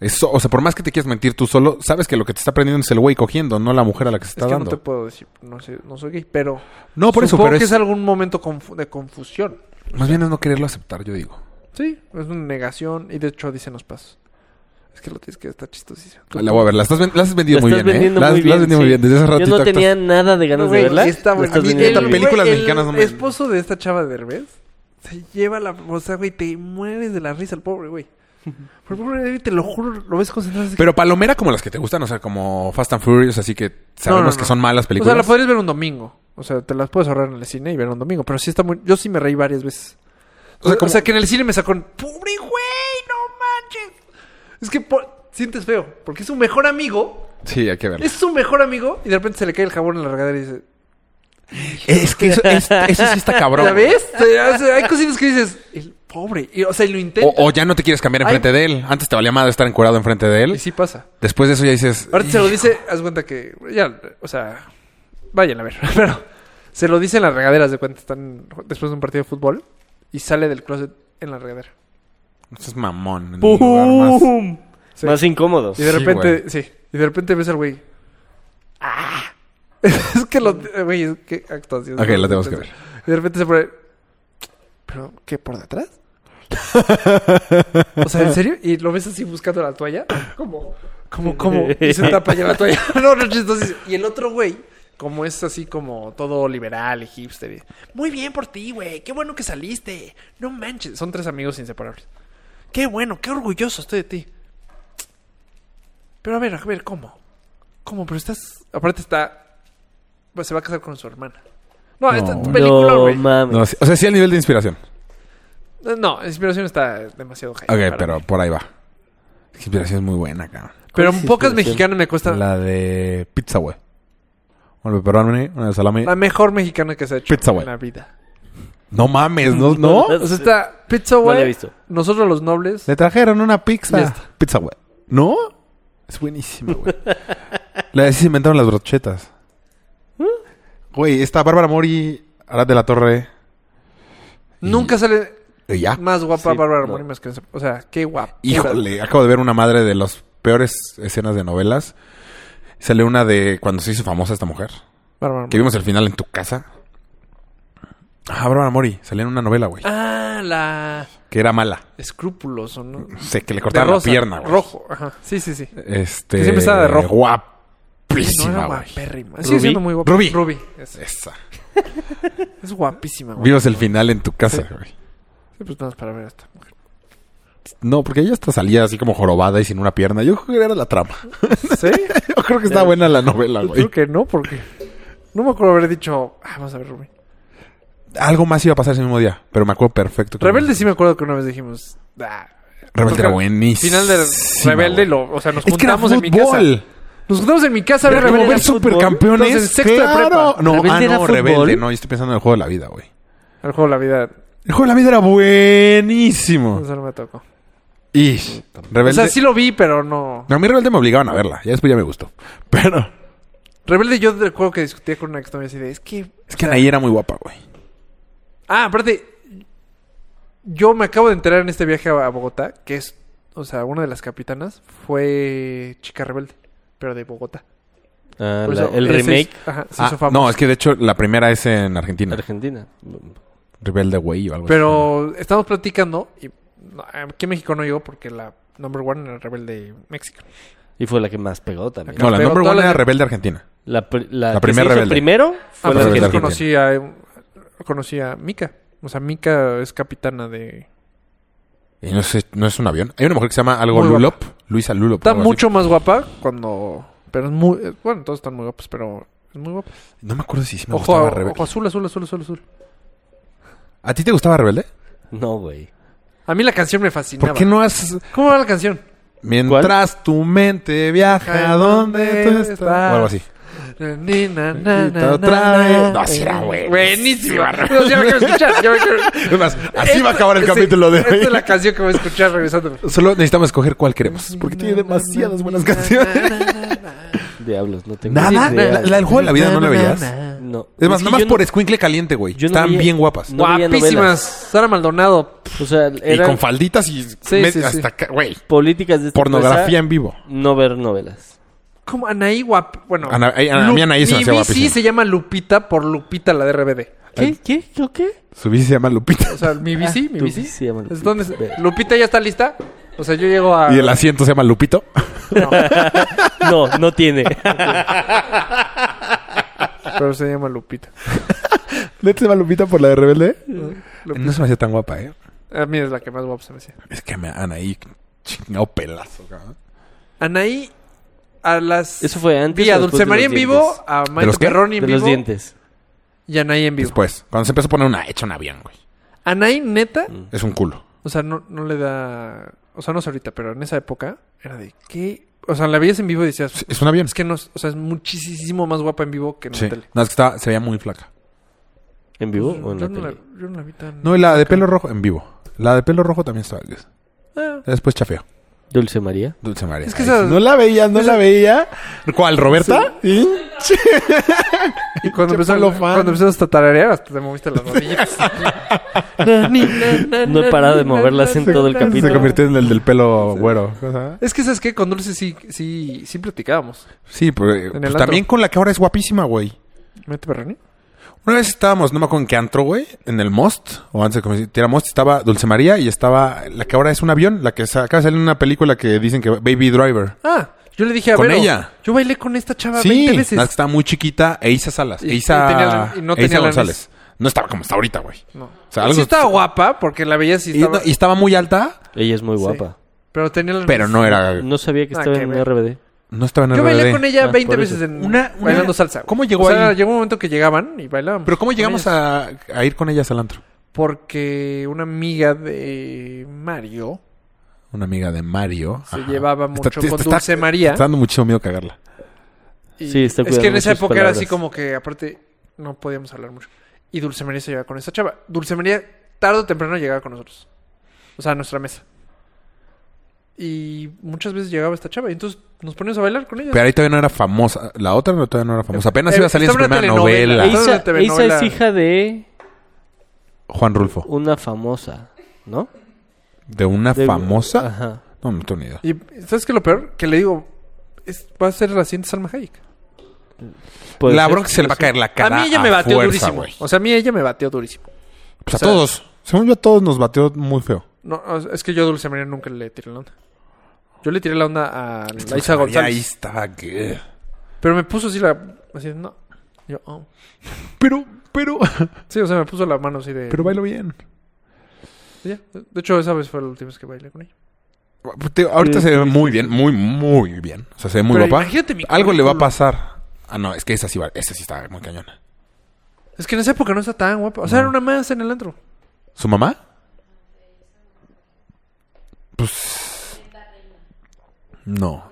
A: eso, o sea, por más que te quieras mentir tú solo, sabes que lo que te está prendiendo es el güey cogiendo, no la mujer a la que se
B: Es
A: está
B: que
A: dando.
B: no te puedo decir, no sé, no soy gay, pero.
A: No, por eso,
B: supongo
A: pero
B: que
A: es-
B: es, algún momento confu- de confusión.
A: Más bien es no quererlo aceptar, yo digo.
B: Sí, es una negación y de hecho dicen los pasos. Es que lo tienes que estar chistosísimo.
A: La voy a ver, la estás, ven- la has vendido
C: La
A: muy
C: estás
A: bien, ¿eh?
C: vendiendo
A: La has,
C: muy
A: la has
C: bien,
A: vendido
C: sí.
A: muy bien, desde hace ratito.
C: Yo no
A: actas-
C: tenía nada de ganas
B: No,
C: de
B: güey,
C: verla.
B: sí está
C: la
B: buena.
C: estás
B: A mí
C: vendiendo
B: el
C: muy bien.
A: películas
B: güey, el
A: mexicanas no me-
B: esposo de esta chava de Herbes se lleva la. O sea, güey, te mueres de la risa el pobre, güey. Pero el pobre, güey, te lo juro, lo ves concentrado. así que-
A: Pero palomera como las que te gustan, o sea, como Fast and Furious, así que sabemos
B: No, no, no.
A: que son malas películas.
B: O sea, la podrías ver un domingo. O sea, te las puedes ahorrar en el cine y ver un domingo. Pero sí está muy. Yo sí me reí varias veces. O sea,
A: como-
B: o sea, que en el cine me sacó. un, ¡Pobre güey! ¡No manches! Es que po- sientes feo. Porque es su mejor amigo.
A: Sí, hay que verla.
B: Es su mejor amigo. Y de repente se le cae el jabón en la regadera y dice.
A: Es que eso, es- eso sí está cabrón.
B: ¿La ves? Te- o sea, hay cositas que dices. El pobre. Y, o sea, y lo intenta.
A: O, o ya no te quieres cambiar enfrente de él. Antes te valía madre estar encuerado enfrente de
B: Y
A: él.
B: sí pasa.
A: Después de eso ya dices...
B: Ahorita se lo dice, haz cuenta que ya, o sea, vayan a ver, pero se lo dice en las regaderas de cuenta, están después de un partido de fútbol y sale del closet en la regadera.
A: Eso es mamón. en un lugar más-
C: ¡Pum!
B: Sí.
C: Más incómodo.
B: Y de
A: Sí,
B: repente, sí, y de repente ves al güey. ¡Ah! es que lo, güey, es que actuación.
A: Ok, lo tenemos que ver.
B: Y de repente se pone, ¿pero qué, por detrás? o sea, ¿en serio? Y lo ves así buscando la toalla, como, como, como, y se tapa ya la toalla. no, no, entonces, y el otro güey, como es así como todo liberal y hipster. y, Muy bien por ti, güey, qué bueno que saliste. No manches, son tres amigos inseparables. Qué bueno, qué orgulloso estoy de ti. Pero a ver, a ver, ¿cómo? ¿Cómo? Pero estás, aparte está, pues se va a casar con su hermana. No,
A: No,
B: esta
A: güey.
B: película,
C: no
B: güey.
C: mames.
A: No, sí- o sea, sí al nivel de inspiración.
B: No, inspiración está demasiado high.
A: Ok,
B: para
A: pero
B: mí.
A: por ahí va. Inspiración es muy buena, cabrón.
B: Pero
C: ¿Cuál es
B: pocas
C: Inspiración?
B: mexicanas me cuestan. La,
A: La de pizza, güey. Una de pepperoni, una de salami.
B: mejor mexicana que se ha hecho
A: ¿Eh? Pizza, güey.
B: en la vida.
A: No mames, ¿no? ¿no?
B: O sea, está Pizza
C: la he
B: Güey,
C: visto.
B: Nosotros los nobles.
A: Le trajeron una pizza.
B: Ya está.
A: Pizza, güey. ¿No? Es buenísima, güey. La de sí se inventaron las brochetas.
B: ¿Eh?
A: Güey, está Bárbara Mori, Arad de la Torre.
B: Nunca sale
A: Y ya.
B: más guapa
C: Sí,
B: Bárbara
C: no.
B: Mori más que esa- O sea, qué guapa.
A: Ah, Híjole, acabo de ver una madre de las peores escenas de novelas. Sale una de cuando se hizo famosa esta mujer.
B: Bárbara Mori.
A: Que vimos el final en tu casa. Ah, Bárbara Mori. Salía en una novela, güey.
B: Ah, la.
A: Que era mala.
B: Escrúpulos, ¿o no?
A: Sé que le cortaron la
B: rosa,
A: pierna, güey.
B: Rojo, ajá. Sí, sí, sí.
A: Este.
B: Que siempre estaba de rojo. no
A: Guapísima,
B: era
A: güey.
B: guapérrima.
C: Rubí.
B: Sigue siendo muy guapa.
A: Rubí.
B: Rubí. Es,
A: Esa.
B: es guapísima, güey.
A: Vimos el final en tu casa, güey.
B: Sí, pues nada más para ver a esta mujer.
A: No, porque ella hasta salía así como jorobada y sin una pierna. Yo creo que era la trama.
B: ¿Sí?
A: Yo creo que está buena la novela,
B: Yo
A: güey.
B: Creo que no, porque no me acuerdo haber dicho, ah, vamos a ver, Rubén.
A: Algo más iba a pasar ese mismo día, pero me acuerdo perfecto. que-
B: Rebelde sí me acuerdo que una vez dijimos, ah,
A: Rebelde era
B: Porque
A: buenísimo.
B: final de Rebelde, lo, o sea, nos
A: Es que era
B: juntamos en mi casa.
A: fútbol.
B: Nos juntamos en mi casa a ver
A: Pero como
B: Rebelde.
A: ver
B: al fútbol.
A: supercampeones.
B: Entonces, en sexto de
A: claro.
B: prepa.
A: No,
C: ¿Rebelde
A: ah,
C: era
A: no,
C: fútbol?
A: Rebelde. No, yo estoy pensando en el juego de la vida, güey.
B: El juego de la vida,
A: El juego de la vida era buenísimo.
B: eso no me tocó.
A: Y
B: O
A: Rebelde.
B: sea, sí lo vi, pero no.
A: No, a mí Rebelde me obligaban a verla. Ya después ya me gustó. Pero
B: Rebelde yo recuerdo que discutía con una ex novia así de, es que...
A: es que Anaí era muy guapa, güey.
B: Ah, aparte, yo me acabo de enterar en este viaje a a Bogotá, que es, o sea, una de las capitanas fue chica rebelde, pero de Bogotá.
C: Ah,
B: Por
C: la-
B: eso
C: el
B: Pues ese es-
C: remake
B: ajá, se
A: Ah,
B: hizo famoso.
A: no, es que de hecho la primera es en Argentina.
C: Argentina.
A: Rebelde Way o algo así.
B: Pero estamos platicando y no, aquí en México no llegó porque la number one era Rebelde México.
C: Y fue la que más pegó también.
A: No, la
B: pero
A: number
B: todas
A: one era
B: las-
A: Rebelde Argentina.
C: La, pr- la,
A: La
C: que
A: primer
C: se hizo
A: rebelde.
C: primero fue
B: Ah,
C: la
B: pero
A: Rebelde
B: yo
C: Argentina.
A: Argentina.
B: conocí a, conocí a Mika. O sea, Mika es capitana de...
A: Y no es, no es un avión. Hay una mujer que se llama algo
B: Muy guapa.
A: Lulop. Luisa Lulop.
B: Está
A: algo así.
B: mucho más guapa cuando... Pero es muy... eh, Bueno, todos están muy guapos, pero es muy guapa.
A: No pues, me acuerdo si sí me
B: Ojo,
A: gustaba
B: a-
A: Rebelde.
B: ojo azul, azul, azul, azul, azul.
A: ¿A ti te gustaba Rebelde?
C: No, güey.
B: A mí la canción me fascinaba.
A: ¿Por qué no has...
B: ¿Cómo va la canción?
A: Mientras tu mente viaja
B: ¿A
A: donde tú
B: dónde
A: estás.
B: estás?
A: O algo así.
B: Ni, na, na,
A: Y
B: na,
A: otra
B: na,
A: vez.
B: na.
A: No, así era, güey.
B: Buenísima. No, ya me quiero escuchar. Ya me quiero...
A: Es más, así va a
B: Esta-
A: acabar el
B: sí,
A: capítulo de
B: Esta es la
A: hoy.
B: canción que voy a escuchar regresando.
A: Solo necesitamos escoger cuál queremos. Porque tiene demasiadas buenas canciones.
C: Diablos, no tengo
A: Nada.
C: idea.
A: La, la- el juego de la vida no la veías.
C: No.
A: Es más,
C: que
A: nada más
C: yo no-
A: por escuincle caliente, güey.
C: yo no
A: Están
C: veía-
A: bien guapas.
C: No veía
B: Guapísimas.
C: novelas.
B: Sara Maldonado.
C: O sea,
A: Y
C: eran
A: con falditas y me-
B: sí, sí.
A: hasta acá, güey.
C: políticas de esta
A: Pornografía
C: empresa,
A: en vivo.
C: No ver novelas.
B: Como Anaí guap... Bueno.
A: Ana- ay, Ana- a mí Anaí se me
B: mi
A: hacía
B: bici
A: guapísima.
B: se llama Lupita por Lupita, la de RBD.
C: ¿Qué? ¿Qué? ¿Qué? ¿Qué?
A: Su bici se llama Lupita.
B: O sea, mi bici,
C: Ah,
B: mi
C: tu
B: bici.
C: bici se llama Lupita.
B: Entonces,
C: Ve.
B: Lupita ya está lista. O sea, yo llego a...
A: Y el asiento se llama Lupito.
C: No, no tiene.
B: Pero se llama Lupita.
A: ¿Neta se llama Lupita por la de Rebelde? No se me hacía tan guapa, ¿eh?
B: A mí es la que más guapa se me hacía.
A: Es que me dan ahí chingado pelazo, cabrón.
B: Anaí a las...
C: Eso fue antes.
B: Vi a
C: o después
B: Dulce
C: de
B: María en
C: los
B: vivo,
C: dientes?
B: a
A: ¿De
B: Maite
A: los qué?
B: Perroni en
C: De los
B: vivo
C: dientes.
B: y a Anaí en vivo.
A: Después, cuando se empezó a poner una hecha un avión, güey.
B: Anaí, neta,
C: Mm.
A: Es un culo.
B: o sea, no, no le da... O sea, no sé ahorita, pero en esa época era de qué... O sea, la veías en vivo y decías...
A: Es un avión.
B: Es que no... es- O sea, es muchísimo más guapa en vivo que en
A: Sí.
B: la tele.
A: No, es que estaba, se veía muy flaca.
C: ¿En vivo
B: Yo
C: o en la
B: no la,
C: tele?
B: yo no la vi tan... Eh,
A: No, y la de pelo rojo en vivo. La de pelo rojo también estaba.
B: Ah,
A: Después chafeó.
C: Dulce María.
A: Dulce María.
B: Es que
A: Ay,
B: esa-
A: No la veía, no la veía. ¿Cuál, Roberta? Hinche.
B: y cuando
A: Pinche
B: empezó,
A: polo fan.
B: cuando empezó hasta tararear, hasta te moviste las rodillas. Na, ni, na, na,
C: No he
B: na,
C: parado de
B: ni, na,
C: moverlas
B: na,
C: en
B: na,
C: todo el
B: na,
C: capítulo.
A: Se
B: na.
A: convirtió en el del pelo güero. Ajá.
B: Es que, ¿sabes qué? Con Dulce sí, sí, sí platicábamos.
A: Sí, pero eh,
B: el
A: pues,
B: antro.
A: también con la que ahora es guapísima, güey.
B: Maite Perroni.
A: Una vez estábamos, no me acuerdo en qué antro, güey, en el Most, o antes de que me- era Most, estaba Dulce María y estaba la que ahora es un avión, la que sa- acaba de salir en una película que dicen que Baby Driver.
B: Ah, yo le dije a
A: Con
B: Vero,
A: ella.
B: Yo bailé con esta chava
A: Sí,
B: 20
A: la
B: Ah, veces.
A: que estaba muy chiquita, e Isa Salas,
B: Y-
A: e Isa,
B: y tenía- y no
A: e
B: tenía
A: Isa
B: la nariz.
A: González. No estaba como está ahorita, güey.
B: No.
A: O sea, algo-
B: Sí estaba guapa porque la veía sí
A: Y,
B: estaba...
A: no- y estaba muy alta,
C: Ella es muy guapa.
B: Pero tenía la...
A: pero no era,
C: No sabía que
B: Ah,
C: estaba
B: qué
C: en
B: ver.
C: RBD.
A: no estaba en
B: Yo bailé
A: RBD.
B: con ella
C: Ah,
B: 20
C: por
B: veces
C: eso.
B: en...
A: Una- una-
B: bailando salsa.
A: ¿Cómo llegó
B: O sea,
A: ahí?
B: llegó un momento que llegaban y bailábamos.
A: Pero ¿cómo
B: con
A: llegamos
B: ellas.
A: a, a ir con ellas al antro?
B: Porque una amiga de Mario
A: Una amiga de Mario.
B: se
A: Ajá.
B: llevaba mucho
A: Está- te-
B: con
A: te
B: Dulce
A: está-
B: María.
A: te Está dando mucho miedo cagarla.
B: y-
C: Sí, está
B: es que en
C: cuidando
B: esa
C: sus
B: época era así
C: palabras.
B: como que, aparte, no podíamos hablar mucho. Y Dulce María se llevaba con esta chava. Dulce María tarde o temprano llegaba con nosotros. O sea, a nuestra mesa. Y muchas veces llegaba esta chava. Y entonces nos poníamos a bailar con ella.
A: Pero ahí todavía no era famosa. La otra no- todavía no era famosa. Apenas
B: Eh,
A: iba a salir en su
B: estaba
A: primera
B: Ah. en una telenovela.
A: novela.
B: Ahí-
C: Ella
B: Esa- telenovela.
C: es hija de
A: Juan Rulfo.
C: una famosa, ¿no?
A: ¿De una
C: De-
A: famosa?
C: Ajá.
A: No, no tengo ni idea.
B: Y ¿sabes qué es lo peor? Que le digo, es- va a ser la siguiente Salma Hayek.
C: Puede
A: la
C: ser.
A: bronca se le va a caer la
B: A
A: cara.
B: mí ella me bateó
A: fuerza,
B: durísimo.
A: güey.
B: O sea, a mí ella me bateó durísimo.
A: Pues a
B: o sea-
A: todos. Según yo, a todos nos bateó muy feo.
B: No, o sea, es que yo a Dulce María nunca le tiré la onda. Yo le tiré la onda a la
A: O
B: Isa
A: sea,
B: González.
A: Ahí estaba que.
B: Pero me puso así la... Así, no. Yo, oh.
A: Pero, pero.
B: Sí, o sea, me puso la mano así de...
A: Pero bailo bien.
B: Ya. De hecho, esa vez fue la última vez que bailé con ella.
A: Te- ahorita
C: Sí,
A: se ve muy bien, muy, muy bien. O sea, se ve muy
B: Pero
A: guapa.
B: imagínate mi
A: Algo le va a
B: currículum.
A: pasar. Ah, no, es que esa sí, va- esa sí está muy cañona.
B: Es que en esa época no está tan guapa. O sea, era una más en el antro.
A: ¿Su mamá? Pues. No.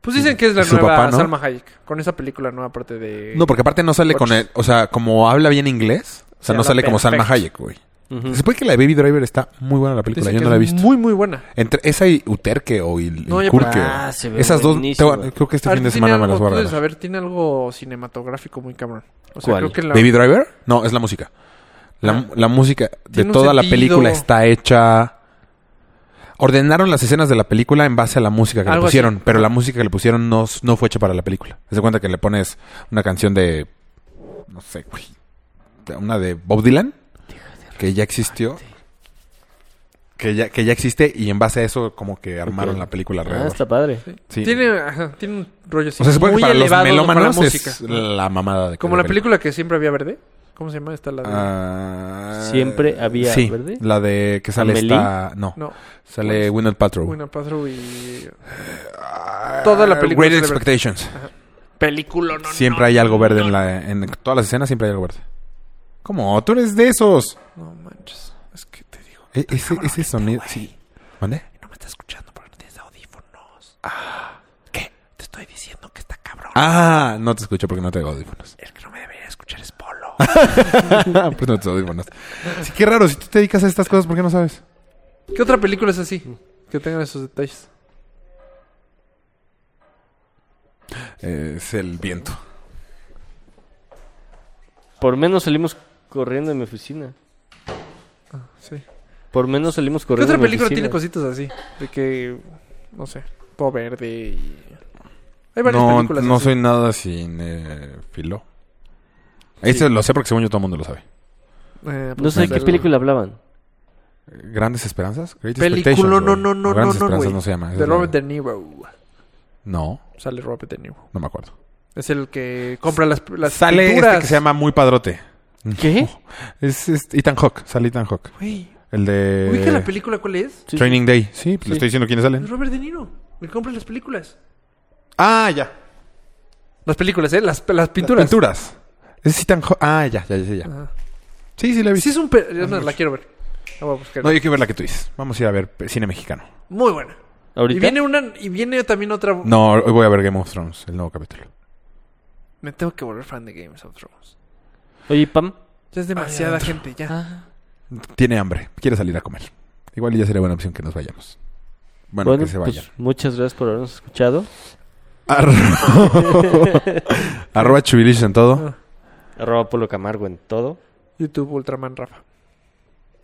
B: Pues dicen que es la
A: Mm. Su
B: nueva
A: papá, ¿no?
B: Salma Hayek. Con esa película nueva parte de...
A: No, porque aparte no sale con
B: Coches.
A: él. O sea, como habla bien inglés, o
B: Se
A: sea, no
B: habla
A: sale como Salma
B: perfecto.
A: Hayek, güey.
C: Ujú.
A: Se supone que la de Baby Driver está muy buena la película.
B: Dicen
A: Yo
B: que
A: no la he
B: es
A: visto. Este
B: muy, muy buena.
A: Entre esa y Uterque o Il-
B: No, ya,
A: Ilkurque.
C: pero- Ah, se ve
A: Esas dos,
C: buenísima.
A: te voy a- creo que este
B: A ver,
A: fin de
B: tiene
A: semana me las
B: algo-
A: voy a
B: tú debes
A: regalar.
B: saber, tiene algo cinematográfico muy cabrón. O sea,
C: ¿Cuál?
B: creo que la...
A: ¿Baby Driver? No, es la música. La,
B: Ah.
A: la música de
B: Tiene un
A: toda la
B: sentido.
A: película está hecha. O ordenaron las escenas de la película en base a la música que
B: Algo
A: le
B: así.
A: pusieron, pero la música que le pusieron no, no fue hecha para la película. Haz de cuenta que le pones una canción de. No sé, güey. de- Una de Bob Dylan. Que ya existió. Que ya, que ya existe y en base a eso, como que armaron
C: Ok.
A: la película
C: Ah,
A: alrededor.
C: está padre.
A: Sí.
B: Tiene, ajá, tiene un rollo así.
A: o sea, se supone que
B: muy
A: para los
B: elevado para
A: melómanos
B: la música.
A: es la mamada de
B: Como la película que siempre había verde. ¿Cómo se llama? Esta la de...
A: Ah,
C: Siempre había
A: sí,
C: verde.
A: La de que sale
C: ¿Amelie?
A: esta. No,
B: No,
A: sale Winnet Paltrow.
B: Winnie Paltrow y...
A: Ah,
B: Toda la película
A: Great
B: es de verde.
A: Expectations.
B: Película, no,
A: siempre
B: no,
A: hay algo verde en, la, en todas las escenas, siempre hay algo verde. ¿Cómo? Tú eres de esos.
B: No manches, es que te digo.
A: E- ese, ese sonido. Sí. ¿Mande?
B: No me estás escuchando porque no tienes audífonos. Ah,
A: ¿Qué?
B: Te estoy diciendo que está cabrón.
A: Ah, no te escucho porque no tengo audífonos.
B: El que no me debería escuchar es Polo.
A: pues no tengo audífonos. Sí, qué raro. Si tú te dedicas a estas cosas, ¿por qué no sabes?
B: ¿Qué otra película es así? Que tengan esos detalles.
A: Eh, es el viento.
C: Por menos salimos corriendo de mi oficina.
B: Sí.
C: Por menos salimos
B: ¿Qué
C: corriendo
B: otra
C: de mi
B: película tiene
C: oficina.
B: cositas así? De que, no sé, todo verde y... Hay varias
A: No,
B: películas
A: no
B: así.
A: soy nada sin eh, filo. Eso lo sé porque según yo todo el mundo lo sabe.
B: Eh, pues,
C: No sé de qué
B: pero-
C: película hablaban.
A: Grandes esperanzas. Great Expectations,
B: Película, no,
A: güey.
B: no, no, no,
A: Grandes
B: no,
A: esperanzas
B: güey.
A: no se llama. esa
B: De
A: es la-
B: Robert De Niro.
A: No,
B: Sale Robert De Niro.
A: no me acuerdo.
B: Es el que compra las, las
A: Sale
B: pinturas.
A: este que se llama Muy Padrote.
C: ¿Qué?
A: Es, es Ethan Hawke, sale Ethan Hawke.
B: Güey,
A: El
B: ¿ubica la
A: de
B: película cuál es?
C: Sí,
A: Training Day. Sí, pues
C: Sí.
A: le estoy diciendo quiénes
B: Es
A: salen.
B: Robert De Niro. Me compra las películas.
A: Ah, ya.
B: Las películas, ¿eh? Las, las pinturas.
A: Pinturas. Pinturas. Es Ethan Hawke. Ah, ya, ya, ya, ya.
B: Ajá.
A: Sí, sí la vi.
B: Sí, es un. pe- es más, la quiero ver. La voy a buscar.
A: No, yo quiero ver la que tú dices. Vamos a ir a ver eh, cine mexicano.
B: Muy buena.
C: ¿Ahorita?
B: Y viene una. Y viene también otra.
A: No, hoy voy a ver Game of Thrones, el nuevo capítulo.
B: Me tengo que volver fan de Games of Thrones.
C: Oye, Pam.
B: Ah, Ya Ah. es demasiada gente, ya.
A: Tiene hambre, quiere salir a comer. Igual ya sería buena opción que nos vayamos. Bueno,
C: Bueno,
A: que se
C: pues,
A: vayan.
C: muchas gracias por habernos escuchado.
A: Arro- Arroba Chubilish en todo.
C: Arroba Polo Camargo en todo.
B: YouTube Ultraman Rafa.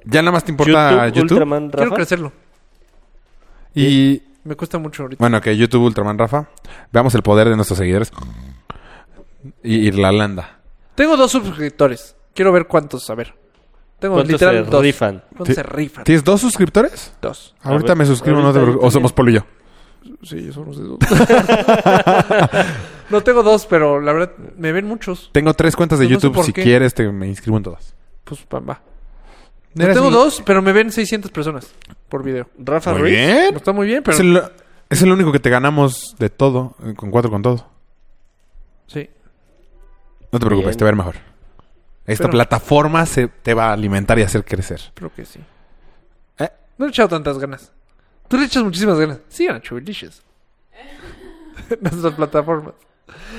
A: Ya nada más te importa YouTube.
C: Ultraman
B: Quiero
C: Rafa.
B: crecerlo.
A: Y
B: Me cuesta mucho ahorita.
A: bueno, que YouTube Ultraman Rafa. Veamos el poder de nuestros seguidores. Y Irlanda.
B: Tengo dos suscriptores. Quiero ver cuántos. A ver. Tengo
C: ¿Cuántos
B: literal
C: se
B: dos.
C: rifan?
B: ¿Cuántos
A: Ti-
B: se rifan?
A: ¿Tienes dos suscriptores?
B: Dos.
C: A
A: Ahorita
C: ver,
A: me suscribo, no te
C: ahorita yo
A: preocupes. O somos Polo y yo.
B: Sí, yo solo sé dos. no tengo dos, pero la verdad me ven muchos.
A: Tengo tres cuentas de
B: Pero no sé
A: YouTube.
B: por
A: si
B: qué.
A: quieres, te, me inscribo en todas.
B: Pues va, va. No
A: Eres
B: tengo
A: el-
B: dos, pero me ven 600 personas por video.
C: Rafa
A: Muy
C: Ruiz.
A: bien.
B: No está muy bien, pero.
A: Es el, es el único que te ganamos de todo, eh, con cuatro con todo.
B: Sí.
A: No te preocupes,
C: Bien.
A: te va a ir mejor. Esta
B: Pero-
A: plataforma se te va a alimentar y hacer crecer.
B: Creo que sí.
A: ¿Eh?
B: No le he echado tantas ganas. Tú le echas muchísimas ganas. Sí, a Chubilicious. Nuestras plataformas.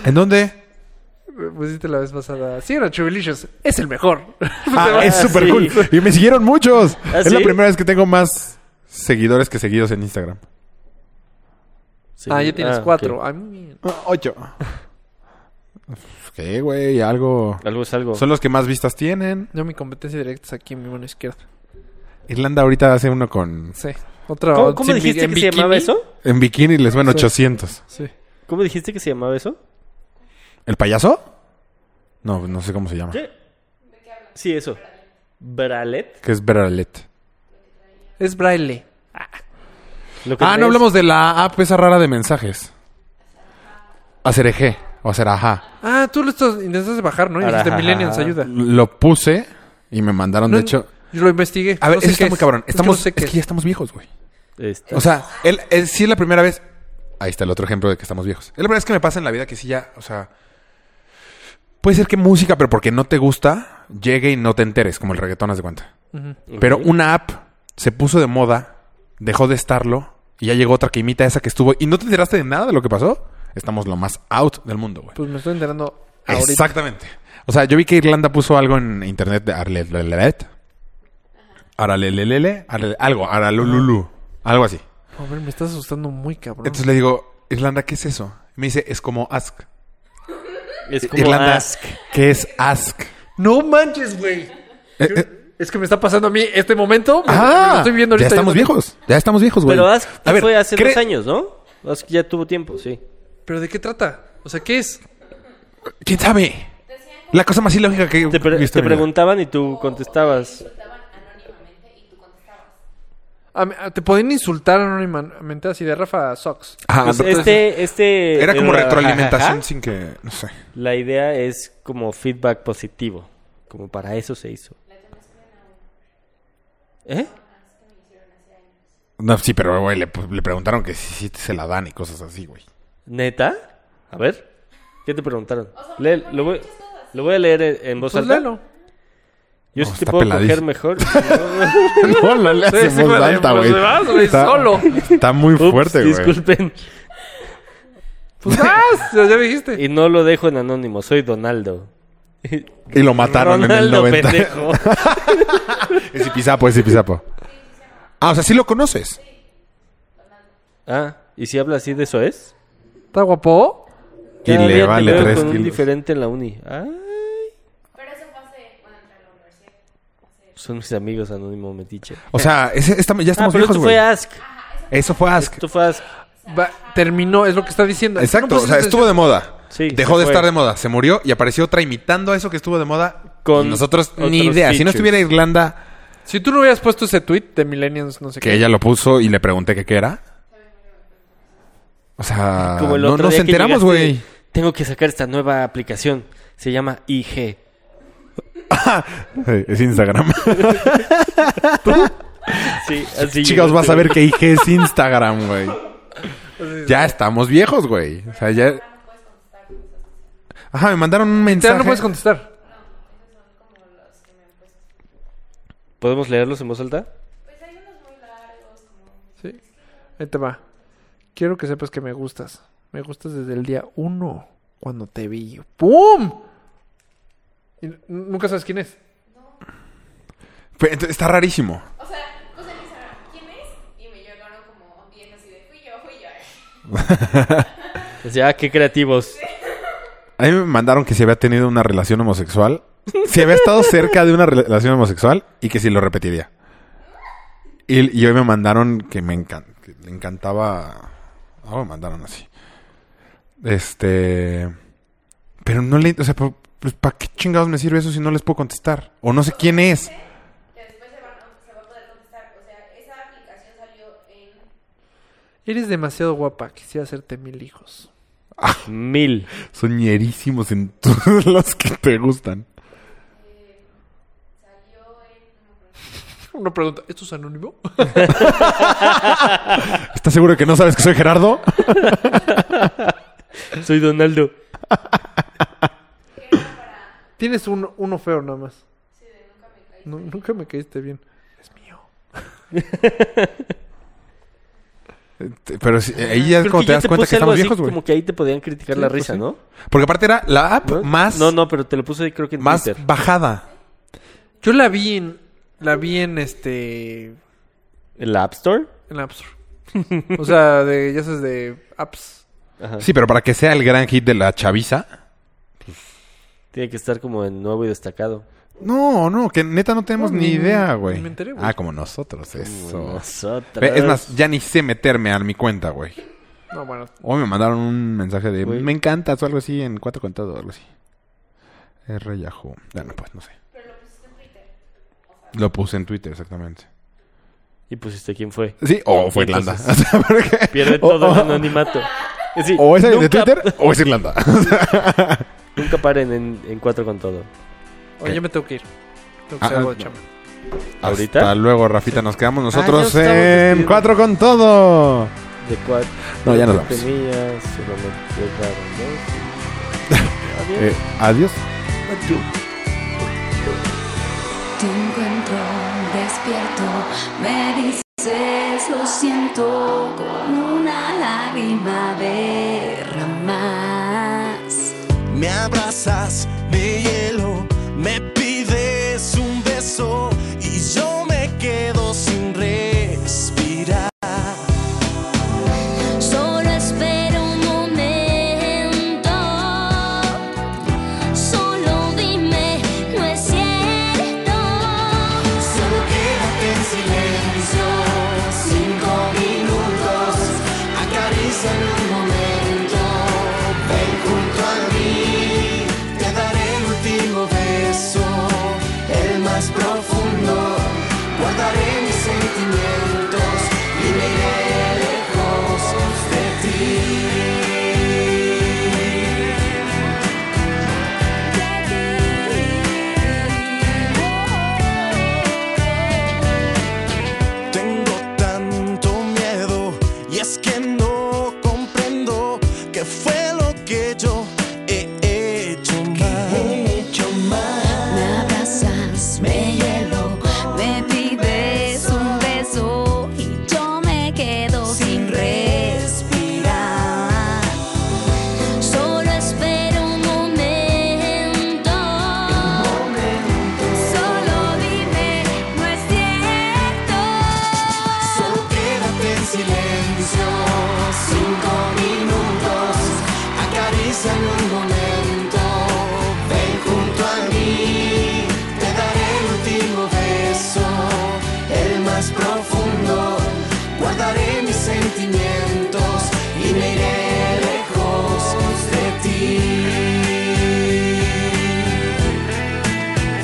A: ¿En dónde?
B: Me Pusiste la vez pasada. Sí, a Chubilicious. Es el mejor.
A: Ah, es
C: Ah,
A: súper
C: sí.
A: cool. Y me siguieron muchos.
C: ¿Ah,
A: es la
C: sí?
A: primera vez que tengo más seguidores que seguidos en Instagram.
C: Sí.
B: ah, ya tienes
C: ok.
B: cuatro. Ah, muy bien.
A: Ocho. ¿Qué, güey? Algo.
C: Algo es algo.
A: Son los que más vistas tienen.
B: Yo mi competencia directa es aquí en mi mano izquierda.
A: Irlanda ahorita hace uno con.
B: Sí. Otra.
C: ¿Cómo, cómo
B: sin-
C: dijiste
B: en
C: que se llamaba
B: bikini.
C: eso?
A: En bikini les van 800.
B: Sí.
C: ¿Cómo dijiste que se llamaba eso?
A: ¿El payaso? No, no sé cómo se llama.
C: ¿Qué? Sí, eso. Bralet.
A: Que es Beralet.
B: Es braille.
C: Lo que
A: Ah,
C: traes.
A: no hablamos de la app esa rara de mensajes. Hacer eje o hacer ajá.
B: Ah, tú lo estás, intentaste bajar, ¿no? Y dijiste
C: Ajá.
B: Millennials, ayuda.
A: Lo puse y me mandaron,
B: No,
A: de hecho.
B: Yo lo investigué.
A: A ver,
B: No sé
A: eso
B: qué
A: está muy
B: es.
A: cabrón.
B: Es que
A: Estamos,
B: no sé qué
A: es que ya estamos viejos, güey.
C: Este,
A: O sea, él, él- sí es la primera vez. Ahí está el otro ejemplo de que estamos viejos. Es la primera vez que me pasa en la vida que sí ya, o sea. Puede ser que música, pero porque no te gusta, llegue y no te enteres, como el reggaetón, haz de cuenta.
B: Ujú.
A: Pero
C: ok.
A: una app se puso de moda, dejó de estarlo, y ya llegó otra que imita esa que estuvo, y no te enteraste de nada de lo que pasó. Estamos lo más out del mundo, güey.
B: Pues me estoy enterando ahorita.
A: Exactamente. O sea, yo vi que Irlanda puso algo en internet de Arlelelet. Aralelelele. arale- Algo. Aralululu. Algo así.
B: A ver, me estás asustando muy cabrón.
A: Entonces le digo, Irlanda, ¿qué es eso? Y me dice, es como ask.
C: es como
A: uh, Irlanda,
C: Ask.
A: ¿qué es ask?
B: No manches, güey.
A: Eh, eh,
B: Es que me está pasando a mí este momento. me- me lo
A: Ah,
B: estoy viendo ahorita.
A: ya estamos
B: yo también.
A: viejos. Ya estamos viejos, güey.
C: Pero Ask
A: A ver,
C: fue hace
A: cre-
C: dos años, ¿no? Ask ya tuvo tiempo, sí.
B: ¿Pero de qué trata? O sea, ¿qué es?
A: ¿Quién sabe? La cosa más ilógica que
C: Te, pre-
A: he visto
C: te
A: en mi vida.
C: preguntaban y tú contestabas.
B: A mí- a- Ah, Te podían insultar anónimamente así de Rafa Sox.
A: Ajá,
C: Pues
A: no,
C: este, este...
A: Ah, Era como
C: el-
A: retroalimentación
C: ajá.
A: sin que... No sé.
C: La idea es como feedback positivo. Como para eso se hizo. ¿Eh?
A: No, sí, pero güey, le, pues, le preguntaron que si, si se la dan y cosas así, güey.
C: ¿Neta? A ver. ¿Qué te preguntaron? Lee- lo, voy, lo voy a leer en, en voz
B: Pues
C: alta.
B: léelo.
C: Yo
A: No,
C: sí te
A: está
C: puedo coger
A: peladísimo.
C: mejor.
A: No, la le
B: Sí, sí, güey, pues, vas, güey, solo.
A: Está muy
C: Ups,
A: fuerte, güey.
C: disculpen.
B: Pues vas, ya ya dijiste.
C: Y no lo dejo en anónimo, soy Donaldo.
A: Y lo mataron en el
C: Ronaldo,
A: 90.
C: pendejo.
A: Es Ipizapo, es Ipizapo. Ah, o sea, sí lo conoces.
C: Ah, ¿y si habla así de eso es?
B: ¿Está guapo?
A: Y
C: Cada día
A: le
C: te
A: vale
C: veo
A: tres
C: con un
A: kilos.
C: diferente en la uni. Ah, son mis amigos anónimo metiche.
A: O sea, ese- esta- ya
C: Ah,
A: estamos
C: pero
A: viejos,
C: esto fue
A: güey.
C: Ask.
A: Eso fue Ask.
C: Esto fue Ask.
B: Va- terminó, es lo que está diciendo.
A: Exacto,
B: No,
A: o
B: pues,
A: sea, estuvo de moda.
C: Sí,
A: Dejó
C: se
A: de
C: fue.
A: estar de moda, se murió y apareció otra imitando a eso que estuvo de moda.
C: Con
A: Con nosotros ni
C: otros
A: idea. Si no
C: features.
A: estuviera Irlanda,
B: Si tú no hubieras puesto ese tweet de Millennials, no sé
A: que
B: qué.
A: ella lo puso y le pregunté que qué era. O sea,
C: Como el
A: Ah, no
C: otro
A: nos
C: día que
A: enteramos,
C: llegaste,
A: güey.
C: Tengo que sacar esta nueva aplicación. Se llama IG.
A: Sí, Es Instagram.
C: Sí, así.
A: Chicos, vas a ver que IG es Instagram, güey. Ya estamos viejos, güey. O sea, ya. Ajá, me mandaron un
B: Ya
A: mensaje.
B: no puedes contestar.
C: ¿Podemos leerlos en voz alta?
B: Sí. Ahí te va. Quiero que sepas que me gustas. Me gustas desde el día uno, cuando te vi. ¡Pum! Y n- nunca sabes quién es.
A: Pero entonces, Está rarísimo.
E: O sea, puse en Instagram, ¿quién es? Y me llegaron como 10 así de, fui yo, fui yo.
C: O sea, Pues qué creativos.
A: A mí me mandaron que si había tenido una relación homosexual, si había estado cerca de una relación homosexual y que si lo repetiría. Y, y hoy me mandaron que me encan- que le encantaba. Algo me mandaron así. Este. Pero no le. O sea, ¿para qué chingados me sirve eso si no les puedo contestar? O no sé quién es.
E: Que después se va, se va a poder contestar. O sea, esa aplicación salió en...
B: Eres demasiado guapa. Quisiera hacerte mil hijos.
C: Mil.
A: Soñerísimos en todos los que te gustan.
B: Una pregunta. ¿Esto es anónimo?
A: ¿Estás seguro que no sabes que soy Gerardo?
C: Soy Donaldo.
B: Tienes un, uno feo nada más. No, nunca me caíste bien. Es mío.
A: Pero si- ahí ya es
C: Creo
A: como
C: que
A: te
C: yo
A: das cuenta
C: puse
A: que estamos
C: algo así
A: viejos, güey.
C: Como que ahí te podían criticar la
B: Sí, pues
C: risa,
B: sí.
C: ¿no?
A: Porque aparte era la app
C: ¿No?
A: más,
C: No, no, pero te lo puse creo que en
A: más
C: Twitter.
A: bajada.
B: Yo la vi en... La vi en este...
C: ¿En la App Store?
B: En App Store. O sea, de, ya sabes, de apps.
C: Ajá.
A: Sí, pero para que sea el gran hit de la chaviza.
C: Tiene que estar como en nuevo y destacado.
A: No, no, que neta no tenemos
B: No,
A: ni
B: ni-
A: idea, güey.
B: ni me enteré, güey.
A: Ah, como nosotros, eso.
C: Nosotros.
A: Ve, Es más, ya ni sé meterme a mi cuenta, güey.
B: No, bueno.
A: Hoy me mandaron un mensaje de
C: Güey.
A: me encantas o algo así en cuatro contados o algo así. R Yahoo. Ya no, pues no sé. Lo puse en Twitter, exactamente.
C: Y pusiste quién fue.
A: Sí, o fue Irlanda.
C: Entonces,
A: O sea, porque-
C: Pierde
A: o-
C: todo
A: o-
C: el anonimato. Es decir,
A: Oh. o es el de
C: nunca-
A: Twitter o es Irlanda.
C: Nunca paren en, en cuatro con todo.
B: Oye, ya me tengo que ir. Tengo que
A: Ah,
B: hacer algo de
A: no.
B: chamba.
A: ¿Ahorita?
C: ¿Ahorita?
A: Hasta luego, Rafita. Nos quedamos
C: Ah, ya
A: nosotros
C: estamos
A: en
C: despidiendo.
A: Cuatro con Todo.
C: De cuatro.
A: No, ya nos vamos.
C: Tenías, solo me quedaron dos.
A: Eh,
C: Adiós.
A: adiós.
F: Te encuentro despierto, me dices lo siento con una lágrima derramas.
G: Me abrazas de hielo, me pides un beso y yo me quedo sin respirar.
F: Solo espero un momento, solo dime no es cierto. quedo sin respirar. Solo espero un momento. Solo dime, no es cierto.
G: Solo quédate en silencio cinco minutos. Acaricia un momento. Ven junto a mí. Te daré el último beso, el más profundo. Guardaré mis sentimientos y me iré lejos de ti.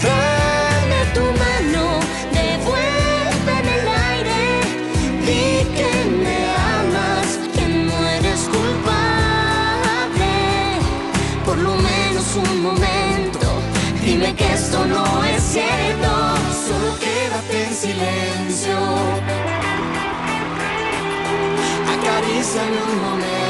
F: Dame tu mano, devuélveme el aire. Di que me amas, que no eres culpable. Por lo menos un momento, dime que esto no es cierto.
G: Solo quédate en silencio. Acaríciame un momento.